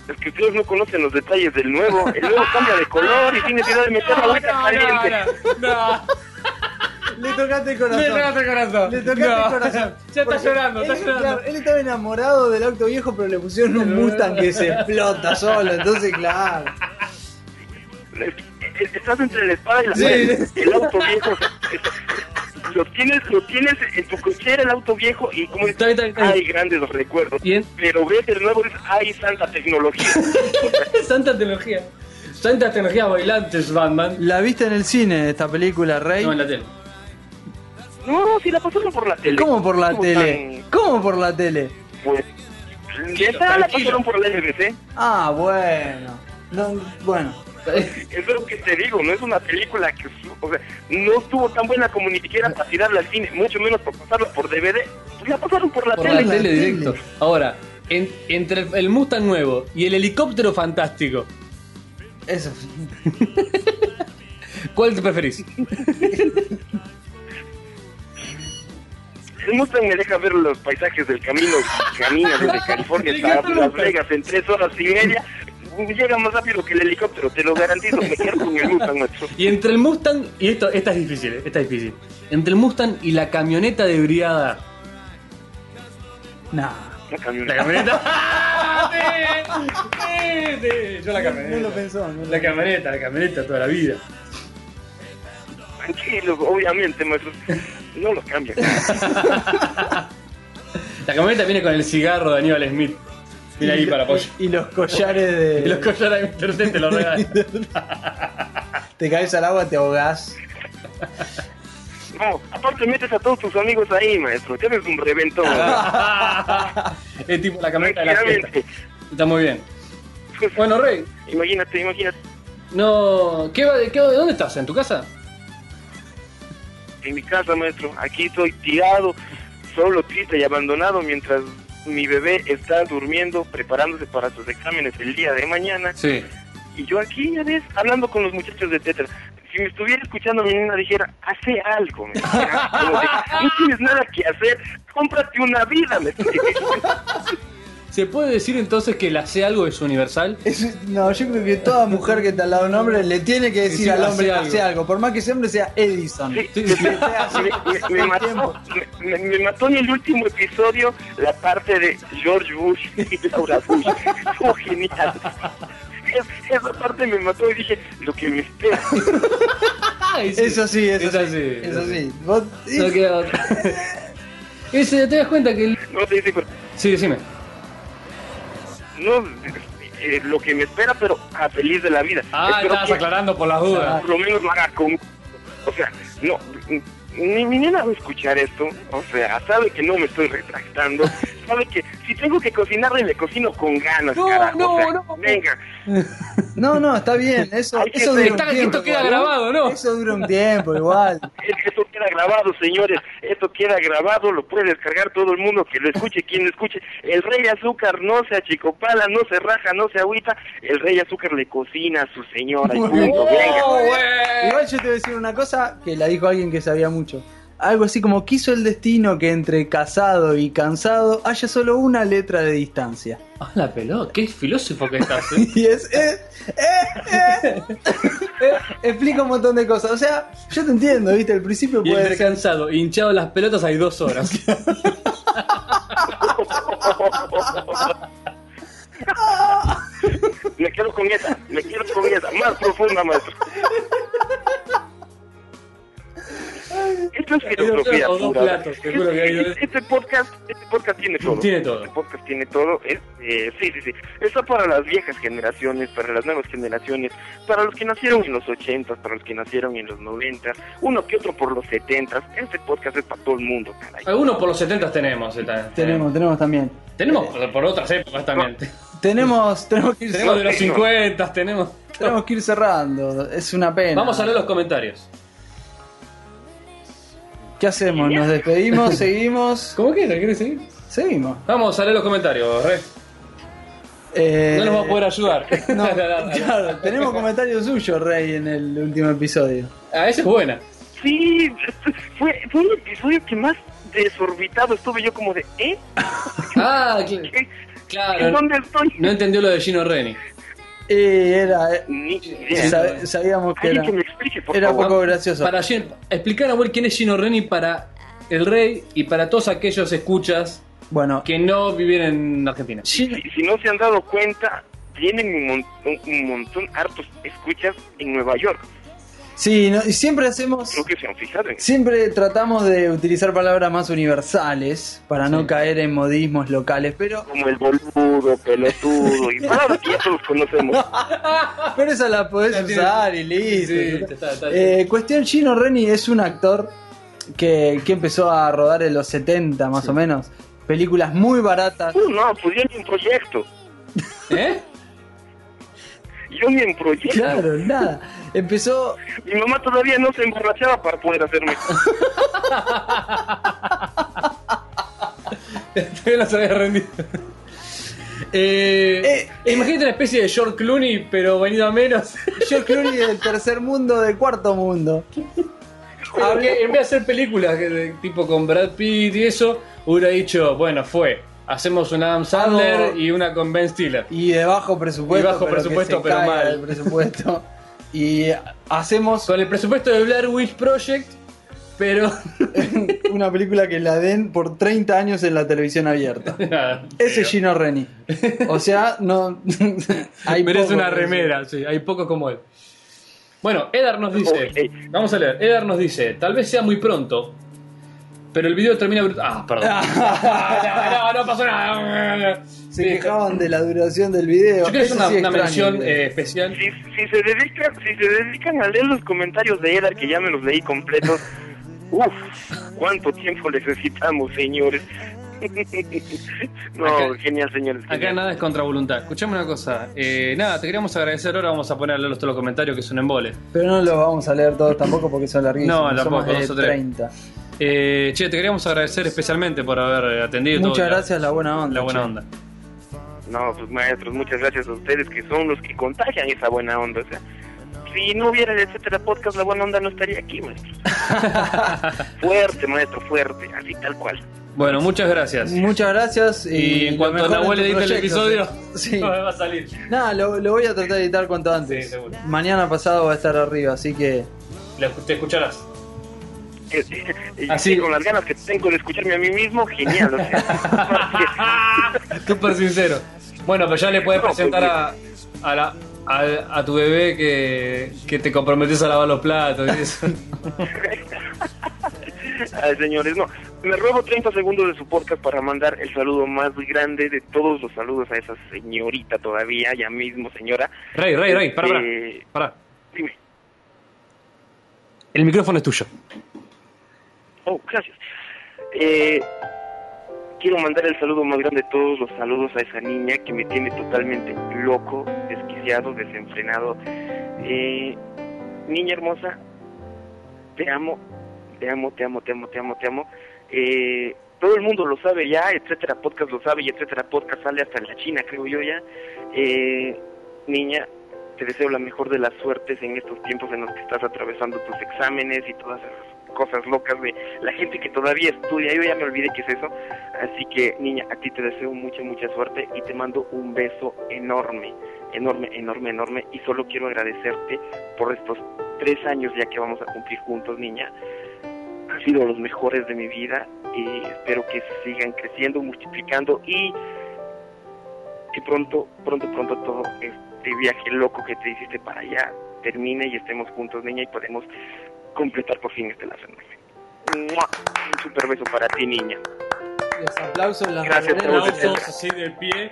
Speaker 7: Es que ustedes no conocen los detalles del nuevo. El nuevo cambia de color y tiene que dar meter la agüita caliente.
Speaker 2: no, no.
Speaker 1: Le tocaste
Speaker 2: Le
Speaker 1: el corazón.
Speaker 2: tocaste el corazón.
Speaker 1: Le tocaste
Speaker 2: No.
Speaker 1: el corazón.
Speaker 2: Ya está
Speaker 1: Porque
Speaker 2: llorando,
Speaker 1: él,
Speaker 2: está llorando.
Speaker 1: claro, él estaba enamorado del auto viejo, pero le pusieron un Mustang que se explota solo. Entonces, claro.
Speaker 7: Estás entre la espada y la
Speaker 1: Sí.
Speaker 7: pared. El auto viejo. Lo tienes, lo tienes en tu cochera el auto viejo y como
Speaker 2: Está bien, está bien, está
Speaker 7: hay
Speaker 2: bien.
Speaker 7: grandes los recuerdos.
Speaker 2: Bien.
Speaker 7: Pero ves el nuevo y dices, ay santa tecnología.
Speaker 2: Santa tecnología. Santa tecnología bailante es Batman.
Speaker 1: ¿La viste en el cine esta película, Rey?
Speaker 2: No, en la tele.
Speaker 7: No, si la pasaron por la tele.
Speaker 1: ¿Cómo por la
Speaker 7: ¿Cómo
Speaker 1: tele? ¿Cómo por la tele?
Speaker 7: tan- Pues. Neta, la
Speaker 2: tranquilo.
Speaker 7: pasaron por la NBC.
Speaker 1: Ah, bueno. No, bueno.
Speaker 7: Es lo que te digo, no es una película que. su- O sea, no estuvo tan buena como ni siquiera para tirarla al cine, mucho menos para pasarla por DVD. Pues la pasaron por la
Speaker 2: Por
Speaker 7: tele.
Speaker 2: la tele
Speaker 1: tele.
Speaker 2: directo. Ahora, en- entre el, el Mustang nuevo y el helicóptero fantástico,
Speaker 1: Eso.
Speaker 2: ¿cuál te preferís?
Speaker 7: El Mustang me deja ver los paisajes del camino que camina desde California hasta Las Vegas en tres horas y media. Llega más rápido que el helicóptero, te lo garantizo. Me quedo con el Mustang, macho.
Speaker 2: Y entre el Mustang y esto, esta es difícil, eh, esta es difícil. Entre el Mustang y la camioneta de brigada.
Speaker 1: Nah.
Speaker 7: La
Speaker 2: La
Speaker 7: camioneta.
Speaker 2: camioneta. Sí, sí, sí. Yo la camioneta.
Speaker 1: No lo pensó. no lo-
Speaker 2: La camioneta, la camioneta toda la vida.
Speaker 7: Tranquilos, obviamente, maestro. No lo cambian.
Speaker 2: La camioneta viene con el cigarro de Aníbal Smith. Viene ahí para apoyo.
Speaker 1: Y los collares
Speaker 2: Y
Speaker 1: de.
Speaker 2: los collares de Mr. T te lo regalan.
Speaker 1: Te caes al agua, te ahogás.
Speaker 7: No, aparte metes a todos tus amigos ahí, maestro. Te haces un reventón.
Speaker 2: es tipo la Ah, camioneta de la fiesta.
Speaker 7: Tranquilamente.
Speaker 2: Está muy bien. Bueno, Rey,
Speaker 7: Imagínate, imagínate.
Speaker 2: no. ¿qué, va- qué, ¿Dónde estás? ¿En tu casa?
Speaker 7: en mi casa, maestro. Aquí estoy tirado, solo, triste y abandonado mientras mi bebé está durmiendo, preparándose para sus exámenes el día de mañana.
Speaker 2: Sí.
Speaker 7: Y yo aquí, ya ves, hablando con los muchachos de Tetra. Si me estuviera escuchando, mi nena dijera, hace algo. Me dijera, Como de, no tienes nada que hacer, cómprate una vida. Me
Speaker 2: ¿Se puede decir entonces que el hace algo es universal?
Speaker 1: Es- no, yo creo que toda mujer que está al lado de un hombre le tiene que decir
Speaker 2: Sí,
Speaker 1: al hombre
Speaker 2: hace
Speaker 1: hace algo. Por más que ese hombre sea Edison.
Speaker 7: Sí,
Speaker 1: Que
Speaker 7: sí.
Speaker 1: sea así,
Speaker 7: Me- me- me
Speaker 1: todo el
Speaker 7: mató-
Speaker 1: tiempo.
Speaker 7: me- me mató en el último episodio la parte de George Bush y Laura Bush. Estuvo genial. Es- esa parte me mató y dije, lo que me espera.
Speaker 1: Eso sí, eso sí.
Speaker 2: sí.
Speaker 1: Eso sí. Vos-
Speaker 2: No queda otra. Ese, ¿Te das cuenta que el...
Speaker 7: No te dice, pero,
Speaker 2: Sí, decime.
Speaker 7: no, eh, lo que me espera, pero a feliz de la vida.
Speaker 2: Ah,
Speaker 7: Espero
Speaker 2: estabas
Speaker 7: que
Speaker 2: aclarando por las dudas.
Speaker 7: Por lo menos lo haga con... O sea, no... Ni mi nena va a escuchar esto, o sea, sabe que no me estoy retractando, sabe que si tengo que cocinarle, le cocino con ganas,
Speaker 2: No,
Speaker 7: carajo,
Speaker 2: no,
Speaker 7: o sea,
Speaker 2: no.
Speaker 7: venga,
Speaker 1: No, no, está bien. Eso,
Speaker 7: Hay que
Speaker 1: eso
Speaker 7: ser-
Speaker 1: dura un
Speaker 2: Está-
Speaker 1: tiempo.
Speaker 2: esto queda
Speaker 1: igual.
Speaker 2: grabado, ¿no?
Speaker 1: Eso dura un tiempo, igual.
Speaker 7: Esto queda grabado, señores. Esto queda grabado, lo puede descargar todo el mundo que lo escuche, quien lo escuche. El rey azúcar no se achicopala, no se raja, no se agüita. El rey azúcar le cocina a su señora. Y punto, venga.
Speaker 1: Igual yo te voy a decir una cosa que la dijo alguien que sabía mucho. Algo así como quiso el destino que entre casado y cansado haya solo una letra de distancia.
Speaker 2: Ah, la pelota, qué filósofo que estás, ¿eh?
Speaker 1: Y es. eh, eh, eh. Eh, explica un montón de cosas. O sea, yo te entiendo, ¿viste? Al principio
Speaker 2: Y
Speaker 1: puede
Speaker 2: el
Speaker 1: ser.
Speaker 2: cansado, hinchado las pelotas hay dos horas.
Speaker 7: Me quedo con esa, me quedo con esa. Más profunda, maestro. Esto es filosofía
Speaker 2: O dos
Speaker 7: pura.
Speaker 2: platos, seguro que hay-
Speaker 7: Este- Este podcast, este podcast tiene todo.
Speaker 2: Tiene todo.
Speaker 7: Este podcast tiene todo. Es, eh, sí, sí, sí. Está para las viejas generaciones, para las nuevas generaciones, para los que nacieron en los 80, para los que nacieron en los 90, uno que otro por los 70. Este podcast es para todo el mundo, caray.
Speaker 2: Algunos por los 70 tenemos. eh, ta-
Speaker 1: Tenemos, tenemos también. Eh,
Speaker 2: Tenemos por- por otras épocas también.
Speaker 1: Tenemos, tenemos, que ir,
Speaker 2: Tenemos de los
Speaker 7: no.
Speaker 2: 50, tenemos.
Speaker 1: tenemos que ir cerrando. Es una pena.
Speaker 2: Vamos a leer los comentarios.
Speaker 1: ¿Qué hacemos? ¿Nos despedimos? ¿Seguimos?
Speaker 2: ¿Cómo que? ¿Quieres seguir?
Speaker 1: Seguimos.
Speaker 2: Vamos a leer los comentarios, Re.
Speaker 1: Eh,
Speaker 2: No nos va a poder ayudar.
Speaker 1: no,
Speaker 2: La- la- la-
Speaker 1: claro, tenemos comentarios suyos, Rey, en el último episodio.
Speaker 2: Ah, esa es buena.
Speaker 7: Sí, pues, fue, fue el episodio que más desorbitado estuve yo como de, ¿eh?
Speaker 2: Ah, cl-
Speaker 7: ¿Qué- ¿En
Speaker 2: claro.
Speaker 7: dónde estoy?
Speaker 2: No entendió lo de Gino Reni.
Speaker 1: Y era. eh,
Speaker 7: Ni idea.
Speaker 1: sab- sabíamos que
Speaker 7: Alguien
Speaker 1: era,
Speaker 7: que me explique, por
Speaker 1: era
Speaker 7: favor.
Speaker 1: poco gracioso.
Speaker 2: Para Gin- explicar a Will quién es Gino Reni para el rey y para todos aquellos escuchas
Speaker 1: Bueno,
Speaker 2: que no vivieron en Argentina.
Speaker 1: Gino-
Speaker 7: Si, si no se han dado cuenta, tienen un, mon- un montón hartos escuchas en Nueva York.
Speaker 1: sí, no- y siempre hacemos.
Speaker 7: Creo que se han fijado en eso.
Speaker 1: Siempre tratamos de utilizar palabras más universales para no caer en modismos locales, pero,
Speaker 7: Como el boludo, pelotudo y palabras que ya todos conocemos.
Speaker 1: pero esas las podés
Speaker 2: Ya tiene-
Speaker 1: usar y listo.
Speaker 2: Sí, está, está,
Speaker 1: Eh, cuestión Gino Reni es un actor que, que empezó a rodar en los 70 más o menos. Películas muy baratas.
Speaker 7: Uh, no, pues yo ni en proyecto.
Speaker 2: ¿Eh?
Speaker 7: Yo ni en proyecto.
Speaker 1: Claro, nada. Empezó
Speaker 7: Mi mamá todavía no se emborrachaba para poder hacerme.
Speaker 2: Todavía no se había rendido. Eh,
Speaker 1: Eh, eh.
Speaker 2: imagínate una especie de George Clooney, pero venido a menos.
Speaker 1: George Clooney del tercer mundo, del cuarto mundo.
Speaker 2: Porque en vez de hacer películas que de- tipo con Brad Pitt y eso, hubiera dicho, bueno, fue. Hacemos una Adam Sandler
Speaker 1: Hago-
Speaker 2: y una con Ben Stiller.
Speaker 1: Y de bajo presupuesto.
Speaker 2: Y bajo
Speaker 1: que
Speaker 2: presupuesto,
Speaker 1: se
Speaker 2: pero
Speaker 1: caiga
Speaker 2: mal.
Speaker 1: el presupuesto. Y hacemos
Speaker 2: Con el presupuesto de Blair Witch Project, pero
Speaker 1: una película que la den por 30 años en la televisión abierta.
Speaker 2: nada.
Speaker 1: Ese es Gino Reni. O sea, no. hay
Speaker 2: merece
Speaker 1: poco
Speaker 2: una
Speaker 1: que decir.
Speaker 2: remera, sí, hay pocos como él. Bueno, Edar nos dice,
Speaker 7: Ok.
Speaker 2: vamos a leer, Edar nos dice, tal vez sea muy pronto, pero el video termina brut- Ah, perdón. Ah, no, no, no pasó nada.
Speaker 1: Se
Speaker 2: Listo.
Speaker 1: quejaban de la duración del video.
Speaker 2: Yo quiero hacer
Speaker 1: Eso
Speaker 2: una,
Speaker 1: sí
Speaker 2: una
Speaker 1: extraño,
Speaker 2: mención
Speaker 1: creo.
Speaker 2: eh, especial.
Speaker 7: Si, si se dedican, si se dedican a leer los comentarios de Edar, que ya me los leí completos, uff, cuánto tiempo necesitamos, señores. no,
Speaker 2: Acá-
Speaker 7: genial, señores.
Speaker 2: Acá
Speaker 7: genial.
Speaker 2: nada es contra voluntad. Escuchame una cosa. eh, nada, te queríamos agradecer. Ahora vamos a poner a leer los- todos los comentarios que son embole.
Speaker 1: Pero no los vamos a leer todos tampoco porque son larguísimos.
Speaker 2: No, tampoco,
Speaker 1: somos de
Speaker 2: dos o tres.
Speaker 1: 30.
Speaker 2: Eh, che, te queríamos agradecer especialmente por haber eh, atendido.
Speaker 1: Muchas
Speaker 2: todo la-
Speaker 1: gracias, la buena
Speaker 2: La,
Speaker 1: onda.
Speaker 2: buena
Speaker 1: che.
Speaker 2: onda.
Speaker 7: No, pues maestros, muchas gracias a ustedes que son los que contagian esa buena onda. O sea, si no hubiera el etcétera podcast, la buena onda no estaría aquí, maestro. fuerte, maestro, fuerte, así tal cual.
Speaker 2: Bueno, muchas gracias.
Speaker 1: Muchas gracias. Y,
Speaker 2: Y en
Speaker 1: lo
Speaker 2: cuanto a
Speaker 1: mejor
Speaker 2: la abuela
Speaker 1: en tu
Speaker 2: edita el episodio,
Speaker 1: proyecto. Sí.
Speaker 2: va a salir.
Speaker 1: Nada, lo, lo voy a tratar de editar cuanto antes.
Speaker 2: Sí, seguro.
Speaker 1: Mañana pasado va a estar arriba, así que.
Speaker 2: La- te escucharás.
Speaker 7: Eh, eh, eh,
Speaker 2: Así.
Speaker 7: sí, con las ganas que tengo de escucharme a mí mismo, genial. O sea,
Speaker 2: Súper sincero. Bueno, pero ya le puedes
Speaker 7: No, pues
Speaker 2: presentar a, a, la, a, a tu bebé que, que te comprometes a lavar los platos y eso.
Speaker 7: Ay, señores, no. Me robo 30 segundos de su podcast para mandar el saludo más grande de todos los saludos a esa señorita todavía, ya mismo, señora.
Speaker 2: Rey, Rey, Rey, pará, pará.
Speaker 7: Eh,
Speaker 2: pará.
Speaker 7: Dime.
Speaker 2: El micrófono es tuyo.
Speaker 7: Oh, gracias. Eh, quiero mandar el saludo más grande de todos los saludos a esa niña que me tiene totalmente loco, desquiciado, desenfrenado. Eh, niña hermosa, te amo, te amo, te amo, te amo, te amo, te amo. Eh, todo el mundo lo sabe ya, etcétera, podcast lo sabe y etcétera, podcast sale hasta en la China, creo yo ya. Eh, niña, te deseo la mejor de las suertes en estos tiempos en los que estás atravesando tus exámenes y todas esas cosas locas de la gente que todavía estudia. Yo ya me olvidé que es eso. Así que, niña, a ti te deseo mucha, mucha suerte y te mando un beso enorme, enorme, enorme, enorme. Y solo quiero agradecerte por estos tres años ya que vamos a cumplir juntos, niña. Han sido los mejores de mi vida y espero que sigan creciendo, multiplicando y que pronto, pronto, pronto todo este viaje loco que te hiciste para allá termine y estemos juntos, niña, y podemos completar por fin este lazo enorme. ¡Mua! Un super beso para ti, niña.
Speaker 1: Los aplausos, las
Speaker 7: Gracias,
Speaker 1: mañaneras.
Speaker 7: aplausos.
Speaker 2: así de pie.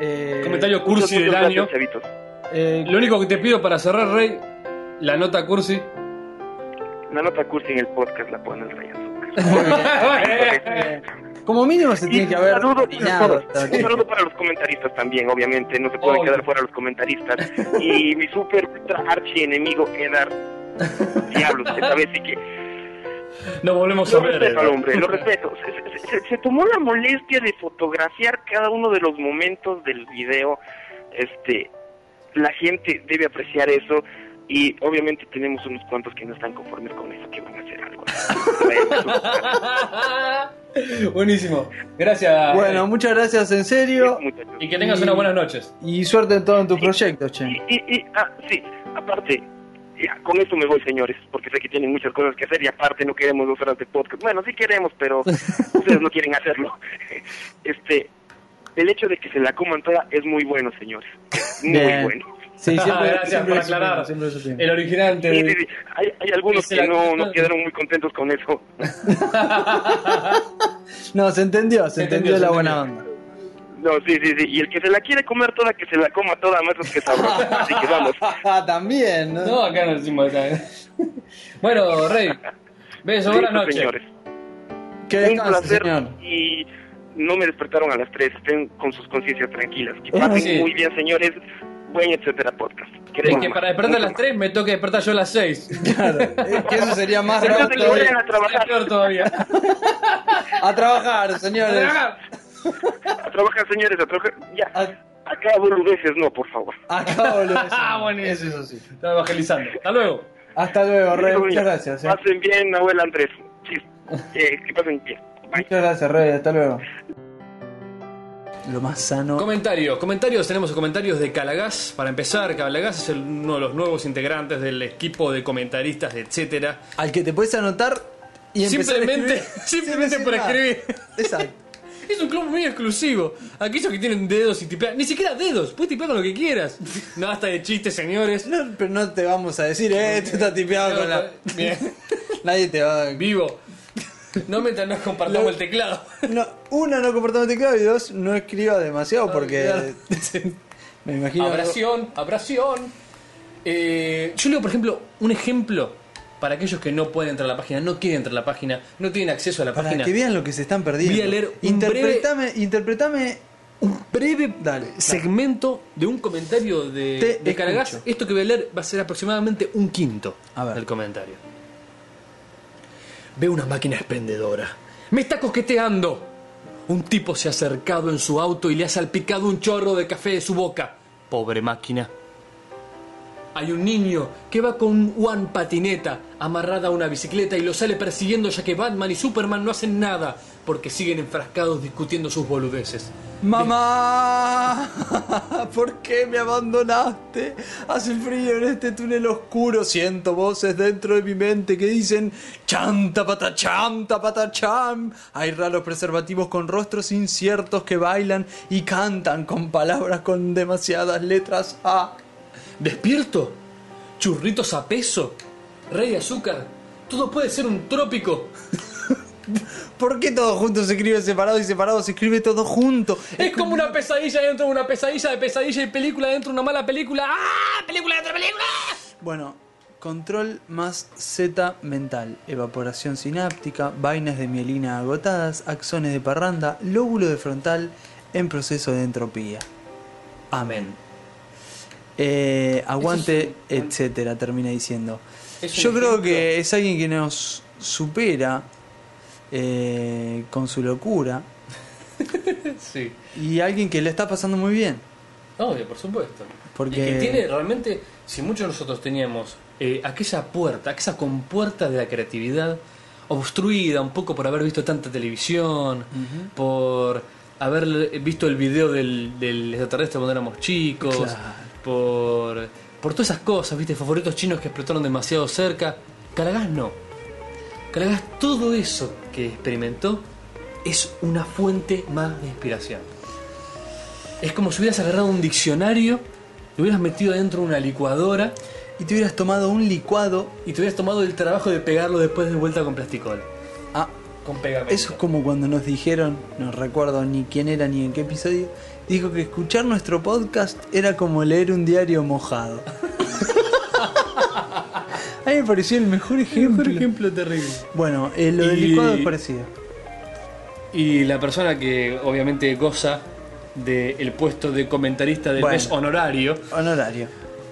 Speaker 1: Eh,
Speaker 2: Comentario cursi
Speaker 7: Muchas
Speaker 2: del
Speaker 7: gracias,
Speaker 2: año.
Speaker 7: chavitos.
Speaker 1: eh,
Speaker 2: Lo único que te pido para cerrar, Rey, la nota cursi.
Speaker 7: La nota cursi en el podcast la pone el Rey Azúcar.
Speaker 1: eh, como mínimo se tiene que
Speaker 7: un
Speaker 1: haber
Speaker 7: saludo para
Speaker 1: orinado
Speaker 7: todos.
Speaker 1: hasta
Speaker 7: Un
Speaker 1: que-
Speaker 7: saludo para los comentaristas también, obviamente. No se pueden
Speaker 2: Obvio.
Speaker 7: quedar fuera los comentaristas. Y mi super ultra archi enemigo, Edar. Diablos, esta vez sí que.
Speaker 2: No volvemos Pues, a
Speaker 7: Lo
Speaker 2: ver. eh,
Speaker 7: respeto al
Speaker 2: eso.
Speaker 7: hombre, lo respeto. Se, se- se- se tomó la molestia de fotografiar cada uno de los momentos del video. Este, la gente debe apreciar eso y obviamente tenemos unos cuantos que no están conformes con eso, que van a hacer algo.
Speaker 2: Buenísimo. Gracias. eh,
Speaker 1: Bueno, muchas gracias, en serio.
Speaker 7: Muchachos.
Speaker 2: y que tengas unas buenas noches.
Speaker 1: Y suerte en todo en tus proyectos, che.
Speaker 7: Y, y, y- ah, sí, aparte, ya, con esto me voy, señores, porque sé que tienen muchas cosas que hacer y aparte no queremos dos horas de podcast. Bueno, sí queremos, pero ustedes no quieren hacerlo. Este, el hecho de que se la coman toda es muy bueno, señores. Muy
Speaker 1: Bien.
Speaker 7: bueno.
Speaker 1: Sí, siempre,
Speaker 2: Ah, gracias
Speaker 1: siempre
Speaker 2: por
Speaker 1: es un-
Speaker 2: aclarar.
Speaker 1: siempre es un tiempo.
Speaker 2: El original
Speaker 7: Sí, sí,
Speaker 2: te...
Speaker 7: sí. Hay, hay algunos
Speaker 2: Que se
Speaker 7: que
Speaker 2: la
Speaker 7: no,
Speaker 2: coman.
Speaker 7: no quedaron muy contentos con eso.
Speaker 1: No, se entendió, se,
Speaker 2: Se
Speaker 1: entendió,
Speaker 2: entendió,
Speaker 1: la
Speaker 2: se
Speaker 1: buena
Speaker 2: entendió.
Speaker 1: onda.
Speaker 7: No, sí, sí, sí. Y el que se la quiere comer toda, que se la coma toda, más los que sabroso. Así que vamos.
Speaker 1: También, ¿no?
Speaker 2: No, acá no decimos acá. eh. bueno, Rey. Beso, buenas
Speaker 7: Listo,
Speaker 2: noches.
Speaker 7: señores.
Speaker 1: que
Speaker 7: Un
Speaker 1: descanse,
Speaker 7: placer
Speaker 1: señor.
Speaker 7: y no me despertaron a las 3, estén con sus conciencias tranquilas. Que pasen
Speaker 2: Eh, Sí.
Speaker 7: muy bien, señores. Buen etcétera podcast.
Speaker 2: Es
Speaker 7: Queremos
Speaker 2: que
Speaker 7: más,
Speaker 2: para despertar a
Speaker 7: mucho
Speaker 2: las 3 me toca despertar yo a las 6.
Speaker 1: Claro, es que eso sería más
Speaker 7: Después
Speaker 1: raro
Speaker 7: de que
Speaker 1: todavía.
Speaker 7: vayan a trabajar.
Speaker 2: peor todavía.
Speaker 1: A trabajar, señores.
Speaker 7: más. A trabajar, señores, a trabajar. Ya.
Speaker 1: A-
Speaker 7: Acá veces no, por favor.
Speaker 1: Acá, boludo.
Speaker 2: Ah, buenísimo. Eso sí. Está evangelizando. Hasta luego.
Speaker 1: Hasta luego, Rey.
Speaker 7: Muy bien.
Speaker 1: Muchas gracias. eh.
Speaker 7: Pasen bien, abuela Andrés. Sí. Eh, que pasen bien. Bye.
Speaker 1: Muchas gracias, Rey. Hasta luego. Lo más sano.
Speaker 2: Comentarios, comentarios, tenemos comentarios de Calagás. Para empezar, Calagás es el- uno de los nuevos integrantes del equipo de comentaristas de etcétera.
Speaker 1: Al que te puedes anotar y empezar a
Speaker 2: Simplemente-
Speaker 1: escribir
Speaker 2: simplemente
Speaker 1: sin
Speaker 2: por
Speaker 1: nada.
Speaker 2: escribir.
Speaker 1: Exacto.
Speaker 2: Es un club muy exclusivo. Aquellos que tienen dedos y tipean. Ni siquiera dedos, puedes tipear con lo que quieras. No basta de chistes, señores.
Speaker 1: No, pero no te vamos a decir, eh, esto está tipeado con la.
Speaker 2: Bien.
Speaker 1: Nadie te va a.
Speaker 2: Vivo. No mientras nos compartamos el teclado.
Speaker 1: No, una, no comportamos teclado y dos, no escriba demasiado
Speaker 2: Ah,
Speaker 1: porque. Me imagino.
Speaker 2: Abración, abración. Eh, yo leo, por ejemplo, un ejemplo para aquellos que no pueden entrar a la página, no quieren entrar a la página, no tienen acceso a la
Speaker 1: Para
Speaker 2: página.
Speaker 1: que vean lo que se están perdiendo.
Speaker 2: Voy a leer un
Speaker 1: interpretame, interpretame.
Speaker 2: Un breve
Speaker 1: Dale,
Speaker 2: segmento de un comentario de,
Speaker 1: Te
Speaker 2: de Cargas.
Speaker 1: escucho.
Speaker 2: Esto que voy a leer va a ser aproximadamente un quinto
Speaker 1: A ver.
Speaker 2: del comentario. Veo una máquina expendedora. ¡Me está coqueteando! Un tipo se ha acercado en su auto y le ha salpicado un chorro de café de su boca. Pobre máquina. Hay un niño que va con Juan patineta amarrada a una bicicleta y lo sale persiguiendo ya que Batman y Superman no hacen nada porque siguen enfrascados discutiendo sus boludeces.
Speaker 1: ¡Mamá! ¿Por qué me abandonaste? Hace frío en este túnel oscuro. Siento voces dentro de mi mente que dicen: Chanta patacham, tapatacham. Hay raros preservativos con rostros inciertos que bailan y cantan con palabras con demasiadas letras Ah, A.
Speaker 2: ¿Despierto? ¿Churritos a peso? ¿Rey de azúcar? Todo puede ser un trópico.
Speaker 1: ¿Por qué todo junto se escribe separado y separado se escribe todo junto?
Speaker 2: Es como una pesadilla dentro de una pesadilla de pesadilla y película dentro de una mala película. ¡Ah! ¡Película dentro de película!
Speaker 1: Bueno, control más Z mental, evaporación sináptica, vainas de mielina agotadas, axones de parranda, lóbulo de frontal en proceso de entropía. Amén. Eh, aguante, etcétera, termina diciendo.
Speaker 2: Es un
Speaker 1: Yo creo
Speaker 2: ejemplo.
Speaker 1: que es alguien que nos supera eh, con su locura
Speaker 2: Sí.
Speaker 1: y alguien que le está pasando muy bien.
Speaker 2: Obvio, por supuesto.
Speaker 1: Porque-
Speaker 2: Y que tiene realmente, si muchos de nosotros teníamos eh, aquella puerta, aquella compuerta de la creatividad obstruida un poco por haber visto tanta televisión, por haber visto el video del, del extraterrestre cuando éramos chicos,
Speaker 1: Claro.
Speaker 2: por, por todas esas cosas, viste, favoritos chinos que explotaron demasiado cerca. Caragás no. Caragás todo eso que experimentó es una fuente más de inspiración. Es como si hubieras agarrado un diccionario, lo hubieras metido dentro de una licuadora
Speaker 1: Y te hubieras tomado un licuado.
Speaker 2: y te hubieras tomado el trabajo de pegarlo después de vuelta con plasticola.
Speaker 1: Ah,
Speaker 2: Con pegamento.
Speaker 1: Eso es como cuando nos dijeron, no recuerdo ni quién era ni en qué episodio, dijo que escuchar nuestro podcast era como leer un diario mojado. A mí me pareció el mejor ejemplo.
Speaker 2: terrible.
Speaker 1: Bueno, eh, lo del
Speaker 2: Y-
Speaker 1: licuado es parecido.
Speaker 2: Y la persona que obviamente goza del puesto de comentarista del
Speaker 1: Bueno.
Speaker 2: mes honorario.
Speaker 1: Honorario.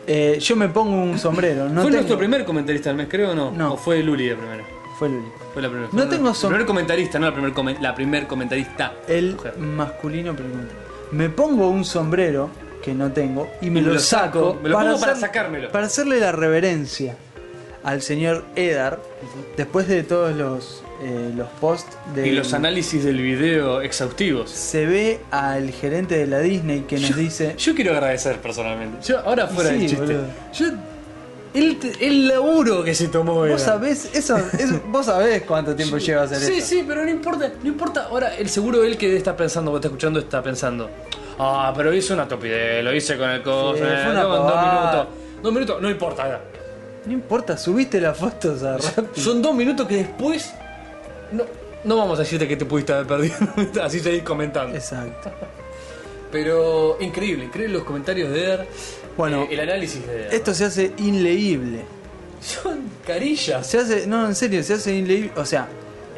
Speaker 1: Eh, yo me pongo un sombrero. No
Speaker 2: ¿Fue
Speaker 1: tengo-
Speaker 2: nuestro primer comentarista del mes, creo o no?
Speaker 1: No.
Speaker 2: ¿O fue Luli el primero?
Speaker 1: Fue el único.
Speaker 2: Fue la primera.
Speaker 1: No
Speaker 2: fue
Speaker 1: tengo
Speaker 2: la-
Speaker 1: son-
Speaker 2: Primer comentarista, no la primer, come- la primer comentarista.
Speaker 1: El
Speaker 2: Mujer.
Speaker 1: masculino pregunta. Me pongo un sombrero que no tengo y me,
Speaker 2: Y me
Speaker 1: lo,
Speaker 2: lo
Speaker 1: saco.
Speaker 2: saco. Me lo pongo para sacármelo.
Speaker 1: Para hacerle la reverencia al señor Edar después de todos los, eh, los posts de
Speaker 2: Y los análisis del video exhaustivos.
Speaker 1: se ve al gerente de la Disney que nos dice
Speaker 2: Yo quiero agradecer personalmente. Yo, ahora fuera
Speaker 1: Sí,
Speaker 2: del chiste.
Speaker 1: boludo.
Speaker 2: Yo, el, el laburo que se tomó
Speaker 1: vos
Speaker 2: era-
Speaker 1: sabés eso, eso- vos sabés cuánto tiempo lleva a hacer
Speaker 2: Sí,
Speaker 1: eso
Speaker 2: sí, pero no importa, no importa. Ahora, el seguro él que está pensando, que está escuchando, está pensando. Ah, pero hice una estupidez, lo hice con el coso,
Speaker 1: Sí, fue
Speaker 2: eh,
Speaker 1: una
Speaker 2: no, en dos
Speaker 1: pavada".
Speaker 2: minutos. Dos minutos, no importa. ya.
Speaker 1: no importa subiste las fotos a Rappi.
Speaker 2: Son dos minutos que después. No, no vamos a decirte que te pudiste haber perdido. Así seguís comentando.
Speaker 1: exacto
Speaker 2: Pero increíble, increíble los comentarios de Eder.
Speaker 1: Bueno,
Speaker 2: eh, el análisis de Eder.
Speaker 1: esto se hace inleíble
Speaker 2: Son carillas.
Speaker 1: se hace no en serio se hace inleíble o sea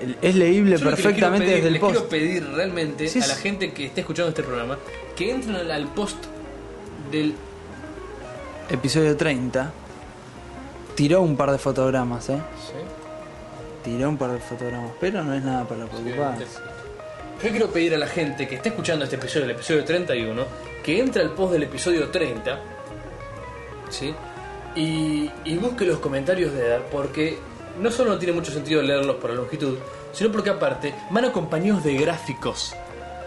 Speaker 1: el- es leíble
Speaker 2: Yo lo que les
Speaker 1: perfectamente
Speaker 2: quiero pedir-
Speaker 1: desde el
Speaker 2: les
Speaker 1: post
Speaker 2: quiero pedir realmente
Speaker 1: Sí,
Speaker 2: a la
Speaker 1: sí.
Speaker 2: gente que esté escuchando este programa que entren al, al post del.
Speaker 1: episodio 30 tiró un par de fotogramas eh tiró un par de fotogramas pero no es nada para preocuparse
Speaker 2: Yo quiero pedir a la gente que esté escuchando este episodio, el episodio 31, que entre al post del episodio 30, ¿sí? Y, y busque los comentarios de Eder, porque no solo no tiene mucho sentido leerlos por la longitud, sino porque aparte van acompañados de gráficos.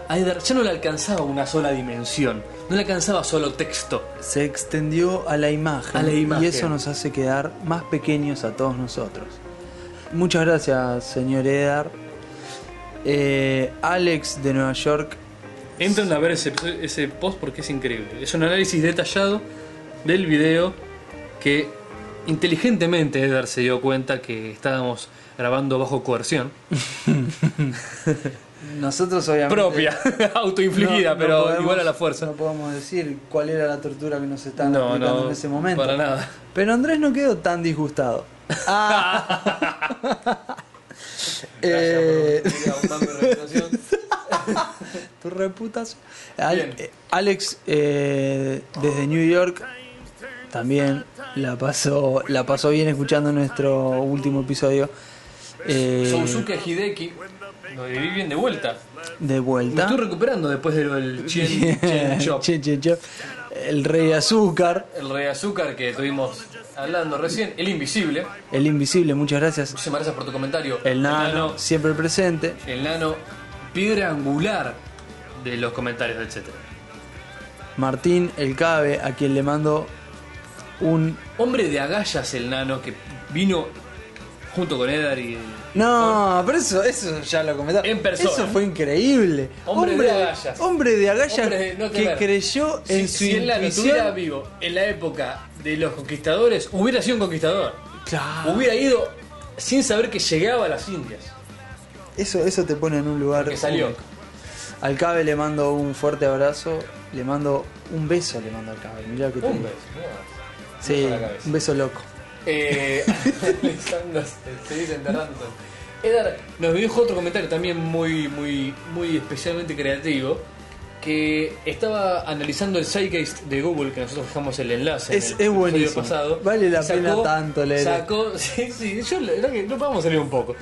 Speaker 2: A Eder ya no le alcanzaba una sola dimensión, no le alcanzaba solo texto.
Speaker 1: se extendió a la imagen.
Speaker 2: A la imagen.
Speaker 1: Y eso nos hace quedar más pequeños a todos nosotros. Muchas gracias, señor Edar. Eh, Alex de Nueva York.
Speaker 2: Entren a ver ese, episodio- ese post porque es increíble. Es un análisis detallado del video que inteligentemente Edgar se dio cuenta que estábamos grabando bajo coerción.
Speaker 1: Nosotros obviamente...
Speaker 2: Propia, autoinfligida,
Speaker 1: no- no
Speaker 2: pero
Speaker 1: podemos-
Speaker 2: igual a la fuerza.
Speaker 1: No podemos decir cuál era la tortura que nos estaban
Speaker 2: No,
Speaker 1: aplicando
Speaker 2: no,
Speaker 1: en ese momento.
Speaker 2: para nada.
Speaker 1: Pero Andrés no quedó tan disgustado. Ah. Eh, tu reputas. Al-
Speaker 2: Bien.
Speaker 1: eh, Alex eh, desde New York también la pasó la pasó bien escuchando nuestro último episodio eh,
Speaker 2: Sousuke Hideki, lo viví bien de vuelta.
Speaker 1: de
Speaker 2: Me
Speaker 1: vuelta.
Speaker 2: estoy recuperando después de lo del Chien, Chien Chop.
Speaker 1: Che, che, che. El rey de azúcar,
Speaker 2: El rey azúcar que estuvimos hablando recién, el invisible.
Speaker 1: el invisible, muchas gracias.
Speaker 2: Muchísimas gracias por tu comentario.
Speaker 1: El nano,
Speaker 2: nano
Speaker 1: siempre presente.
Speaker 2: el nano piedra angular de los comentarios, etcétera.
Speaker 1: Martín, el cabe, a quien le mando un...
Speaker 2: Hombre de agallas el nano que vino junto con Edar y...
Speaker 1: No, pero eso, eso ya lo comentaba.
Speaker 2: En persona.
Speaker 1: Eso fue increíble.
Speaker 2: Hombre de agallas.
Speaker 1: Hombre de agallas
Speaker 2: Hombre de- no te
Speaker 1: que
Speaker 2: ver.
Speaker 1: creyó
Speaker 2: Si-
Speaker 1: en su
Speaker 2: si el nano
Speaker 1: intuición.
Speaker 2: estuviera vivo en la época de los conquistadores, hubiera sido un conquistador.
Speaker 1: Claro.
Speaker 2: Hubiera ido sin saber que llegaba a las Indias.
Speaker 1: Eso, eso te pone en un lugar...
Speaker 2: Que salió.
Speaker 1: único. Al cabe le mando un fuerte abrazo. Le mando un beso, le mando al cabe. Mirá que te
Speaker 2: Un
Speaker 1: digo.
Speaker 2: beso, mira.
Speaker 1: Sí,
Speaker 2: a la cabeza.
Speaker 1: un beso loco.
Speaker 2: Eh, Alexander, se dice enterrando. Edar nos dijo otro comentario también muy, muy, muy especialmente creativo. Que estaba analizando el Zeitgeist de Google, que nosotros dejamos el enlace.
Speaker 1: Es-
Speaker 2: en el
Speaker 1: es
Speaker 2: episodio
Speaker 1: buenísimo.
Speaker 2: pasado.
Speaker 1: Vale la pena tanto leer.
Speaker 2: Sacó, sí, sí, yo la verdad que no vamos a leer un poco.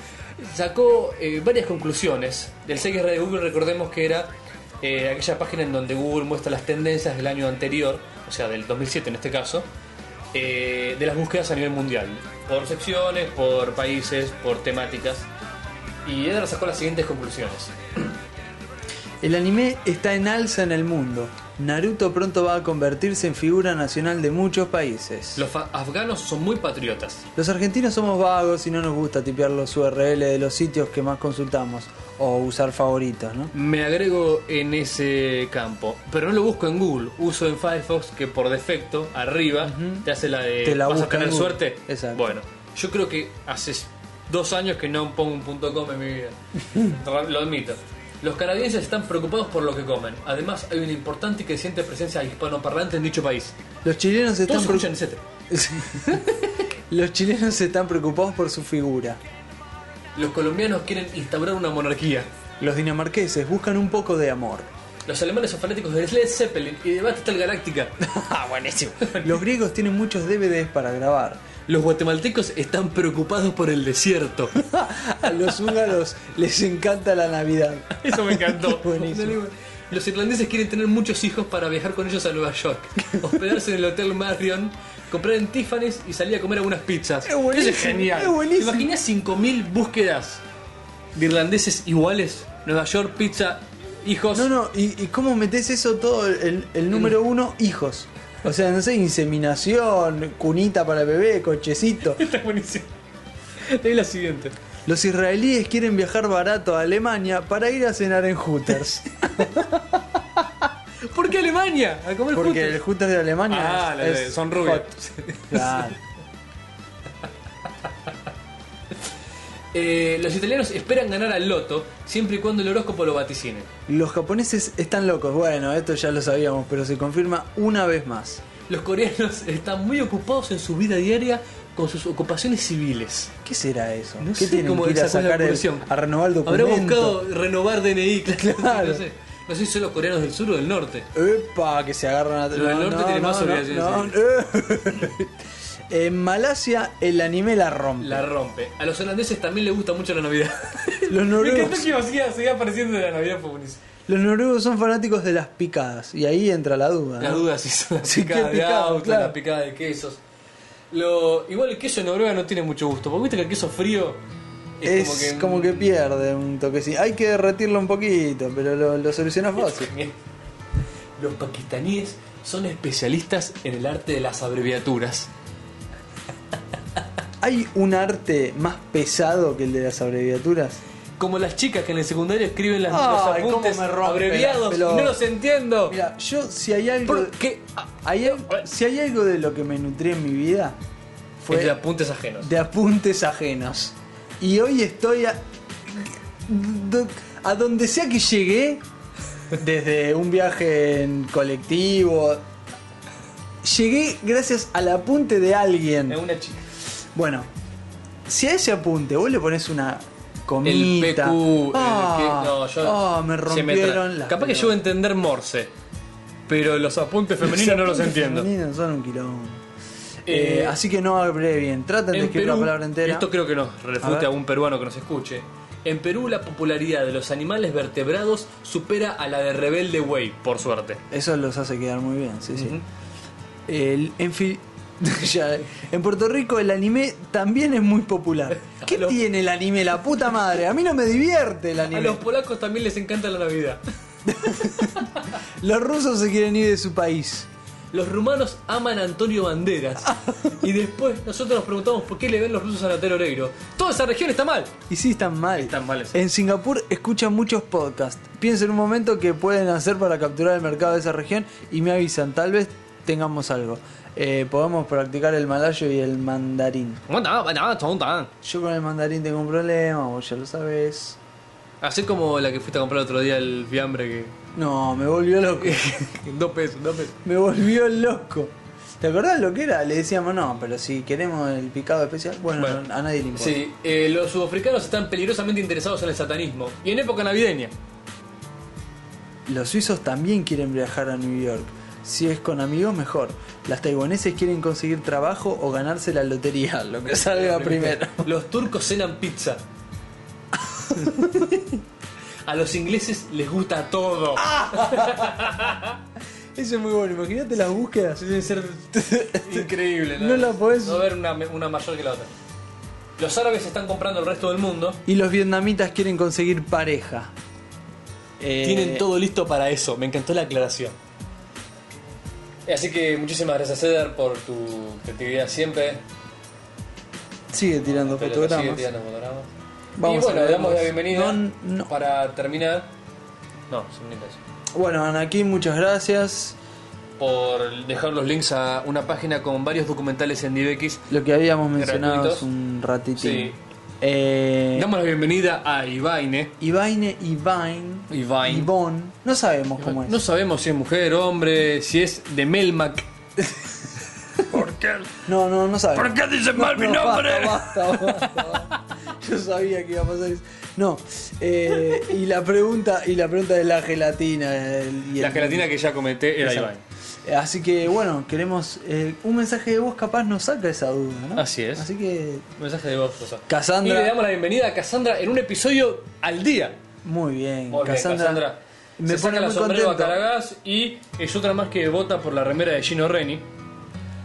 Speaker 2: Sacó eh, varias conclusiones del Zeitgeist de Google. Recordemos que era eh, aquella página en donde Google muestra las tendencias del año anterior, o sea, del 2007 en este caso, eh, de las búsquedas a nivel mundial, por secciones, por países, por temáticas. Y Edgar sacó las siguientes conclusiones.
Speaker 1: El anime está en alza en el mundo. Naruto pronto va a convertirse en figura nacional de muchos países.
Speaker 2: Los fa- afganos son muy patriotas.
Speaker 1: Los argentinos somos vagos y no nos gusta tipear los URL de los sitios que más consultamos o usar favoritos, ¿no?
Speaker 2: Me agrego en ese campo, pero no lo busco en Google, uso en Firefox que por defecto arriba te hace la de
Speaker 1: Te la
Speaker 2: vas a
Speaker 1: busca en
Speaker 2: tener
Speaker 1: Google.
Speaker 2: suerte.
Speaker 1: Exacto.
Speaker 2: Bueno, yo creo que hace dos años que no pongo un punto com en mi vida. lo admito. Los canadienses están preocupados por lo que comen. Además, hay una importante y creciente presencia hispanoparlante en dicho país.
Speaker 1: Los chilenos están
Speaker 2: Todos escuchan, etcétera.
Speaker 1: los chilenos están preocupados por su figura.
Speaker 2: Los colombianos quieren instaurar una monarquía.
Speaker 1: Los dinamarqueses buscan un poco de amor.
Speaker 2: Los alemanes son fanáticos de Led Zeppelin y de Battlestar Galáctica.
Speaker 1: Los griegos tienen muchos DVDs para grabar.
Speaker 2: Los guatemaltecos están preocupados por el desierto.
Speaker 1: A los húngaros les encanta la Navidad.
Speaker 2: Eso me encantó.
Speaker 1: Buenísimo.
Speaker 2: Los irlandeses quieren tener muchos hijos para viajar con ellos a Nueva York, hospedarse en el Hotel Marion, comprar en Tiffany's y salir a comer algunas pizzas.
Speaker 1: Es buenísimo,
Speaker 2: Eso es genial.
Speaker 1: es buenísimo.
Speaker 2: Imagina 5.000 búsquedas de irlandeses iguales. Nueva York, pizza, hijos.
Speaker 1: No, no, ¿y, y cómo metes eso todo? El, el número uno, hijos. O sea, no sé, inseminación, cunita para bebé, cochecito.
Speaker 2: Está buenísimo. Leí la siguiente.
Speaker 1: Los israelíes quieren viajar barato a Alemania para ir a cenar en Hooters.
Speaker 2: ¿Por qué Alemania? A comer
Speaker 1: Porque
Speaker 2: juntos.
Speaker 1: el Hooters de Alemania
Speaker 2: Ah, la
Speaker 1: es-
Speaker 2: de-
Speaker 1: es
Speaker 2: son rubios.
Speaker 1: hot. Claro.
Speaker 2: Eh, los italianos esperan ganar al loto siempre y cuando el horóscopo lo vaticine.
Speaker 1: Los japoneses están locos. Bueno, esto ya lo sabíamos, pero se confirma una vez más.
Speaker 2: Los coreanos están muy ocupados en su vida diaria con sus ocupaciones civiles.
Speaker 1: ¿Qué será eso?
Speaker 2: No
Speaker 1: ¿Qué
Speaker 2: sé
Speaker 1: tienen
Speaker 2: cómo
Speaker 1: que ir a
Speaker 2: sacó la
Speaker 1: sacar el-
Speaker 2: conclusión.
Speaker 1: a renovar el
Speaker 2: Habrá
Speaker 1: documento?
Speaker 2: buscado renovar DNI, claro.
Speaker 1: Claro.
Speaker 2: No sé, no sé si son los coreanos del sur o del norte.
Speaker 1: ¡Epa! Que se agarran a...
Speaker 2: Lo del norte tiene más obligaciones
Speaker 1: En Malasia el anime la rompe.
Speaker 2: La rompe. A los holandeses también les gusta mucho la Navidad.
Speaker 1: Los
Speaker 2: Me encantó
Speaker 1: noruegos,
Speaker 2: que siga, siga apareciendo de la Navidad, fue buenísimo.
Speaker 1: los noruegos son fanáticos de las picadas. Y ahí entra la duda.
Speaker 2: La
Speaker 1: ¿no?
Speaker 2: duda si son la
Speaker 1: Ah. Sí,
Speaker 2: picada
Speaker 1: qué
Speaker 2: de
Speaker 1: picado,
Speaker 2: auto,
Speaker 1: claro.
Speaker 2: la picada de quesos. Lo, igual el queso en Noruega no tiene mucho gusto, porque viste que el queso frío
Speaker 1: Es como que, pierde un toquecito. Hay que derretirlo un poquito, pero lo, lo solucionas fácil.
Speaker 2: Los pakistaníes son especialistas en el arte de las abreviaturas.
Speaker 1: ¿Hay un arte más pesado que el de las abreviaturas?
Speaker 2: Como las chicas que en el secundario escriben las,
Speaker 1: Ay,
Speaker 2: los
Speaker 1: cómo
Speaker 2: apuntes
Speaker 1: me rompe las
Speaker 2: abreviados y
Speaker 1: pelotas.
Speaker 2: no los entiendo.
Speaker 1: Mira, yo si hay algo.
Speaker 2: ¿Por qué? Ah,
Speaker 1: hay al- si hay algo de lo que me nutrí en mi vida, fue
Speaker 2: es de apuntes ajenos.
Speaker 1: de apuntes ajenos. Y hoy estoy a, do- a donde sea que llegué, desde un viaje en colectivo, llegué gracias al apunte de alguien.
Speaker 2: Es una chica.
Speaker 1: Bueno, si a ese apunte vos le pones una
Speaker 2: El
Speaker 1: comida.
Speaker 2: PQ. el
Speaker 1: ah,
Speaker 2: que- no, yo-
Speaker 1: ah, me
Speaker 2: se tra-
Speaker 1: rompieron las
Speaker 2: Capaz que yo voy a entender Morse, pero los apuntes femeninos no los
Speaker 1: apuntes
Speaker 2: entiendo.
Speaker 1: femeninos son un quilombo. Eh,
Speaker 2: Eh,
Speaker 1: así que no abrevien, traten de
Speaker 2: En
Speaker 1: escribir la
Speaker 2: Perú,
Speaker 1: palabra entera.
Speaker 2: Esto creo que nos
Speaker 1: A ver.
Speaker 2: refute a, un peruano que nos escuche. En Perú la popularidad de los animales vertebrados supera a la de Rebelde Way, por suerte.
Speaker 1: Eso los hace quedar muy bien, sí, sí. El- en, fi- ya, en Puerto Rico el anime también es muy popular. ¿Qué
Speaker 2: los-
Speaker 1: tiene el anime, la puta madre? A mí no me divierte el
Speaker 2: A
Speaker 1: anime.
Speaker 2: los
Speaker 1: Los...
Speaker 2: polacos también les encanta la Navidad.
Speaker 1: rusos se quieren ir de su país.
Speaker 2: Los rumanos aman a Antonio Banderas. Y después nosotros nos preguntamos por qué le ven los rusos a Natalia Oreiro. Toda esa región está mal.
Speaker 1: Y sí, están mal.
Speaker 2: Están mal, sí.
Speaker 1: En Singapur escuchan muchos podcasts. Piensen un momento que pueden hacer para capturar el mercado de esa región y me avisan. Tal vez tengamos algo. Eh, podemos practicar el malayo y el mandarín. Yo con el mandarín tengo un problema, vos ya lo sabés.
Speaker 2: Así como la que fuiste a comprar el otro día el fiambre
Speaker 1: No, me volvió loco.
Speaker 2: que... dos pesos, dos pesos.
Speaker 1: Me volvió loco. ¿Te acordás lo que era? Le decíamos, no, pero si queremos el picado especial, bueno,
Speaker 2: Bueno,
Speaker 1: a nadie le importa.
Speaker 2: Sí, eh, los sudafricanos están peligrosamente interesados en el satanismo. Y en época navideña.
Speaker 1: Los suizos también quieren viajar a New York. Si es con amigos, mejor. Las taiwaneses quieren conseguir trabajo o ganarse la lotería, lo que salga primero.
Speaker 2: Los turcos cenan pizza. A los ingleses les gusta todo.
Speaker 1: Ah, Eso es muy bueno, imagínate las búsquedas.
Speaker 2: Debe ser increíble.
Speaker 1: No la podés-
Speaker 2: No ver una, una mayor que la otra. Los árabes están comprando el resto del mundo.
Speaker 1: Y los vietnamitas quieren conseguir pareja. Eh,
Speaker 2: Tienen todo listo para eso. Me encantó la aclaración. Eh, Así que muchísimas gracias, Eder, por tu creatividad siempre.
Speaker 1: Sigue tirando
Speaker 2: Pero
Speaker 1: fotogramas.
Speaker 2: sigue tirando fotogramas.
Speaker 1: Vamos
Speaker 2: y
Speaker 1: a
Speaker 2: bueno, le damos la
Speaker 1: leerlos.
Speaker 2: bienvenida
Speaker 1: No, no.
Speaker 2: para terminar. No, sin eso.
Speaker 1: Bueno, Anakin, muchas gracias.
Speaker 2: por dejar los links a una página con varios documentales en DivX.
Speaker 1: Lo que habíamos mencionado
Speaker 2: Gratuitos.
Speaker 1: hace un ratito. Eh,
Speaker 2: Sí. Damos la bienvenida a Ivaine.
Speaker 1: Ivaine, Ivaine,
Speaker 2: Ivaine.
Speaker 1: Ivonne. No sabemos cómo es.
Speaker 2: No sabemos si es mujer, hombre, si es de Melmac. ¿Por qué?
Speaker 1: No, no, no sabemos.
Speaker 2: ¿Por qué dices
Speaker 1: No,
Speaker 2: mal mi
Speaker 1: no,
Speaker 2: nombre?
Speaker 1: Basta, basta, basta. Yo sabía que iba a pasar eso. No, eh, y la pregunta y la pregunta de la gelatina. el- y
Speaker 2: La
Speaker 1: el-
Speaker 2: gelatina que ya comenté era
Speaker 1: Exacto.
Speaker 2: Ivaine.
Speaker 1: Eh, Así que bueno, queremos eh, un mensaje de voz capaz nos saca esa duda, ¿no?
Speaker 2: Así es.
Speaker 1: Así que
Speaker 2: Mensaje de voz, Rosa.
Speaker 10: Y le
Speaker 1: Cassandra,
Speaker 10: damos la bienvenida a Cassandra en un episodio al día.
Speaker 1: muy bien,
Speaker 2: Muy bien,
Speaker 1: Cassandra,
Speaker 2: Cassandra.
Speaker 1: me
Speaker 2: se
Speaker 1: pone
Speaker 2: saca la
Speaker 1: muy
Speaker 2: sombrero a
Speaker 1: contento.
Speaker 2: Caragás y es otra más que vota por la remera de Gino Reni.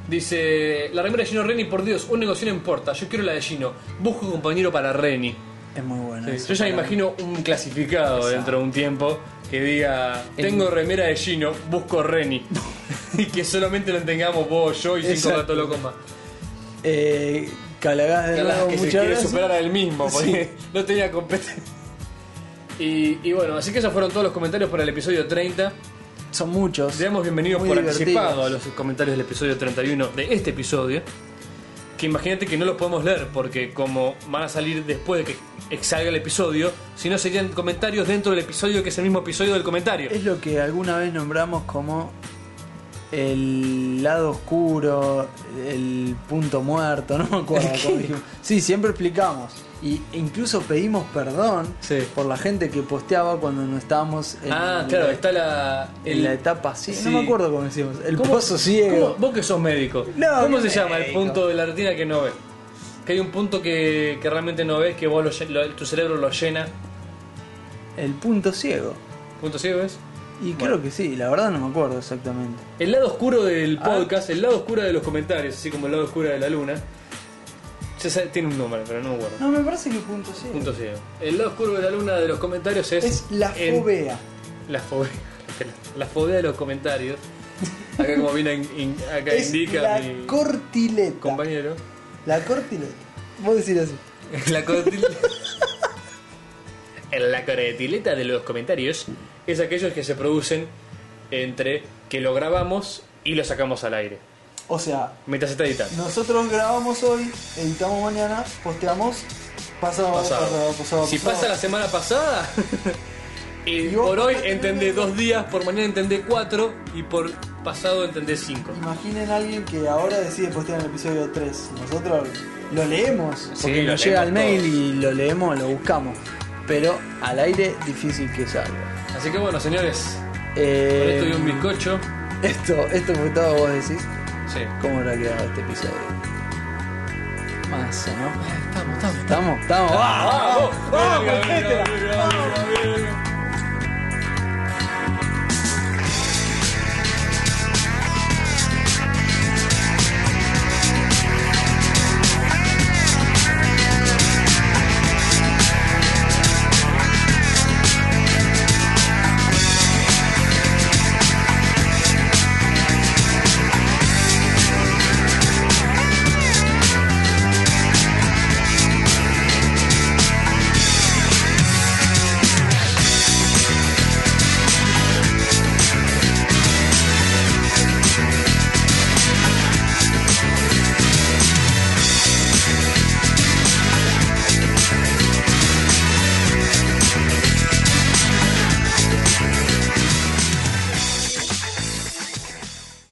Speaker 10: Dice, la remera de Gino Reni, por Dios, un negocio no importa, yo quiero la de Gino, busco compañero para Reni.
Speaker 1: es muy buena. esa.
Speaker 2: Yo ya me imagino un clasificado dentro de un tiempo que diga, tengo remera de Gino, busco Reni. y que solamente lo tengamos vos, yo y cinco
Speaker 1: Exacto.
Speaker 2: gatos locos más.
Speaker 1: Eh, Calagás de nuevo,
Speaker 2: que se
Speaker 1: muchas
Speaker 2: quiere
Speaker 1: gracias.
Speaker 2: superar a él mismo, porque no tenía competencia. Y, y bueno, así que esos fueron todos los comentarios para el episodio 30.
Speaker 1: Son muchos.
Speaker 2: Le damos bienvenidos
Speaker 1: Muy
Speaker 2: por
Speaker 1: divertidos.
Speaker 2: anticipado a los comentarios del episodio 31 de este episodio. Que imagínate que no los podemos leer porque como van a salir después de que salga el episodio, si no serían comentarios dentro del episodio que es el mismo episodio del comentario.
Speaker 1: Es lo que alguna vez nombramos como el lado oscuro, el punto muerto, no me acuerdo. cómo dijimos. Sí, siempre explicamos. Y e incluso pedimos perdón
Speaker 2: Sí.
Speaker 1: por la gente que posteaba cuando no estábamos en,
Speaker 2: ah,
Speaker 1: la,
Speaker 2: claro, está la...
Speaker 1: en la etapa sí,
Speaker 2: sí.
Speaker 1: No me acuerdo cómo decimos. El
Speaker 2: ¿Cómo-
Speaker 1: pozo ciego.
Speaker 2: cómo- vos que sos médico.
Speaker 1: No,
Speaker 2: ¿Cómo se
Speaker 1: que
Speaker 2: llama el
Speaker 1: médico.
Speaker 2: punto de la retina que no ves? Que hay un punto que, que realmente no ves, que vos lo lle- lo- tu cerebro lo llena.
Speaker 1: El punto ciego.
Speaker 2: ¿Punto ciego es?
Speaker 1: Y creo que sí, la verdad no me acuerdo exactamente.
Speaker 2: El lado oscuro del
Speaker 1: Ah.
Speaker 2: podcast, el lado oscuro de los comentarios, así como el lado oscuro de la luna. Ya sabe- tiene un nombre, pero no me acuerdo.
Speaker 1: No, me parece que punto ciego.
Speaker 2: Punto ciego. El lado oscuro de la luna de los comentarios es.
Speaker 1: Es la
Speaker 2: en-
Speaker 1: fobea.
Speaker 2: La fobia. La fobia de los comentarios. Acá, como viene, in- in- acá
Speaker 1: Es
Speaker 2: indica
Speaker 1: la
Speaker 2: mi
Speaker 1: cortileta.
Speaker 2: compañero.
Speaker 1: La cortileta. Vos decís así.
Speaker 10: La cortil-
Speaker 2: En la caretileta de los comentarios es aquellos que se producen entre que lo grabamos y lo sacamos al aire.
Speaker 1: O sea,
Speaker 2: Mientras está editando.
Speaker 1: Nosotros grabamos hoy, editamos mañana, posteamos pasado, pasado,
Speaker 2: Pasado.
Speaker 1: pasado, pasado.
Speaker 2: si pasa la semana pasada, y
Speaker 1: Y vos-
Speaker 2: por hoy entendé dos días, por mañana entendé cuatro y por pasado entendé cinco.
Speaker 1: Imaginen a alguien que ahora decide postear el episodio 3. Nosotros lo leemos,
Speaker 2: Sí,
Speaker 1: porque
Speaker 2: lo
Speaker 1: nos llega al
Speaker 2: leemos
Speaker 1: mail y lo leemos, lo buscamos. Pero al aire difícil que salga.
Speaker 2: Así que bueno, señores,
Speaker 1: Eh,
Speaker 2: por esto y un bizcocho.
Speaker 1: Esto, esto fue todo, vos decís.
Speaker 2: Sí.
Speaker 1: ¿Cómo habrá quedado este episodio? Más, ¿no? Estamos, estamos. Estamos, estamos. ¡Ah!
Speaker 2: ¡Vamos! ¡Vamos!
Speaker 1: Petra!
Speaker 2: ¡Vamos!